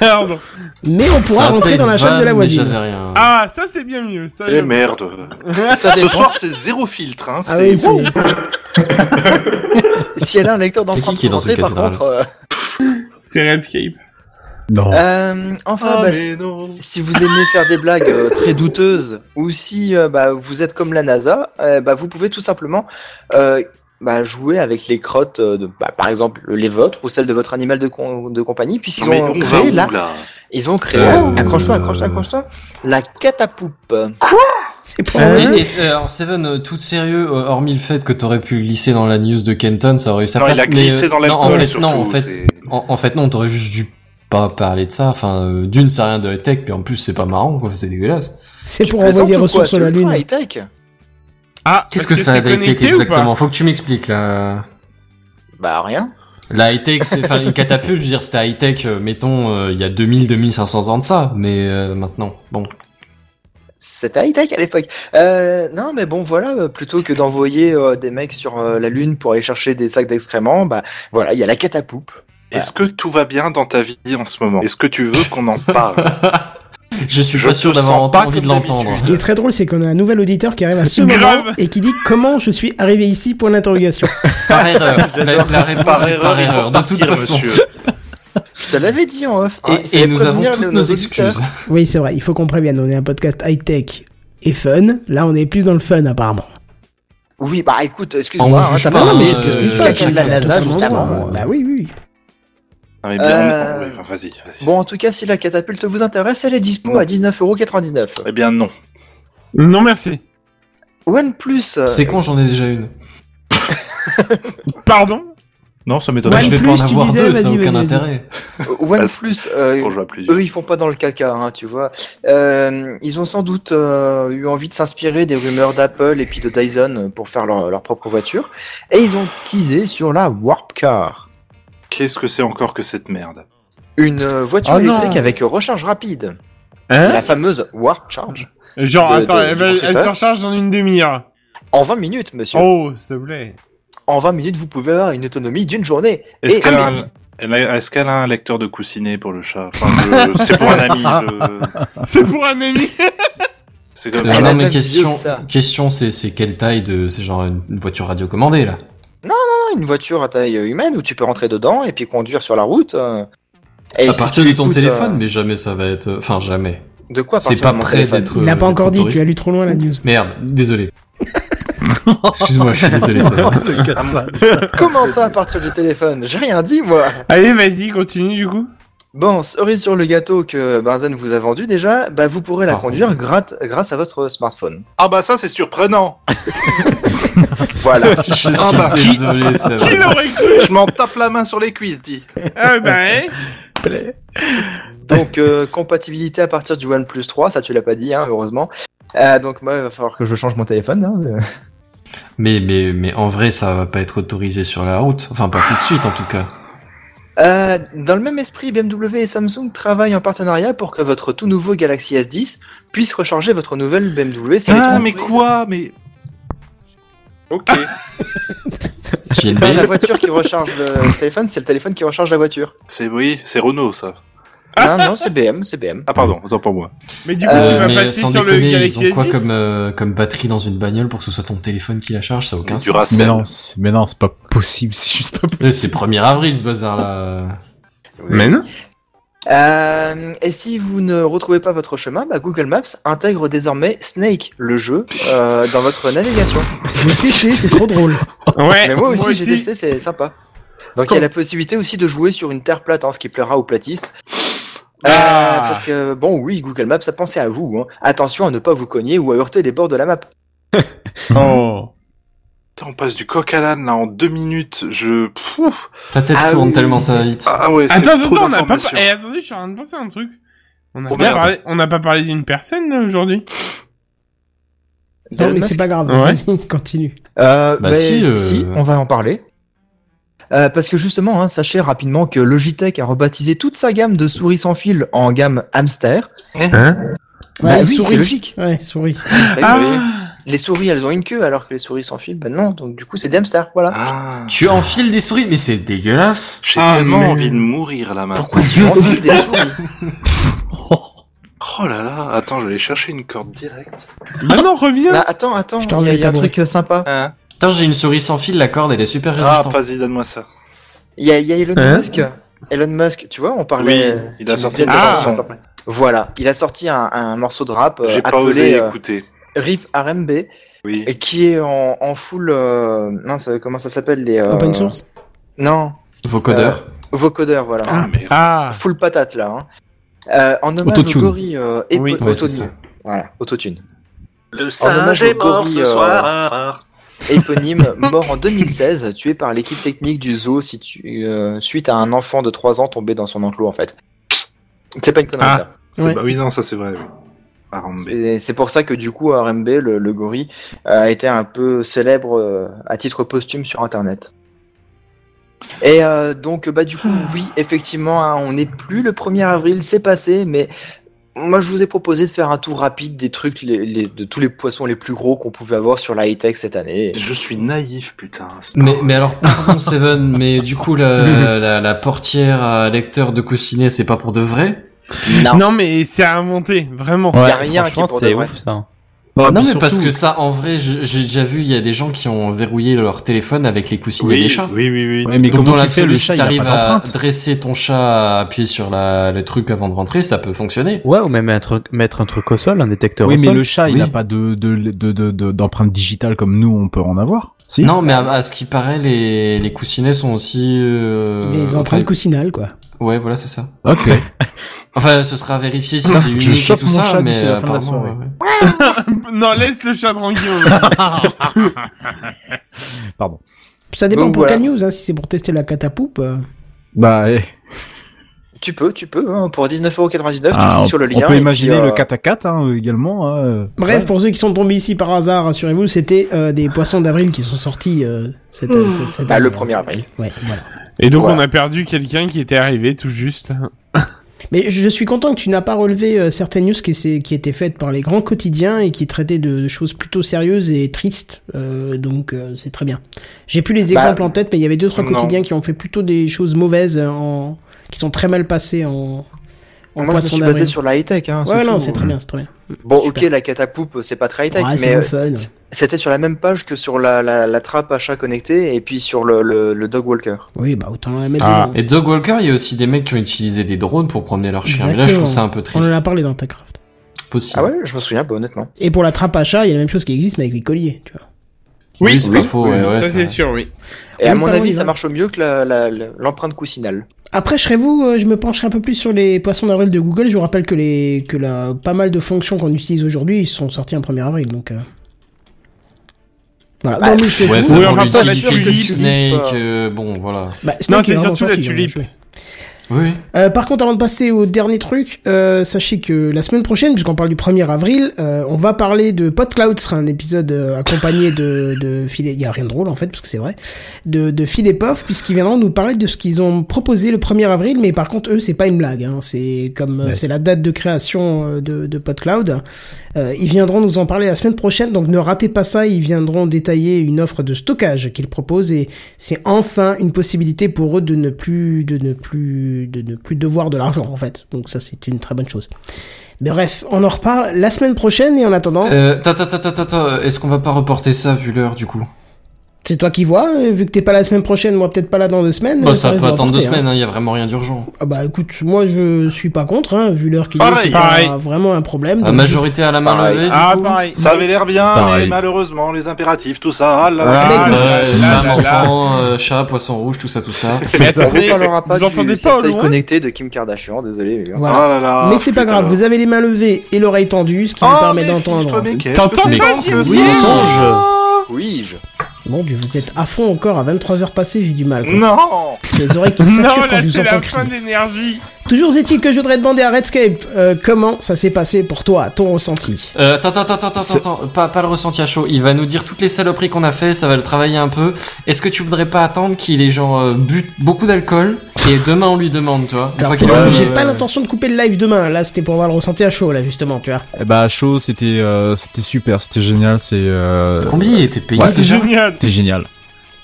J: Pardon.
A: Mais on pourra
D: Ça
A: rentrer
D: appelle
A: dans la chatte de la
D: vanne, mais j'avais
A: voisine.
D: rien.
J: Ah ça c'est bien mieux. Ça,
I: Eh
J: j'aime.
I: merde
F: Ça
I: Ce
F: dépend.
I: soir c'est zéro filtre, hein
A: Ah
I: c'est-
A: oui, c'est-
F: Si elle a un lecteur
D: C'est qui
F: d'empreintes
D: qui est
F: pour
D: dans
F: rentrer
D: cette
F: par
D: cathédrale
F: contre... euh,
J: C'est Redscape.
E: Non.
F: Euh, enfin,
I: Ah,
F: bah,
I: mais
F: si-
I: non.
F: si vous aimez faire des blagues euh, très douteuses, ou si euh, bah, vous êtes comme la NASA, euh, bah, vous pouvez tout simplement euh, bah, jouer avec les crottes, euh, de, bah, par exemple les vôtres ou celles de votre animal de, com- de compagnie, puisqu'ils
I: Mais
F: ont
I: on va
F: créé
I: où
F: la,
I: là
F: ils ont créé,
D: Euh,
F: accroche-toi, accroche-toi,
D: euh,
F: accroche-toi, la catapoupe.
I: Ah,
A: C'est pour
D: Et,
A: rien.
D: et, euh, alors, Seven, euh, tout sérieux, euh, hormis le fait que t'aurais pu glisser dans la news de Kenton, ça aurait eu sa
I: Non,
D: place.
I: il a glissé
D: mais, euh,
I: dans
D: non, en
I: l'alcool,
D: fait,
I: surtout,
D: non, en fait,
I: c'est-
D: en, en fait, non, t'aurais juste dû pas parler de ça. Enfin, euh, d'une, ça a rien de la tech, puis en plus, c'est pas marrant, quoi, c'est dégueulasse.
A: C'est pour
F: Présente
A: envoyer
F: ou quoi,
A: ressources sur
F: c'est
A: la
F: ultra
A: lune.
F: high-tech
J: Ah
D: Qu'est-ce
J: parce
D: que ça a
J: c'est
D: la high-tech
J: connecté ou pas
D: exactement Faut que tu m'expliques, là.
F: Bah rien.
D: La high-tech, c'est, enfin, une catapulte, je veux dire, c'était high-tech, euh, mettons, euh, il y a 2000, 2500 ans de ça, mais euh, maintenant, bon.
F: C'était high-tech à l'époque. Euh, non, mais bon, voilà, euh, plutôt que d'envoyer euh, des mecs sur euh, la Lune pour aller chercher des sacs d'excréments, bah voilà, il y a la catapoupe.
L: Est-ce que tout va bien dans ta vie en ce moment Est-ce que tu veux qu'on en parle
D: Je suis
L: Je
D: pas sûr
L: te
D: d'avoir
L: sens pas
D: envie de
L: comme
D: l'entendre.
F: [laughs]
L: d'habitude.
A: Ce qui est très drôle, c'est qu'on a un nouvel auditeur qui arrive à ce moment
J: Grave.
A: et qui dit comment je suis arrivé ici pour
F: [laughs]
A: l'interrogation.
D: Par erreur. la, la réponse
L: Par
D: est
L: erreur,
D: par
L: il faut
D: erreur, de toute
L: partir,
D: façon.
L: monsieur.
F: Je te l'avais dit en off. hein, il
D: Et,
F: fallait
D: et nous avons
F: prévenir
D: toutes
F: le-
D: nos
F: auditeurs.
D: excuses.
A: Oui, c'est vrai, il faut qu'on prévienne, on est un podcast high-tech et fun. Là, on est plus dans le fun, apparemment.
F: Oui, bah écoute,
D: On
F: excuse-moi, hein,
D: juge
F: t'as
D: pas,
F: pas parlé
D: euh,
F: de- du
D: chacun
F: caca de la
D: fait
F: NASA hein.
D: son
F: juste
D: choix.
F: avant.
A: Bah oui, oui.
L: Non, mais bien,
F: Euh,
L: ouais, enfin, vas-y, vas-y.
F: Bon, en tout cas, si la catapulte vous intéresse, elle est dispo à 19,99€.
L: Eh bien non.
J: Non merci.
F: OnePlus, euh,
D: C'est con, j'en ai déjà une.
J: Pardon.
L: Non, ça m'étonne
D: Bah,
A: Ouais,
L: pas.
D: je vais
A: plus,
D: pas en
A: tu
D: avoir
A: disais,
D: deux, ça n'a
A: vas-y,
D: aucun
A: vas-y,
D: intérêt.
F: euh, OnePlus, euh,
L: Quand je vois plus.
F: eux, ils font pas dans le caca, hein, tu vois. Euh, ils ont sans doute euh, eu envie de s'inspirer des rumeurs d'Apple et puis de Dyson pour faire leur, leur propre voiture. Et ils ont teasé sur la Warp Car.
L: Qu'est-ce que c'est encore que cette merde
F: Une euh, voiture
J: Oh non.
F: électrique avec recharge rapide.
J: Hein
F: La fameuse Warp Charge.
J: Genre
D: Bah,
F: de-
J: attends,
F: de-
J: elle,
F: du
J: va- elle
F: constructeur.
J: surcharge dans une demi-heure.
F: En 20 minutes, monsieur.
J: Oh s'il te plaît.
F: En 20 minutes, vous pouvez avoir une autonomie d'une journée.
L: Est-ce
F: Et-
L: qu'elle
F: ah,
L: a, un... elle a- est-ce qu'elle a un lecteur de coussinet pour le chat Enfin,
F: [laughs]
L: je- C'est pour un ami. je-
J: C'est pour un ami.
L: C'est comme...
D: Euh,
F: Elle a
D: non,
F: même
D: mais
F: mieux
D: question,
F: que ça.
D: question c'est, c'est quelle taille de. C'est genre une une voiture radiocommandée, là.
F: mais une voiture à taille humaine où tu peux rentrer dedans et puis conduire sur la route. euh, Et
D: à
F: si
D: partir
F: tu
D: de ton
F: écoutes,
D: téléphone,
F: euh,
D: mais jamais ça va être. Enfin, jamais.
F: De quoi à
D: C'est
F: partir
D: pas
F: de mon
D: prêt
F: téléphone
D: d'être.
A: Il l'a
D: euh,
A: pas
D: d'être
A: encore dit, tu
D: autorisé.
A: as lu trop loin la news.
D: Merde,
A: [laughs]
D: désolé. Excuse-moi, je suis
E: [laughs]
D: désolé, c'est vrai.
J: Ah,
F: Comment ça à partir du téléphone J'ai rien dit, moi
J: [laughs] Allez vas-y continue du coup.
F: Bon, cerise sur le gâteau que Benzen vous a vendu déjà, bah vous pourrez la
D: Pardon.
F: conduire grat- grâce à votre smartphone.
I: Ah bah ça c'est surprenant
L: [laughs]
F: Voilà.
D: Je suis
I: Ah bah, qui-
D: désolé,
J: [laughs]
D: c'est
J: [laughs]
D: vrai.
J: Qui l'aurait cru
I: Je m'en tape la main sur les cuisses, dis
J: Ah bah hein.
F: donc, euh, compatibilité à partir du OnePlus 3, ça tu l'as pas dit, hein, heureusement. Euh, donc, moi, il va falloir que je change mon téléphone. hein.
D: Mais, mais, mais en vrai, ça va pas être autorisé sur la route. Enfin, pas tout de suite, en tout
J: [laughs]
D: cas.
F: [laughs] Euh, dans le même esprit, BMW et Samsung travaillent en partenariat pour que votre tout nouveau Galaxy S10 puisse recharger votre nouvelle BMW série
L: Ah,
F: 3.
L: mais quoi Mais
I: Ok.
D: J'ai
F: C'est
L: [laughs]
F: pas la voiture qui recharge le téléphone, c'est le téléphone qui recharge la voiture.
L: c'est oui, c'est Renault ça.
F: Non, non, c'est BM, c'est BM.
L: Ah pardon, autant pour moi.
J: Mais du
F: coup,
D: Euh,
J: tu vas
D: mais
J: passer
D: sans
J: sur le
D: déconner, ils
J: Galaxy
D: ont quoi
J: S10?
D: comme, euh, comme batterie dans une bagnole pour que ce soit ton téléphone qui la charge Ça a aucun
L: Du
D: sens.
E: Mais non, Ah, c'est- mais non, c'est pas possible, [laughs] c'est juste pas possible.
D: Euh, C'est 1er avril ce bazar là.
J: Mais non.
F: Euh, et si vous ne retrouvez pas votre chemin, bah, Google Maps intègre désormais Snake, le jeu, euh, dans votre navigation.
A: TC, c'est trop
F: [laughs]
A: drôle.
J: Ouais,
F: Mais moi aussi, GDC, c'est sympa. Donc il y a la possibilité aussi de jouer sur une terre plate, hein, ce qui plaira aux platistes. Euh,
J: Ah.
F: parce que, bon, oui, Google Maps a pensé à vous. hein. Attention à ne pas vous cogner ou à heurter les bords de la map.
J: Oh.
L: Putain, on passe du coq à l'âne là en deux minutes. Je. Pfff.
D: Ta tête
L: Ah
D: tourne
L: oui.
D: tellement ça va vite.
L: Ah ouais, c'est
J: Attends,
L: trop
J: attends, on n'a pas.
L: d'informations.
J: Eh, attendez, je suis en train de penser à un truc. On n'a
L: Oh,
J: pas
L: merde.
J: parlé, on n'a pas parlé d'une personne là, aujourd'hui.
A: Non, mais c'est pas grave.
J: Ouais.
A: Vas-y, continue.
F: Euh,
D: Bah
F: mais
D: si, euh.
F: on va en parler. Euh, parce que justement, hein, sachez rapidement que Logitech a rebaptisé toute sa gamme de souris sans fil en gamme hamster.
J: Hein
F: Bah
A: Ouais,
F: oui,
A: souris.
F: c'est logique.
A: Ouais, souris.
F: Bah oui,
J: Ah.
F: vous voyez. Les souris, elles ont une queue, alors que les souris sans fil, bah non. Donc du coup, c'est des hamsters, voilà.
L: Ah,
D: Tu enfiles des souris, mais c'est dégueulasse.
L: J'ai
J: Ah,
L: tellement
J: mais-
L: envie de mourir là maintenant.
F: Pourquoi tu
A: [laughs]
F: enfiles des souris
L: Oh là là, attends, je vais aller chercher une corde directe.
J: Maintenant, reviens.
F: Bah, Attends, attends,
A: Je
F: il
A: t'en
F: y a,
A: remets
F: il y a un
A: tabouret.
F: truc euh, sympa.
L: Hein
D: Putain, j'ai une souris sans fil, la corde elle est super
L: ah,
D: résistante.
L: vas-y, donne-moi ça.
F: Il y a, il y a Elon
J: Hein
F: Musk. Elon Musk, tu vois, on parlait. euh,
L: Oui, il a
F: tu
L: sorti
F: disais
L: une
F: de la
L: chanson.
F: chanson. Voilà, il a sorti un, un morceau de rap euh,
L: J'ai pas osé
F: appelé euh,
L: écouter.
F: RIP RMB.
L: Oui.
F: Et qui est en, en full. Euh, mince, comment ça s'appelle les. Euh,
A: Open source
F: Non,
D: Vocodeur.
F: vocodeur, voilà.
L: Ah, mais
J: Ah.
F: Full patate là. Hein. Euh, en hommage
E: Autotune.
F: au gorille euh, et
J: Oui,
F: pot-
D: ouais, c'est ça.
F: autotune. Voilà, autotune.
L: oh,
B: Le
F: hommage
B: singe
F: au
B: est mort
F: gorille,
B: ce
F: euh,
B: soir.
F: Éponyme, mort en 2016, tué par l'équipe technique du zoo si tu- euh, suite à un enfant de 3 ans tombé dans son enclos en fait. C'est pas une connerie
J: Ah.
F: ça.
L: c'est-
A: Ouais.
L: bah oui, non, ça c'est vrai. Oui. Ah, Rambé.
F: C'est- C'est pour ça que du coup RMB, le, le gorille, euh, a été un peu célèbre euh, à titre posthume sur Internet. Et euh, donc bah du coup oui effectivement hein, on n'est plus le 1er avril c'est passé mais moi je vous ai proposé de faire un tour rapide des trucs les- les- de tous les poissons les plus gros qu'on pouvait avoir sur la high tech cette année.
L: Je suis naïf, putain. c'est pas
D: Mais,
L: vrai.
D: mais alors, pardon [laughs] Seven, mais du coup, la, la, la portière à lecteur de coussinet, c'est pas pour de vrai
F: Non,
J: Non, mais c'est à inventer, vraiment.
F: y a rien qui est
K: franchement,
F: pour de
K: c'est
F: vrai.
K: ouf, ça. Bah,
E: Ah,
D: Non, mais parce que ça, en vrai, je- j'ai déjà vu, il y a des gens qui ont verrouillé leur téléphone avec les coussinets
L: oui,
D: des chats.
L: oui, oui, oui.
E: Ouais, mais
D: Donc,
E: comment
D: dans
E: tu fais
D: l'absolu,
E: le
D: si
E: chat, il
D: t'arrives
E: a pas
D: à
E: d'empreinte
D: dresser ton chat, à appuyer sur la, le truc avant de rentrer, ça peut fonctionner.
K: Ouais, ou même mettre, mettre un truc au sol, un détecteur
E: Oui,
K: au
E: mais
K: sol.
E: le chat,
D: Oui.
E: il a pas de de- de- de- de- d'empreinte digitale comme nous, on peut en avoir. Si
D: Non, mais à, à ce qui paraît, les, les coussinets sont aussi... Euh,
A: Les
D: enfin,
A: empreintes coussinales, quoi.
D: Ouais, voilà, c'est ça.
E: Ok.
D: Enfin, ce sera vérifié si c'est
E: Je
D: unique et
E: chope
D: tout
E: mon
D: ça,
E: chat
D: mais
E: d'ici la fin de la
D: apparemment,
E: soirée.
D: ouais, ouais.
J: Non, laisse le chat tranquille.
D: [laughs]
J: on va dire.
E: Pardon.
A: Ça dépend
F: Donc,
A: pour
F: voilà.
A: quelle news, hein, si c'est pour tester la catapoupe. euh.
E: Bah, eh.
F: Tu peux, tu peux, hein, pour 19,99€, tu
E: Ah,
F: cliques
E: on,
F: sur le
E: on
F: lien.
E: peut
F: et
E: imaginer
F: puis, euh,
E: le 4 à 4 hein, également. hein, euh,
A: Bref,
E: ouais.
A: pour ceux qui sont tombés ici par hasard, rassurez-vous, c'était euh, des poissons d'avril qui sont sortis euh, cette, cette- cette
F: Bah,
A: année,
F: le
A: hein.
F: 1er avril.
A: Ouais, voilà.
J: Et donc,
F: Voilà.
J: on a perdu quelqu'un qui était arrivé tout juste.
A: Mais je suis content que tu n'as pas relevé euh, certaines news qui, s'est- qui étaient faites par les grands quotidiens et qui traitaient de choses plutôt sérieuses et tristes. euh, donc euh, c'est très bien. J'ai plus les
F: Bah,
A: exemples en tête, mais il y avait deux trois
L: non.
A: quotidiens qui ont fait plutôt des choses mauvaises euh, en qui sont très mal passées en. en
F: Moi, je me
A: poisson
F: suis basé
A: d'avril.
F: sur la high-tech. Hein,
A: Ouais, non,
F: tout.
A: c'est très bien, c'est très bien.
F: Bon,
A: Super.
F: ok, la catapoupe, c'est pas très high-tech,
A: Ouais,
F: mais
A: c'est le fun.
F: euh, c- c'était sur la même page que sur la, la, la trappe à chat connecté et puis sur le, le, le dog walker.
A: Oui, bah autant la mettre.
J: Ah,
A: dedans.
D: Et Dog Walker, il y a aussi des mecs qui ont utilisé des drones pour promener leurs chiens. Mais là, je trouve ça un peu
A: On
D: triste.
A: en a parlé dans ta craft.
D: Possible.
F: Ah ouais, je me souviens pas, honnêtement.
A: Et pour la trappe à chat, il y a la même chose qui existe, mais avec les colliers, tu vois.
D: Oui, c'est pas faux, ouais, ouais,
J: ça
D: c'est
J: c'est
D: vrai.
J: sûr, oui.
F: Et à
A: Ah Oui,
F: mon
A: pardon,
F: avis, ça
A: Ivan.
F: marche mieux que la- la- la- l'empreinte coussinale.
A: Après, je serais vous, euh, je me pencherai un peu plus sur les poissons d'avril de Google. Je vous rappelle que les que la pas mal de fonctions qu'on utilise aujourd'hui, ils sont sortis un 1er avril, donc. euh. Voilà.
F: Bah,
A: Non, mais c'est
D: Ouais,
A: tout.
J: Oui,
D: vraiment,
J: enfin, pas la
D: l'utilité de
J: tulipe,
D: Snake,
F: euh,
D: euh, bon, voilà.
A: Bah, Snake
J: Non,
A: est
J: c'est
A: vraiment
J: surtout la
A: gentil, hein,
J: tulipe.
A: je vais.
D: Oui.
A: Euh, par contre, avant de passer au dernier truc, euh, sachez que la semaine prochaine, puisqu'on parle du 1er avril, euh, on va parler de PodCloud, ce sera un épisode euh, accompagné de, de Filet, il y a rien de drôle en fait, parce que c'est vrai, de, de Phil et Poff, puisqu'ils viendront nous parler de ce qu'ils ont proposé le 1er avril, mais par contre, eux, c'est pas une blague, hein, c'est comme, euh,
E: Ouais.
A: c'est la date de création euh, de, de PodCloud. Euh, ils viendront nous en parler la semaine prochaine, donc ne ratez pas ça. Ils viendront détailler une offre de stockage qu'ils proposent et c'est enfin une possibilité pour eux de ne plus de ne plus plus, de ne plus devoir de l'argent en fait. Donc ça c'est une très bonne chose. Mais bref, on en reparle la semaine prochaine et en attendant,
D: Euh, attends, attends, attends, attends, euh, est-ce qu'on va pas reporter ça vu l'heure du coup
A: c'est toi qui vois, euh, vu que t'es pas là la semaine prochaine, moi peut-être pas là dans deux semaines.
D: Bah
A: euh,
D: ça
A: risque
D: peut
A: de
D: attendre deux
A: rapporter, hein.
D: semaines, hein, y a vraiment rien d'urgent.
A: Ah bah écoute, moi je suis pas contre, hein, vu l'heure qu'il est,
L: Pareil.
A: c'est pas
L: Pareil.
A: vraiment un problème.
D: La
A: donc-
D: majorité à la main
L: Pareil.
D: levée du
J: Ah,
D: coup Euh,
J: pareil.
L: Ça avait l'air bien, mais
D: Pareil. euh,
L: malheureusement, les impératifs, tout ça. Ah là là.
J: Ah,
D: Ouais,
J: là, là,
D: Femme,
J: là, là.
D: enfant, euh, chat, poisson rouge, tout ça, tout ça.
J: Mais
F: On vous
J: attendez,
F: parlera pas
J: vous entendez
F: du
J: pas au
F: cercueil
J: loin
F: connecté de Kim Kardashian, désolé les gars.
A: Voilà.
L: Ah là là,
A: Mais c'est pas
L: putain, Ah,
A: grave,
L: là.
A: vous avez les mains levées et l'oreille tendue, ce qui vous permet d'entendre.
J: T'entends
L: Mais
J: ça,
L: qu'est-ce
J: Gilles
L: que c'est
A: Oui,
D: entends-je.
F: Oui, je.
A: Bon Dieu, vous êtes à fond encore à 23h passées, j'ai du mal. quoi.
L: Non
A: J'ai les oreilles qui
J: [laughs] Non,
A: saturent quand
J: là
A: je vous
J: c'est la
A: entends crier.
J: fin d'énergie.
A: Toujours est-il que je voudrais demander à Redscape euh, comment ça s'est passé pour toi, ton ressenti.
D: Euh, attends, attends, attends, attends, attends, pas, pas le ressenti à chaud. Il va nous dire toutes les saloperies qu'on a fait, ça va le travailler un peu. Est-ce que tu voudrais pas attendre qu'il ait genre euh, bu beaucoup d'alcool et demain on lui demande, tu vois une
A: Alors c'est
D: fois qu'il
A: vrai
D: aura
A: que
D: bu,
A: j'ai
D: euh,
A: pas l'intention de couper le live demain. Là, c'était pour avoir le ressenti à chaud, là justement, tu vois.
E: Eh bah, chaud, c'était euh, c'était super, c'était génial, c'est. Euh...
D: Combien il était payé
E: Ouais.
D: déjà
J: Génial.
E: C'était génial.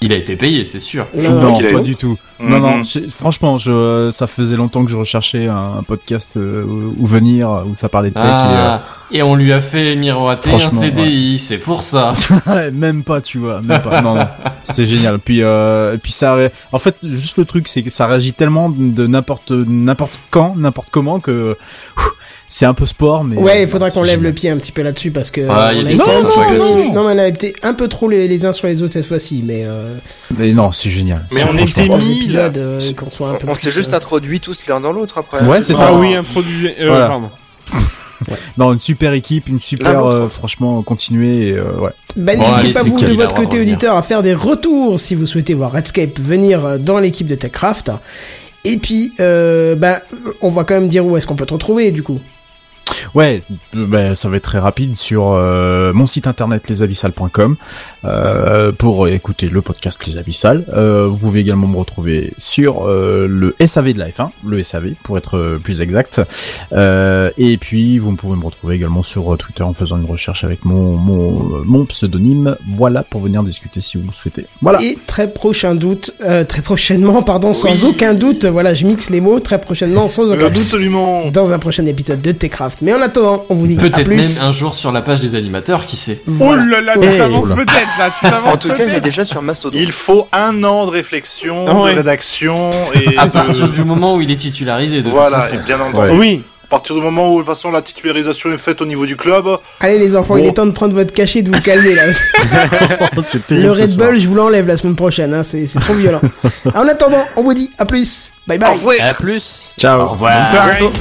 D: Il a été payé, c'est sûr.
A: Non, non,
E: Non,
A: non.
E: pas du tout. Non,
L: Mhm.
E: non, je- franchement, je, euh, ça faisait longtemps que je recherchais un, un podcast euh, où où venir, où ça parlait de tech. euh,
D: Ah, et on lui a fait miroiter un
E: Franchement,
D: CDI, c'est pour ça.
E: et, euh, même pas, tu vois, même pas. Non, non, c'était génial. Puis, euh, et puis ça, ré- en fait, juste le truc, c'est que ça réagit tellement de n'importe, n'importe quand, n'importe comment que ouf, c'est un peu sport, mais.
A: Ouais, il
E: euh,
A: faudra qu'on lève
E: génial.
A: le pied un petit peu là-dessus parce que. euh,
D: Ah, il y a
A: on a
D: des
A: été-
D: stats,
A: non,
D: ça,
A: non,
D: c'est agressif.
A: non, non, mais on a été un peu trop les, les uns sur les autres cette fois-ci, mais. Euh,
E: Mais non, c'est génial.
L: Mais
E: C'est
L: on
E: franchement-
L: était
A: trois
L: mis, là.
A: épisodes, euh, qu'on soit un peu
F: On s'est
A: plus,
F: juste
A: euh,
F: introduits tous l'un dans l'autre après.
E: Ouais, c'est ça.
J: Ah
E: Ah.
J: oui, un produit. euh,
E: Voilà.
J: Pardon.
E: Non, une super équipe, une
F: L'un
E: super,
L: Ah,
F: l'autre.
E: euh, franchement, continuer. Et, euh, ouais.
A: Bah,
D: Bon,
A: n'hésitez
D: allez,
A: pas
D: c'est
A: vous
D: qu'il
A: de
D: a
A: votre
D: droit de
A: côté
D: revenir.
A: auditeur à faire des retours si vous souhaitez voir Redscape venir euh, dans l'équipe de Techcraft. Et puis, euh, ben, on va quand même dire où est-ce qu'on peut te retrouver du coup.
E: Ouais, euh, bah, ça va être très rapide sur euh, mon site internet lesabyssales.com euh, pour écouter le podcast Les Abyssales. Euh, vous pouvez également me retrouver sur euh, le SAV de la F1, le SAV pour être euh, plus exact. Euh, et puis vous pouvez me retrouver également sur euh, Twitter en faisant une recherche avec mon, mon, euh, mon pseudonyme. Voilà pour venir discuter si vous le souhaitez. Voilà.
A: Et très prochain doute, euh, très prochainement, pardon, sans aucun doute. Voilà, je mixe les mots très prochainement, sans aucun doute,
L: Absolument.
A: dans un prochain épisode de Techcraft. Mais en attendant, on vous dit à
D: Peut-être
A: plus.
D: même un jour sur la page des animateurs, qui sait.
J: Oh
A: Voilà.
J: là là, tu
A: Ouais.
J: t'avances
E: Oula.
J: peut-être là, tu
F: En
J: t'avances
F: tout cas, il est
J: peut-être.
F: déjà sur Mastodon.
L: Il faut un an de réflexion,
J: Ah ouais.
L: de
A: [laughs]
L: rédaction et
D: À
L: de-
D: partir du moment où il est titularisé, de toute
L: voilà,
D: façon.
L: et bien entendu.
E: Ouais.
J: Oui.
L: À partir du moment où de toute façon la titularisation est faite au niveau du club,
A: Allez les enfants,
L: Bon.
A: il est temps de prendre votre cachet, de vous calmer
E: [laughs]
A: là.
E: C'est
A: Le
E: terrible ce
A: Red
E: soir.
A: Bull, je vous l'enlève la semaine prochaine, hein, c'est c'est trop
E: [laughs]
A: violent. en attendant, on vous dit à plus. Bye bye.
L: au revoir.
K: Euh, À plus.
E: Ciao.
J: Bonne soirée.
K: bientôt.